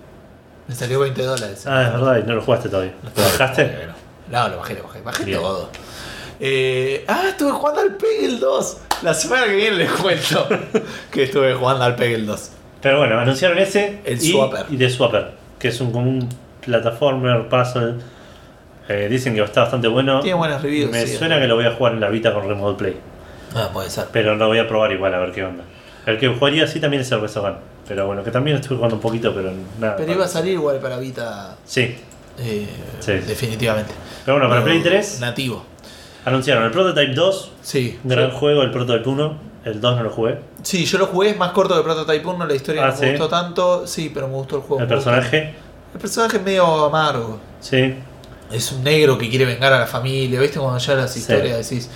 A: Me salió 20 dólares.
B: Ah, es verdad, y no lo jugaste todavía. ¿Lo bajaste?
A: Bueno, No, lo bajé, lo bajé. Bajé
B: Bien.
A: todo. Eh, ah, estuve jugando al Peggle 2. La semana que viene les cuento que estuve jugando al Peggle 2.
B: Pero bueno, anunciaron ese.
A: El
B: y,
A: Swapper.
B: Y de Swapper, que es un, como un plataformer puzzle. Eh, dicen que está bastante bueno.
A: Tiene buenas reviews.
B: Me
A: sí.
B: suena que lo voy a jugar en la Vita con Remote Play.
A: Ah, puede ser.
B: Pero lo voy a probar igual a ver qué onda. El que jugaría así también es el Resogan. Pero bueno, que también estuve jugando un poquito, pero nada.
A: Pero iba a salir igual para Vita.
B: Sí.
A: eh,
B: Sí.
A: Definitivamente. Eh,
B: Pero bueno, para Play 3
A: Nativo.
B: anunciaron el Prototype 2,
A: Sí.
B: gran
A: Yo-
B: juego, el Prototype 1, el 2 no lo jugué.
A: Sí, yo lo jugué, es más corto que Prototype 1, la historia
B: Ah,
A: no me
B: sí.
A: gustó tanto. Sí, pero me gustó el juego.
B: El
A: me gustó.
B: personaje,
A: El personaje es medio amargo.
B: sí.
A: es un negro que quiere vengar a la familia, ¿viste? Cuando ya las
B: Sí.
A: historias decís.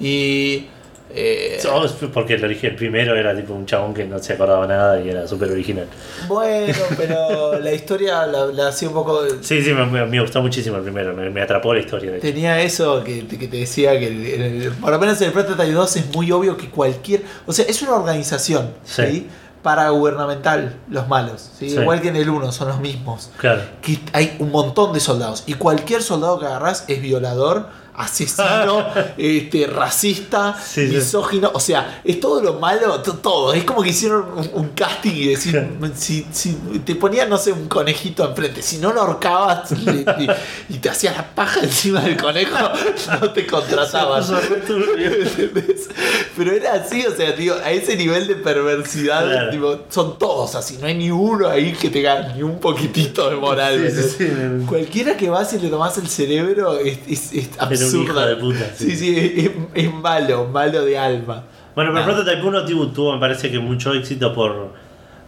A: Y. eh,
B: Oh, es Porque el, origen, el primero era tipo un chabón que no se acordaba nada y era súper original.
A: bueno, pero la historia la, la hacía un poco.
B: Sí, sí, me, me- me gustó muchísimo el primero, me, me atrapó la historia. De hecho.
A: Tenía eso que, que te decía que. el- el- por lo menos en el Prototype 2 es muy obvio que cualquier. O sea, es una organización,
B: Sí.
A: ¿sí? Paragubernamental, los malos, ¿sí?
B: Sí.
A: Igual que en el 1 son los mismos.
B: Claro.
A: que hay un montón de soldados y cualquier soldado que agarrás es violador, asesino, este, racista,
B: Sí, sí.
A: misógino, o sea, es todo lo malo, to- todo, es como que hicieron un, un casting y decir, si, si te ponían, no sé, un conejito enfrente, si no lo ahorcabas y, y- y te hacías la paja encima del conejo, no te contratabas. ¿Entendés? Pero era así, o sea, digo, a ese nivel de perversidad,
B: Claro.
A: tipo, son todos así, no hay ni uno ahí que tenga ni un poquitito de moral.
B: Sí, sí,
A: ¿entendés?
B: sí, me-
A: Cualquiera que vas y le tomás el cerebro es, es, es absurdo.
B: hijo de puta, sí.
A: sí, sí, es, es- es malo, malo de alma.
B: Bueno,
A: Ah.
B: pero Prototype 1 tuvo, tuvo, me parece que mucho éxito por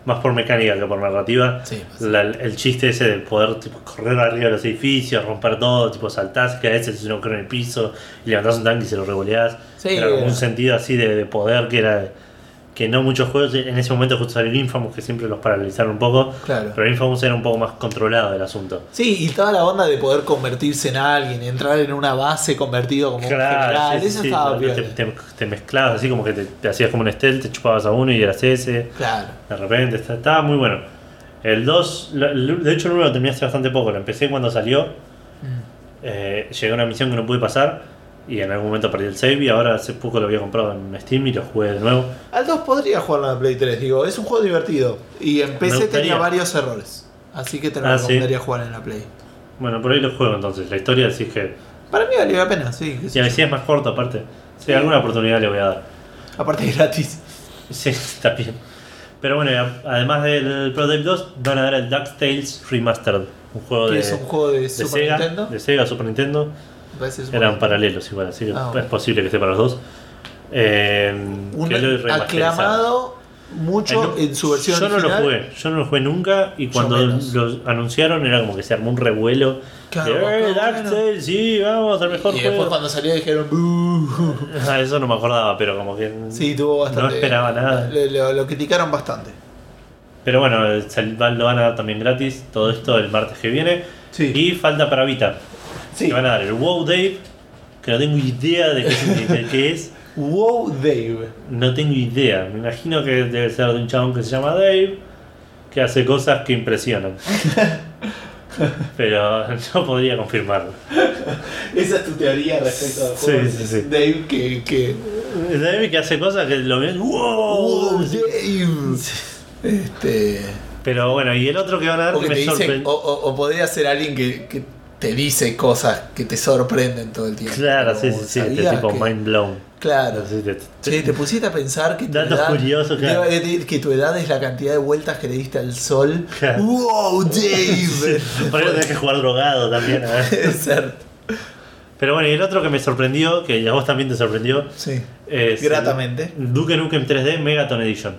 B: más por mecánica que por narrativa.
A: Sí, pues.
B: La- el chiste ese de poder tipo, correr arriba de los edificios, romper todo, tipo saltás, caes, se uno en el piso, y levantás un tanque y se lo revoleás.
A: Sí,
B: era como
A: era.
B: un sentido así de, de poder que era que no muchos juegos, en ese momento justo salió Infamous, que siempre los paralizaron un poco,
A: Claro.
B: pero Infamous era un poco más controlado el asunto.
A: Sí, y toda la onda de poder convertirse en alguien, entrar en una base convertido como un general,
B: sí, sí,
A: eso
B: sí,
A: estaba
B: te,
A: piola.
B: te- te mezclabas así como que te, te hacías como un stealth, te chupabas a uno y eras ese.
A: Claro.
B: De repente, está- estaba muy bueno. El 2, la- el- de hecho el 1 lo terminé hace bastante poco, lo empecé cuando salió.
A: Mm.
B: Eh, llegué a una misión que no pude pasar y en algún momento perdí el save y ahora hace poco lo había comprado en Steam y lo jugué de nuevo.
A: Al 2 podría jugarlo en la Play 3, digo, es un juego divertido. Y en PC
B: gustaría.
A: tenía varios errores. Así que te lo
B: Ah, sí.
A: recomendaría jugar en la Play.
B: Bueno, por ahí lo juego entonces, la historia así que...
A: Para mí valió la pena, sí. qué
B: Y
A: sé
B: a
A: yo.
B: veces es más corto aparte. Sí, alguna oportunidad le voy a dar.
A: Aparte es gratis.
B: Sí, está bien. Pero bueno, a- además del Prototype 2 van a dar el DuckTales Remastered, un juego
A: que
B: de,
A: es un juego de,
B: de
A: Super
B: Sega,
A: Nintendo.
B: de Sega, Super Nintendo.
A: Me parece Super
B: Eran
A: Nintendo.
B: paralelos igual, así que
A: Ah,
B: es
A: bueno.
B: posible que esté para los dos. Eh, que lo
A: Un
B: remasterizaron.
A: aclamado
B: Ay,
A: mucho
B: no,
A: en su versión
B: Yo no
A: original.
B: lo jugué, yo no lo jugué nunca y cuando
A: menos.
B: lo anunciaron era como que se armó un revuelo.
A: Claro,
B: de, "Eh,
A: bueno.
B: DuckTales, sí, vamos, el mejor
A: Y después
B: juego.
A: cuando salió dijeron "Bú".
B: Ah, Eso no me acordaba, pero como que
A: Sí, tuvo bastante.
B: no esperaba nada.
A: Lo, lo- lo criticaron bastante.
B: Pero bueno, el- sal- van- lo van a dar también gratis, todo esto el martes que viene.
A: Sí.
B: Y falta para Vita,
A: Sí.
B: que van a dar el WoW Dave, que no tengo idea de qué, de qué es.
A: Wow Dave.
B: No tengo idea. Me imagino que debe ser de un chabón que se llama Dave, que hace cosas que impresionan. Pero no podría confirmarlo.
A: Esa es tu teoría respecto al juego.
B: Sí, sí, sí.
A: Dave que. que...
B: Dave que hace cosas que lo ven. ¡Wow!
A: Wow Dave. Este.
B: Pero bueno, y el otro que van a dar
A: O
B: que
A: que te
B: me
A: dicen.
B: sorprende.
A: O, o- o podría ser alguien que, que te dice cosas que te sorprenden todo el tiempo.
B: Claro, sí,
A: Como
B: sí, sí, este
A: sabías
B: tipo
A: que-
B: mind blown. Este
A: Claro.
B: Sí, te-
A: Che, te pusiste a pensar que tu,
B: Datos
A: edad, eh,
B: curiosos, claro.
A: que- que tu edad es la cantidad de vueltas que le diste al sol.
B: Claro.
A: ¡Wow, Dave!
B: Por eso tenés que jugar drogado también. a ver.
A: Puede ser.
B: Pero bueno, y el otro que me sorprendió, que a vos también te sorprendió,
A: Sí.
B: es.
A: Gratamente.
B: el Duke Nukem 3D Megaton Edition.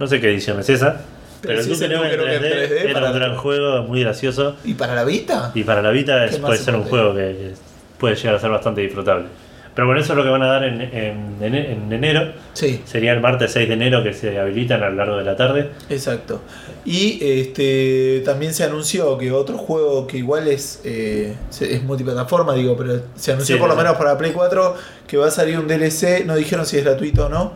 B: No sé qué edición es esa. Pero,
A: Pero
B: el
A: sí es
B: Duke
A: el
B: Nukem
A: Duke Nukem
B: 3D,
A: 3D
B: era un
A: eh, para-
B: gran juego, muy gracioso.
A: ¿Y para la vista?
B: Y para la Vita es-
A: ¿Qué más
B: puede
A: se
B: ser un
A: puede?
B: juego que, que puede llegar a ser bastante disfrutable. Pero bueno, eso es lo que van a dar en, en- en- en enero.
A: Sí,
B: Sería el martes 6 de enero que se habilitan a lo largo de la tarde.
A: exacto. Y este también se anunció que otro juego que igual es, eh, se- es multiplataforma, digo, pero se anunció
B: Sí,
A: por lo
B: sí.
A: menos para Play 4 que va a salir un DLC, no dijeron si es gratuito o no,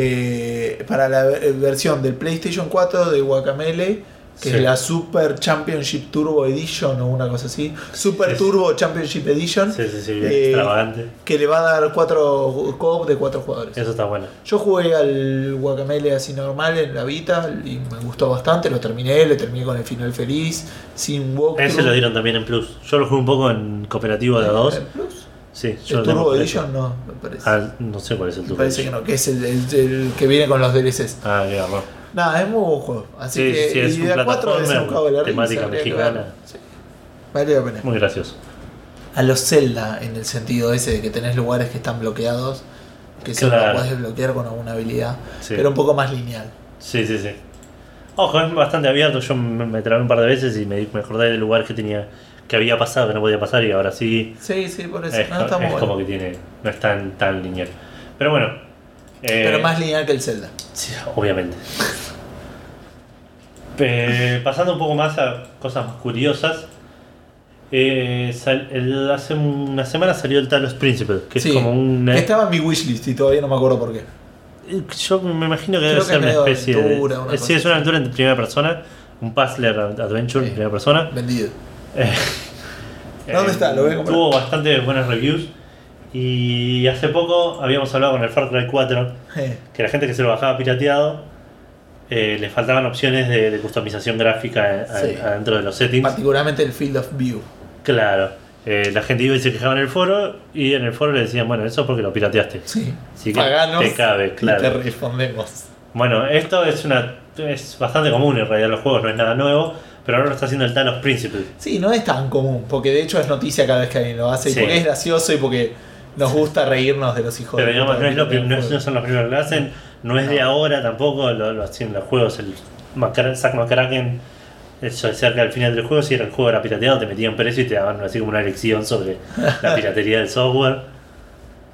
A: eh, para la ver- versión del PlayStation 4 de Guacamele. Que
B: Sí.
A: es la Super Championship Turbo Edition o una cosa así. Super
B: Sí, sí.
A: Turbo Championship Edition.
B: Sí, sí, sí, bien
A: Eh,
B: extravagante.
A: Que le va a dar cuatro co-op de cuatro jugadores.
B: Eso está bueno.
A: Yo jugué al Guacamele así normal en la Vita y me gustó bastante, lo terminé, le terminé con el final feliz, sin walkthrough.
B: Ese lo dieron también en Plus. Yo lo jugué un poco en cooperativo de a dos.
A: ¿El Plus?
B: Sí, yo
A: Eh, ¿El
B: lo tengo
A: Turbo
B: por
A: Edition? No, me parece.
B: eso. Ah, no sé cuál es el
A: me
B: Turbo
A: parece que
B: Edition.
A: no, que es el, el- el que viene con los DLCs.
B: Ah, qué garrón.
A: Nada, es muy buen juego. Así
B: Sí,
A: que
B: sí, es
A: y
B: un
A: de a cuatro es
B: plataforma,
A: un cago de la risa,
B: temática
A: habría que
B: mexicana.
A: verlo. Sí. Vale la pena.
B: Muy gracioso.
A: A los Zelda en el sentido ese de que tenés lugares que están bloqueados, que solo
B: Claro.
A: los podés desbloquear con alguna habilidad,
B: Sí.
A: pero un poco más lineal.
B: Sí, sí, sí. Ojo, es bastante abierto. Yo me, me trabé un par de veces y me, di- me acordé del lugar que tenía que había pasado, que no podía pasar y ahora sí.
A: Sí, sí, por
B: Es,
A: eso. no, está muy
B: es
A: bueno.
B: como que tiene. No es tan, tan lineal. Pero bueno. eh,
A: Pero más lineal que el Zelda.
B: sí, obviamente. Eh, pasando un poco más a cosas más curiosas. eh, sal- el- hace una semana salió el Talos Principle, que
A: Sí,
B: es como un.
A: Estaba en mi wishlist y todavía no me acuerdo por qué.
B: Yo me imagino que
A: Creo
B: debe
A: que
B: ser una
A: medio
B: especie
A: aventura,
B: de.
A: una
B: eh,
A: cosa
B: sí, es una aventura en primera persona. Un puzzler adventure
A: Sí.
B: en primera persona.
A: Vendido.
B: Eh,
A: ¿Dónde está? Lo voy a comprar.
B: Tuvo bastante buenas reviews. Y hace poco habíamos hablado con el Far Cry 4
A: Eh,
B: que la gente que se lo bajaba pirateado eh, le faltaban opciones de, de customización gráfica eh, a- a-
A: Sí.
B: adentro de los settings.
A: Particularmente el Field of View.
B: Claro. Eh, la gente iba y se quejaba en el foro y en el foro le decían, bueno, eso es porque lo pirateaste.
A: Sí.
B: Así que
A: Paganos.
B: te cabe,
A: Y te
B: claro.
A: respondemos.
B: Bueno, esto es una es bastante común en realidad en los juegos, no es nada nuevo, pero ahora lo está haciendo el Talos Principle.
A: Sí, no es tan común, porque de hecho es noticia cada vez que alguien lo hace,
B: Sí.
A: y porque es gracioso y porque nos gusta reírnos de los hijos
B: Pero
A: de
B: digamos,
A: puta
B: no, es
A: que
B: lo, pri-
A: tienen
B: no, es-
A: juego.
B: no son los primeros que lo hacen, no es de
A: No.
B: ahora tampoco, lo, lo hacían los juegos, el Macar- Zack McCracken, eso de cerca del final del juego, si era el juego era pirateado, te metían preso y te daban así como una lección sobre la piratería del software.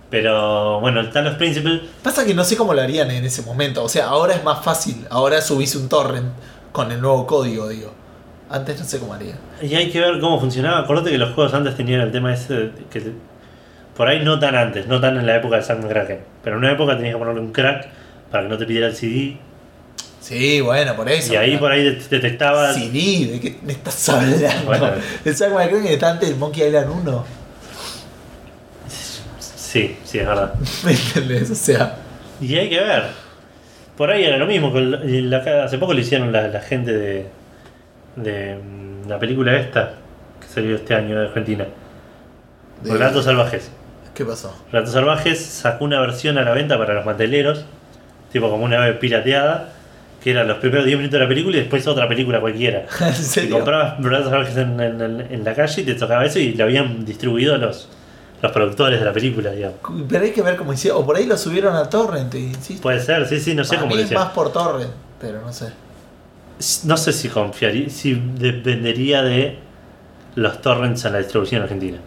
B: Pero bueno, el Talos Principle,
A: Pasa que no sé cómo lo harían en ese momento. O sea, ahora es más fácil. Ahora subís un torrent con el nuevo código, digo. Antes no sé cómo harían.
B: y hay que ver cómo funcionaba, acordate que los juegos antes tenían el tema ese de que te- por ahí no tan antes, no tan en la época de Zack McCracken, pero en una época tenías que ponerle un crack para que no te pidiera el CD,
A: Sí, bueno, por eso.
B: y ahí por ahí det- detectabas...
A: CD, ¿de qué me estás hablando?
B: Bueno.
A: El Zack McCracken está antes del Monkey Island 1.
B: Sí, sí, es verdad.
A: ¿Me entendés? O sea,
B: Y hay que ver. Por ahí era lo mismo. con la- y la- hace poco lo hicieron la, la gente de, de mm, la película esta que salió este año de Argentina.
A: de-
B: Relatos Salvajes.
A: ¿qué pasó?
B: Relatos Salvajes sacó una versión a la venta para los manteleros, tipo como una vez pirateada, que era los primeros 10 minutos de la película y después otra película cualquiera.
A: ¿En
B: Y
A: serio?
B: comprabas Relatos Salvajes en, en- en la calle y te tocaba eso y lo habían distribuido los, los productores de la película, digamos.
A: Pero hay que ver cómo hicieron. O por ahí lo subieron a Torrent, insisto.
B: Puede ser, sí, sí, no sé
A: Para
B: cómo
A: mí
B: lo
A: es
B: hicieron.
A: más por Torrent, pero no sé.
B: No sé si confiaría, si dependería de los torrents en la distribución argentina.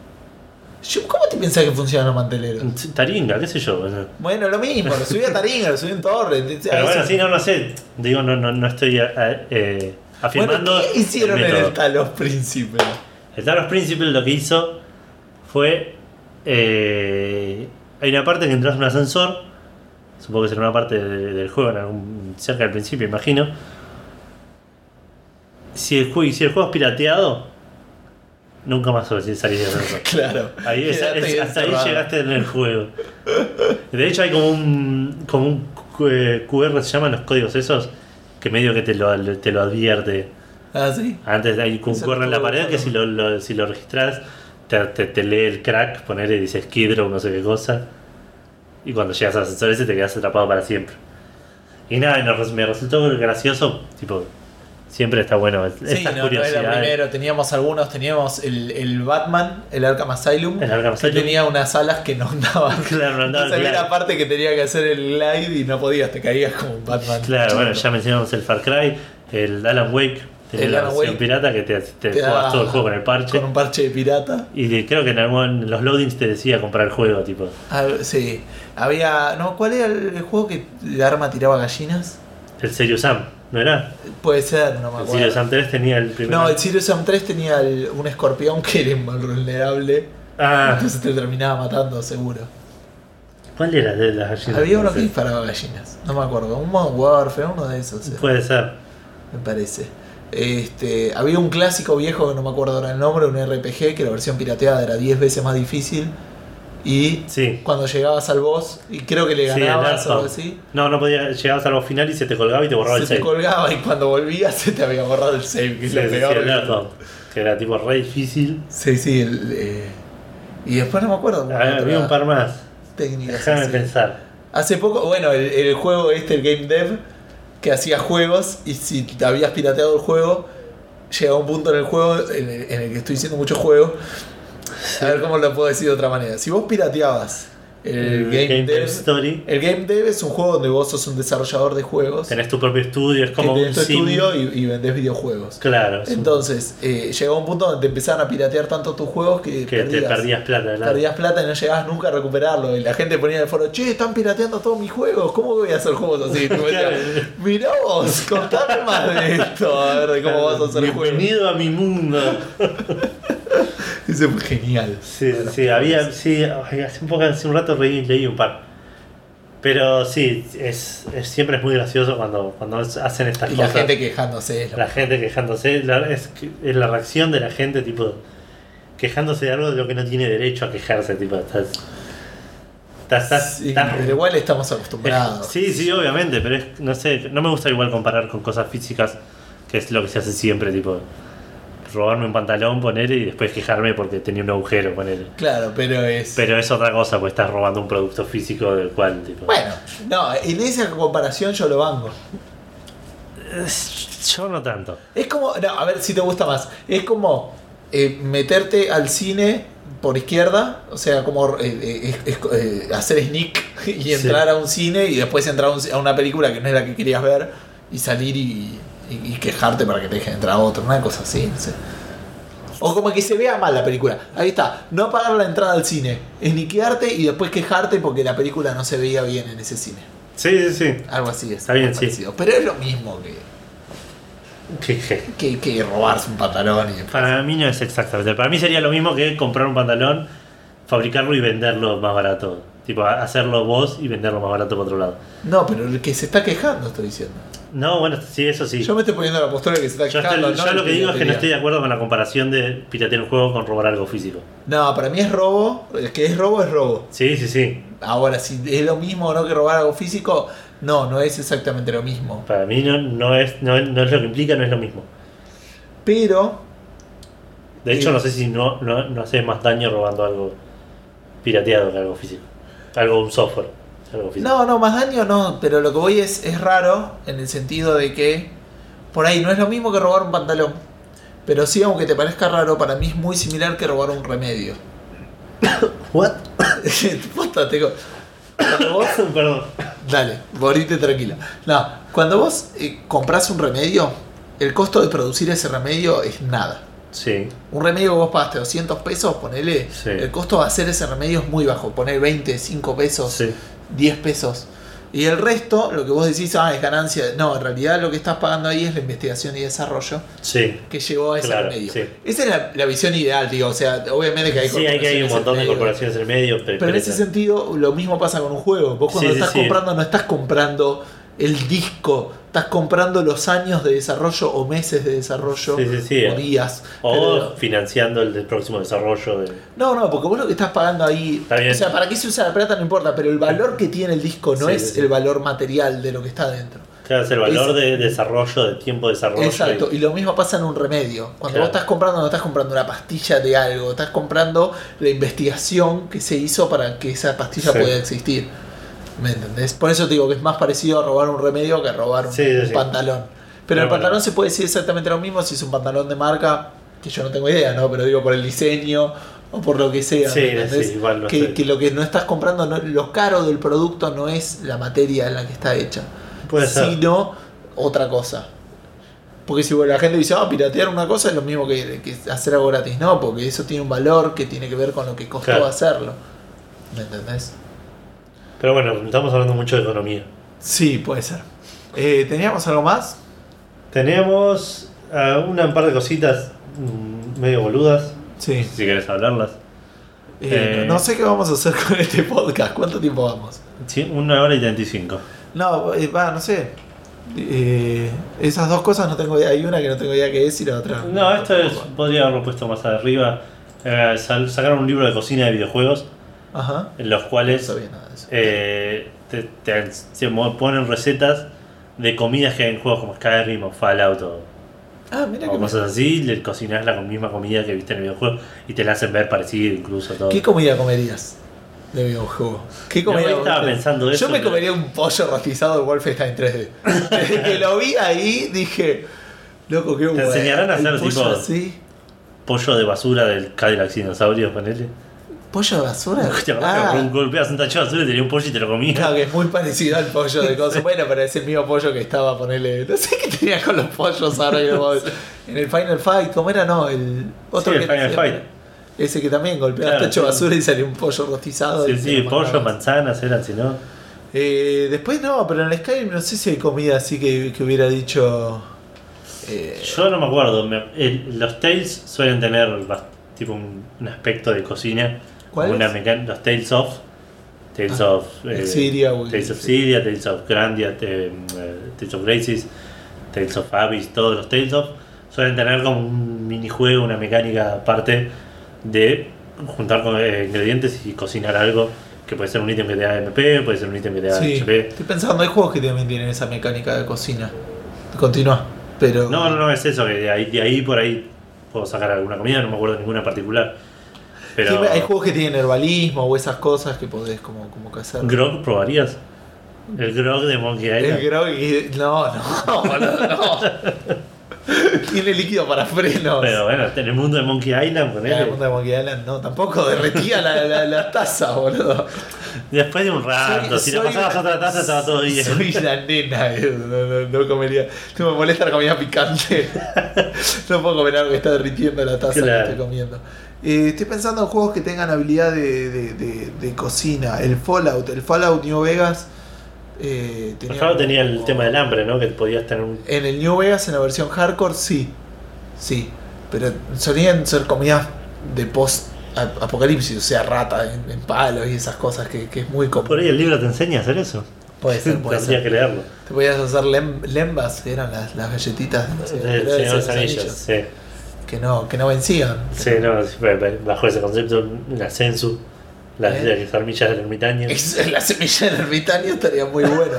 A: Yo- ¿Cómo te pensás que funcionan los manteleros?
B: Mm. Taringa, qué sé yo. bueno.
A: Bueno, lo mismo, lo subí a Taringa, lo subí en Torrent. etc.
B: Pero bueno,
A: Eso-
B: sí, no, no sé. Digo, no, no, no estoy a- a- eh, afirmando.
A: Bueno, ¿qué hicieron en
B: método.
A: el Talos Príncipe?
B: El Talos Principle lo que hizo fue. eh, hay una parte que entras en un ascensor. Supongo que será una parte de- del juego, en algún- cerca del principio, imagino. Si el, ju- si el juego es pirateado, nunca más salís del ascensor.
A: Claro.
B: Ahí es-
A: Quedaste
B: es- hasta ahí
A: encerrado.
B: llegaste en el juego. De hecho hay como un, como un cu- eh, QR, se llaman los códigos esos, que medio que te lo, te lo advierte
A: Ah, sí.
B: Antes de ahí concurre en la pared que si lo, lo- si lo registras te, te- te lee el crack, poner y dices Kidro, no sé qué cosa. Y cuando llegas al ascensor ese te quedas atrapado para siempre. Y nada, y nos- me resultó gracioso, tipo, siempre está bueno es-
A: Sí, no,
B: estas
A: no era
B: curiosidades.
A: primero. Teníamos algunos, teníamos el, el Batman, el Arkham Asylum,
B: El Arkham
A: que
B: Asylum.
A: tenía unas alas que no andaban.
B: Claro, no andaba,
A: No sabía
B: claro.
A: la parte que tenía que hacer el glide y no podías, te caías como un Batman.
B: Claro, bueno, ya mencionamos el Far Cry, el Alan Wake, tenía
A: El
B: la
A: Alan
B: versión
A: Wake.
B: pirata que te, te
A: Te
B: jugabas
A: da-
B: todo el juego con el parche.
A: Con un parche de pirata.
B: Y de- creo que en, algún- en los loadings te decía comprar el juego, tipo.
A: Ah, sí. Había. No, ¿cuál era el el juego que la arma tiraba gallinas?
B: El Serious Sam, ¿no era?
A: Puede ser, no me
B: El
A: acuerdo.
B: Serious Sam 3 tenía el primer.
A: no, el Sirius Sam 3 tenía el- un escorpión que era invulnerable.
B: Ah,
A: Entonces te terminaba matando, seguro.
B: ¿cuál era de las gallinas?
A: Había uno que
B: entonces?
A: disparaba gallinas, no me acuerdo. Un Modern Warfare, uno de esos, eh,
B: Puede ser.
A: me parece. Este, había un clásico viejo que no me acuerdo ahora el nombre, un RPG que la versión pirateada era 10 veces más difícil. Y
B: Sí.
A: cuando llegabas al boss, y creo que le
B: Sí, el
A: ganabas o algo
B: Earthbound.
A: así,
B: No, no podía. Llegabas al boss final y se te colgaba y te borraba
A: se
B: el
A: te
B: save.
A: colgaba y cuando volvías se te había borrado el save, que
B: Sí,
A: es
B: sí,
A: lo
B: sí,
A: peor.
B: el Earthbound, Que era tipo re difícil.
A: Sí, sí, el, eh, y después no me acuerdo.
B: Ah, Había un par más.
A: técnicas.
B: Déjame
A: así.
B: pensar.
A: Hace poco, bueno, el, el juego este, el Game Dev, que hacía juegos y si te habías pirateado el juego, llegaba un punto en el juego en el, en el que estoy diciendo mucho juego. A ver cómo lo puedo decir de otra manera. Si vos pirateabas el, Game, Dev,
B: Story.
A: el Game Dev es un juego donde vos sos un desarrollador de juegos,
B: Tenés tu propio estudio, es
A: que
B: como un
A: tenés tu
B: sim.
A: estudio y, y vendés videojuegos.
B: Claro. es un-
A: Entonces, eh, llegaba un punto donde te empezaban a piratear tanto tus juegos que,
B: que te perdías plata, claro.
A: Perdías plata y no llegabas nunca a recuperarlo. Y la gente ponía en el foro, che, están pirateando todos mis juegos, ¿cómo voy a hacer juegos así? Y me decía, Mirá vos, contame más de esto, a ver de cómo vas a hacer juegos.
B: Bienvenido a mi mundo.
A: Ese fue genial.
B: Sí, sí, sí, había, sí, ay, hace un poco, hace un rato reí- leí un par. Pero sí, es, es- siempre es muy gracioso cuando, cuando es- hacen estas
A: Y la
B: cosas.
A: gente quejándose. es lo-
B: La gente quejándose, la, es, que- es la reacción de la gente, tipo, quejándose de algo de lo que no tiene derecho a quejarse, tipo, estás... Estás... estás-
A: Sí,
B: estás-
A: pero igual estamos acostumbrados.
B: Sí, sí, obviamente, pero es- no sé, no me gusta igual comparar con cosas físicas, que es lo que se hace siempre, tipo, robarme un pantalón, poner y después quejarme porque tenía un agujero, poner.
A: Claro, pero es.
B: Pero es otra cosa, pues estás robando un producto físico del cual, tipo.
A: Bueno, no, en esa comparación yo lo banco.
B: es- Yo no tanto.
A: Es como, no, a ver si te gusta más. Es como eh, meterte al cine por izquierda, o sea, como eh, eh, es- es- eh, hacer sneak y entrar a un cine y después entrar a, un- a una película que no es la que querías ver y salir y, y- y quejarte para que te dejen entrar a otra, una cosa así, no sé. O como que se vea mal la película. Ahí está, no pagar la entrada al cine, sniquearte y después quejarte porque la película no se veía bien en ese cine.
B: Sí, sí, sí.
A: Algo así es.
B: Está bien, sí.
A: parecido. Pero es lo mismo que
B: Queje.
A: que, que robarse un pantalón y
B: Para mí no es exactamente. Para mí sería lo mismo que comprar un pantalón, fabricarlo y venderlo más barato. Tipo, ha- hacerlo vos y venderlo más barato por otro lado.
A: No, pero el que se está quejando, estoy diciendo.
B: No, bueno, sí, eso sí.
A: Yo me estoy poniendo la postura que se está
B: Yo, estoy-
A: quejando.
B: yo
A: no
B: lo que digo es que no estoy
A: piratería.
B: de acuerdo con la comparación de piratear un juego con robar algo físico.
A: No, para mí es robo. El que es robo es robo.
B: Sí, sí, sí.
A: Ahora, si es lo mismo o no que robar algo físico, no, no es exactamente lo mismo.
B: Para mí no, no, es, no, no es lo que implica, no es lo mismo.
A: Pero,
B: De hecho,
A: Sí.
B: no sé si no, no, no haces más daño robando algo pirateado que algo físico. Algo, un software. Algo físico.
A: no, no, más daño no. Pero lo que voy es, es raro en el sentido de que por ahí no es lo mismo que robar un pantalón. Pero sí, aunque te parezca raro, para mí es muy similar que robar un remedio.
B: ¿What?
A: Posta, te digo. Cuando vos
B: Perdón.
A: Dale, morite tranquila. No, cuando vos compras un remedio, el costo de producir ese remedio es nada.
B: Sí.
A: Un remedio que vos pagaste 200 pesos, ponele,
B: Sí.
A: el costo de hacer ese remedio es muy bajo. Poner 20, 5 pesos,
B: Sí.
A: 10 pesos. Y el resto, lo que vos decís, ah, es ganancia. No, en realidad lo que estás pagando ahí es la investigación y desarrollo
B: Sí.
A: que llevó a ese
B: Claro,
A: remedio.
B: sí.
A: Esa es la, la visión ideal, digo. O sea, obviamente que hay
B: Sí, hay que hay un montón de
A: en medio.
B: corporaciones en el medio. Pero,
A: Pero en ese sentido, lo mismo pasa con un juego. Vos cuando
B: Sí, sí,
A: estás
B: sí.
A: comprando, no estás comprando el disco, estás comprando los años de desarrollo o meses de desarrollo
B: Sí, sí, sí.
A: o días.
B: O
A: Pero-
B: financiando el, del próximo desarrollo. De...
A: no, no, porque vos lo que estás pagando ahí.
B: Está bien. Eh,
A: O sea, para qué se usa la plata no importa, pero el valor que tiene el disco no
B: Sí,
A: es
B: sí, sí.
A: el valor material de lo que está dentro.
B: Claro, es el valor
A: Es-
B: de desarrollo, de tiempo de desarrollo.
A: Exacto, y lo mismo pasa en un remedio. Cuando
B: Claro.
A: vos estás comprando, no estás comprando una pastilla de algo, estás comprando la investigación que se hizo para que esa pastilla
B: Sí.
A: pueda existir. ¿Me entendés? Por eso te digo que es más parecido a robar un remedio que a robar un,
B: Sí, sí,
A: un
B: sí.
A: pantalón. Pero
B: Pero
A: el pantalón
B: bueno.
A: se puede decir exactamente lo mismo si es un pantalón de marca, que yo no tengo idea, ¿no? Pero digo por el diseño o por lo que sea.
B: Sí,
A: ¿me entendés?
B: sí, igual no
A: que,
B: sé.
A: que lo que no estás comprando, no- lo caro del producto no es la materia en la que está hecha
B: Puede ser.
A: sino otra cosa. Porque si bueno, la gente dice, ah, piratear una cosa es lo mismo que, que hacer algo gratis. No, porque eso tiene un valor que tiene que ver con lo que costó
B: Claro.
A: hacerlo. ¿Me entendés?
B: Pero bueno, estamos hablando mucho de economía.
A: Sí, puede ser. Eh, ¿Teníamos algo más?
B: Tenemos ah, una un par de cositas mm, medio boludas,
A: Sí.
B: si querés hablarlas.
A: Eh,
B: Eh,
A: No, no sé qué vamos a hacer con este podcast. ¿Cuánto tiempo vamos?
B: Sí, una hora y 35.
A: No, eh, va, no sé. Eh, esas dos cosas no tengo idea. Hay una que no tengo idea que es y la otra.
B: No, esto es, podría haberlo puesto más arriba. Eh, sal- sacaron un libro de cocina de videojuegos,
A: Ajá.
B: en los
A: No
B: cuales
A: sabía nada de eso.
B: eh, te, te- se mo- ponen recetas de comidas que hay en juegos como Skyrim o Fallout o,
A: Ah, mira
B: o
A: qué
B: cosas así. Le cocinas la misma comida que viste en el videojuego y te la hacen ver parecido incluso todo.
A: ¿Qué comida comerías de videojuego? ¿Qué
B: No,
A: comida
B: yo estaba
A: comerías?
B: pensando eso,
A: Yo me
B: pero-
A: comería un pollo rostizado de Wolfenstein 3D. Desde que lo vi ahí dije, loco, qué bueno.
B: enseñarán a
A: el
B: hacer,
A: pollo
B: tipo-
A: así.
B: Pollo de basura del Cadillac Dinosaurio, ponele.
A: ¿Pollo de basura?
B: Te
A: Ah,
B: agarraba, golpeabas un tacho de basura y tenía un pollo y te lo comías.
A: claro, que es muy parecido al pollo de cosas. Bueno, pero es el mismo pollo que estaba, ponele. No sé qué tenía con los pollos ahora. que lo- en el Final Fight, ¿cómo era? No, el otro
B: Sí,
A: que
B: el Final
A: siempre-
B: Fight.
A: Ese que también golpeaba
B: Claro,
A: tacho de
B: sí.
A: basura y salió un pollo rostizado. y
B: Sí,
A: te
B: sí,
A: lo
B: pollo,
A: mandabas.
B: manzanas eran, si no.
A: Eh, después no, pero en el Skyrim no sé si hay comida así que, que hubiera dicho. eh,
B: Yo no me acuerdo. me- el- los Tales suelen tener bas- tipo un, un aspecto de cocina.
A: ¿Cuál
B: Una
A: es?
B: mecan- los Tales of. Tales
A: Ah,
B: of. eh,
A: Syria, güey.
B: Tales of Syria, Tales of Grandia, te- eh, Tales of Graces, Tales of Abyss, todos los Tales of. Suelen tener como un minijuego, una mecánica aparte de juntar con, eh, ingredientes y cocinar algo. Que puede ser un ítem que te da MP, puede ser un ítem que te da
A: sí,
B: HP.
A: estoy pensando, hay juegos que también tienen esa mecánica de cocina. Continúa, pero.
B: No, no, no es eso, que de ahí, de ahí por ahí puedo sacar alguna comida, no me acuerdo ninguna particular. Pero
A: Sí, hay juegos que tienen herbalismo o esas cosas que podés como, como cazar.
B: ¿Grog probarías? El grog de Monkey Island.
A: El grog y- No, no, no, no. Tiene líquido para frenos.
B: Pero eh. bueno, en el mundo de Monkey Island,
A: Mirá,
B: ponele.
A: la punta de Monkey Island, no, tampoco derretía la, la, la taza, boludo.
B: Después de un rato,
A: Soy-
B: si le
A: soy
B: pasabas
A: la-
B: otra taza estaba todo bien.
A: Soy la nena, eh, no, no, no comería. No me molesta la comida picante. no puedo comer algo que está derritiendo la taza
B: Claro.
A: que estoy comiendo. Eh, estoy pensando en juegos que tengan habilidad de, de- de- de cocina. El Fallout, el Fallout New Vegas. eh, tenía
B: Ojalá tenía el
A: como-
B: tema del hambre, ¿no? Que podías tener un...
A: En el New Vegas, en la versión hardcore, sí. Sí. Pero solían ser comidas de post ap- apocalipsis, o sea, rata en, en palos y esas cosas que, que es muy común.
B: Por ahí el libro te enseña a hacer eso.
A: Puede ser, puede ser.
B: Tendrías que leerlo.
A: Te podías hacer lem- lembas, que eran las, las galletitas del
B: El
A: Señor
B: Señor
A: de
B: de los
A: los
B: Anillos,
A: Anillos,
B: sí.
A: que no, que no vencían.
B: Sí, no, sí, bajo ese concepto, la censu, las,
A: ¿Eh?
B: las armillas del ermitaño.
A: Es- La semilla del ermitaño estaría muy bueno.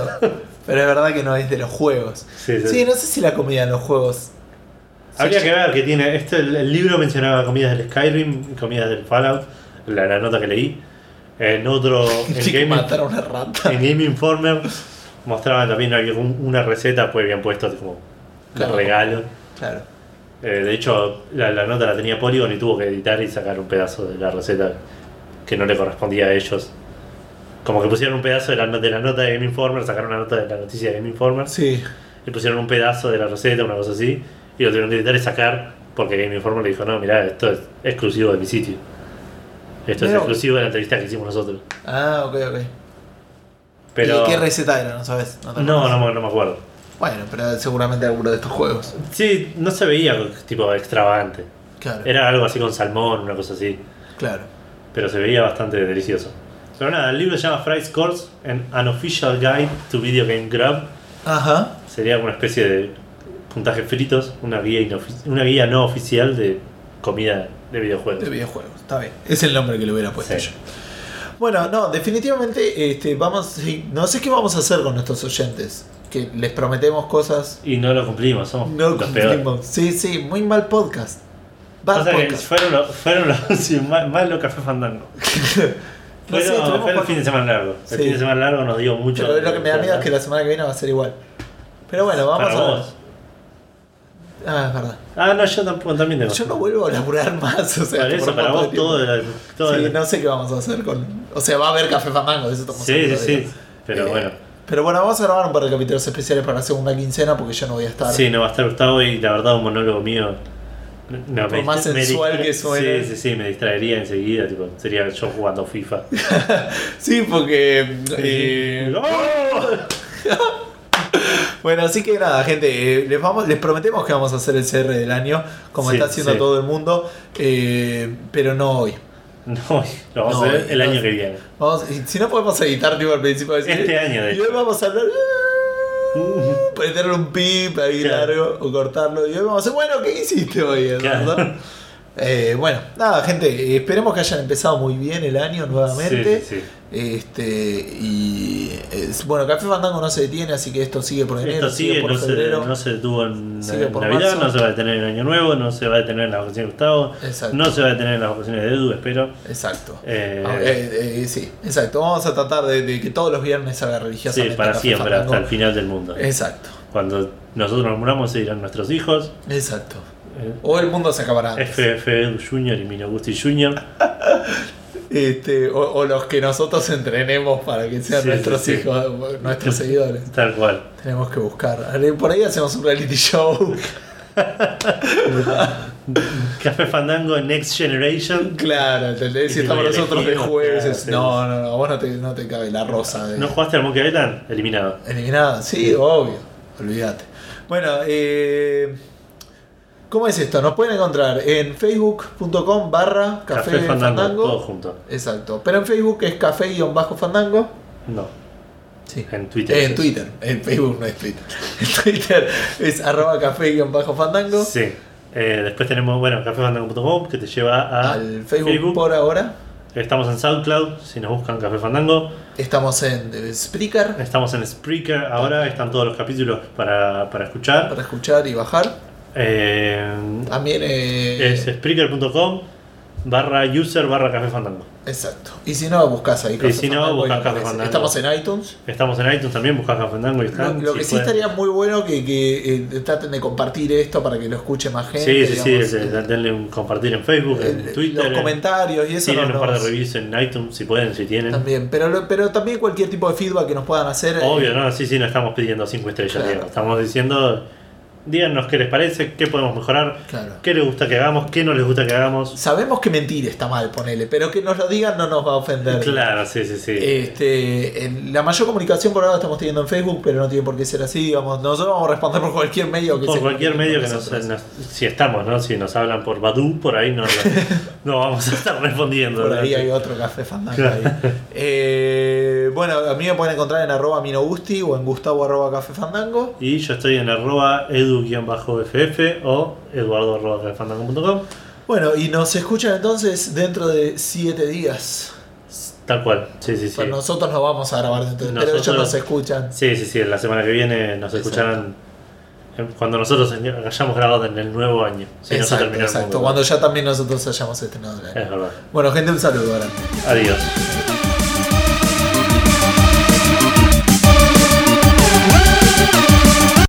A: Pero es verdad que no es de los juegos.
B: Sí, sí.
A: Sí, no sé si la comida en los juegos.
B: Habría
A: Sí,
B: que ver que tiene. Este, el, el libro mencionaba comidas del Skyrim, comidas del Fallout, la, la nota que leí. En otro.
A: que
B: En Game,
A: matar a una rata.
B: en Game Informer mostraban también algún- una receta, pues bien puesto como de
A: Claro.
B: regalo.
A: Claro.
B: Eh, de hecho, la, la nota la tenía Polygon y tuvo que editar y sacar un pedazo de la receta que no le correspondía a ellos. Como que pusieron un pedazo de la, no- de la nota de Game Informer, sacaron una nota de la noticia de Game Informer
A: Sí.
B: le pusieron un pedazo de la receta, una cosa así, y lo tuvieron que editar y sacar porque Game Informer le dijo, no, mirá, esto es exclusivo de mi sitio. Esto es
A: Pero-
B: exclusivo de la entrevista que hicimos nosotros.
A: Ah, ok, ok.
B: Pero...
A: ¿Y qué receta era? No sabes. No, te
B: No,
A: acordás.
B: no, me- no me acuerdo.
A: Bueno, pero seguramente alguno de estos juegos.
B: Sí, no se veía tipo extravagante.
A: Claro.
B: Era algo así con salmón, una cosa así.
A: Claro.
B: Pero se veía bastante delicioso. Pero nada, el libro se llama Fry's Course, an unofficial guide to video game grab.
A: Ajá.
B: Sería una especie de puntaje fritos, una guía, inofi- una guía no oficial de comida de videojuegos.
A: De videojuegos, está bien. Es el nombre que le hubiera puesto
B: Sí.
A: yo. Bueno, no, definitivamente este, vamos, sí, no sé qué vamos a hacer con nuestros oyentes. que les prometemos cosas.
B: Y no lo cumplimos, somos
A: No
B: los peores.
A: cumplimos. Sí, sí, muy mal podcast. Bad
B: Pasa que
A: podcast.
B: fueron los, fueron los sí, más, más los Café Fandango.
A: No
B: Fue,
A: sé, tuvimos
B: fue el
A: cuatro-
B: fin de semana largo. El
A: Sí.
B: fin de semana largo nos dio mucho.
A: Pero lo que me da miedo es que la semana que viene va a ser igual. Pero bueno, vamos
B: Para
A: a ver.
B: vos.
A: Ah, es verdad.
B: Ah, no, yo tampoco, también tengo.
A: Yo no vuelvo a laburar más, o sea,
B: Para
A: por
B: eso,
A: un
B: para
A: montón
B: vos
A: de
B: todo.
A: tiempo.
B: el- todo
A: sí,
B: el-
A: no sé qué vamos a hacer con. O sea, va a haber café famango, de eso estamos
B: sí, sí,
A: seguros,
B: sí.
A: digamos.
B: Pero
A: Eh,
B: bueno.
A: Pero bueno, vamos a grabar un par de capítulos especiales para la segunda quincena porque yo no voy a estar.
B: Sí, no va a estar Gustavo y la verdad un monólogo mío. No,
A: Por más sensual
B: distra-
A: que suene.
B: Sí, sí, sí, me distraería enseguida. Tipo, sería yo jugando FIFA.
A: Sí, porque. eh,
B: "¡Oh!".
A: Bueno, así que nada, gente, eh, les, vamos, les prometemos que vamos a hacer el cierre del año, como
B: Sí,
A: está haciendo
B: sí.
A: todo el mundo, eh, pero no hoy.
B: No, lo vamos
A: No,
B: a hacer el
A: no.
B: año que viene.
A: Vamos, y si no podemos editar tipo al principio de
B: Este año, de
A: Y
B: hecho.
A: hoy vamos a hablar. Ponerle un pip ahí
B: Claro.
A: largo o cortarlo. Y hoy vamos a hacer, bueno, ¿qué hiciste hoy? Eduardo?
B: Claro.
A: Eh, bueno, nada, gente, eh, esperemos que hayan empezado muy bien el año nuevamente.
B: Sí, sí, sí.
A: Este, y es- bueno, Café Fandango no se detiene, así que esto sigue por enero,
B: Esto sigue,
A: por
B: no se,
A: febrero.
B: no se detuvo en
A: Sigue
B: en
A: por
B: Navidad,
A: marzo.
B: no se va a detener en Año Nuevo, no se va a detener en las vacaciones de Gustavo,
A: Exacto.
B: no se va a detener en las vacaciones de Edu, espero.
A: Exacto.
B: Eh,
A: Ah, eh, eh, sí, exacto. Vamos a tratar de, de que todos los viernes salga
B: sí,
A: religiosamente.
B: para
A: Café
B: siempre,
A: Fandango.
B: hasta el final del mundo.
A: Exacto,
B: Cuando nosotros nos muramos, se irán nuestros hijos.
A: exacto.
B: eh,
A: O el mundo se acabará. antes.
B: FF Edu Junior y Mino Gusti Junior.
A: Este, o, o los que nosotros entrenemos para que sean
B: Sí,
A: nuestros
B: sí, sí.
A: hijos, nuestros seguidores.
B: Tal cual.
A: Tenemos que buscar. Por ahí hacemos un reality show.
B: Café Fandango Next Generation.
A: claro, ¿entendés? Si
B: Y
A: estamos
B: voy a
A: nosotros de
B: elegir,
A: jueves.
B: claro,
A: es-
B: sí.
A: no, no, no, a vos no te, no te cabe la rosa. De...
B: ¿No jugaste al Monkey Island? Eliminado.
A: Eliminada, sí, obvio. Olvídate. Bueno, eh, ¿cómo es esto? Nos pueden encontrar en facebook.com barra
B: Café,
A: café
B: Fandango, todo
A: fandango.
B: junto.
A: Exacto. Pero en Facebook es café-fandango.
B: No,
A: Sí.
B: en Twitter.
A: Eh,
B: sí.
A: en Twitter, en Facebook no es Twitter. En Twitter es arroba café-fandango.
B: Sí. Eh, después tenemos, bueno, cafefandango.com que te lleva a
A: Al Facebook, por ahora.
B: Estamos en SoundCloud, si nos buscan Café Fandango.
A: Estamos en eh, Spreaker
B: Estamos en Spreaker, ahora están todos los capítulos para, para escuchar.
A: para escuchar y bajar.
B: Eh,
A: También eh,
B: es spreaker.com barra user barra Café Fandango.
A: Exacto. Y si no, buscas ahí. Café
B: si no,
A: Fandango y
B: buscas
A: nos
B: Café
A: aparece.
B: Fandango.
A: Estamos en iTunes.
B: Estamos en iTunes también, buscas Café Fandango y
A: Lo,
B: están.
A: lo
B: si
A: que sí
B: pueden.
A: estaría muy bueno que, que, eh, traten de compartir esto para que lo escuche más gente.
B: Sí, sí, sí,
A: digamos. eh,
B: es- es- denle un compartir en Facebook,
A: El-
B: en Twitter.
A: los
B: en-
A: comentarios y eso
B: Tienen
A: no-
B: un par de
A: nos-
B: reviews en iTunes, si pueden, si tienen.
A: también. Pero, lo- pero también cualquier tipo de feedback que nos puedan hacer. eh,
B: Obvio, no, sí, sí, no estamos pidiendo 5 estrellas,
A: Claro.
B: digamos. Estamos diciendo, díganos qué les parece, qué podemos mejorar,
A: Claro.
B: qué les gusta que hagamos, qué no les gusta que hagamos.
A: Sabemos que mentir está mal, ponele, pero que nos lo digan no nos va a ofender.
B: Claro, sí, sí, sí.
A: Este, en- la mayor comunicación por ahora la estamos teniendo en Facebook, pero no tiene por qué ser así, digamos. Nosotros vamos a responder por cualquier medio que
B: por
A: se
B: cualquier medio
A: comunique
B: que
A: con
B: nos,
A: nosotros.
B: nos- Si estamos, ¿no? Si nos hablan por Badu, por ahí no, lo- no vamos a estar respondiendo.
A: Por ahí
B: ¿no?
A: hay otro café fandango ahí. Eh, bueno, a mí me pueden encontrar en arroba minogusti o en gustavo arroba café fandango.
B: Y yo estoy en arroba edu-ff o eduardo.com.
A: Bueno, y nos escuchan entonces dentro de siete días.
B: Tal cual, sí, sí, sí.
A: Pero nosotros no vamos a grabar dentro de pero
B: Nosotros-
A: ellos nos escuchan.
B: Sí, sí, sí, la semana que viene nos
A: Exacto.
B: escucharán eh, cuando nosotros hayamos grabado en el nuevo año. Si no se
A: exacto,
B: termina el
A: exacto.
B: mundo.
A: Cuando ya también nosotros hayamos estrenado el año.
B: Es verdad.
A: Bueno, gente, un saludo grande.
B: Adiós.
C: Thank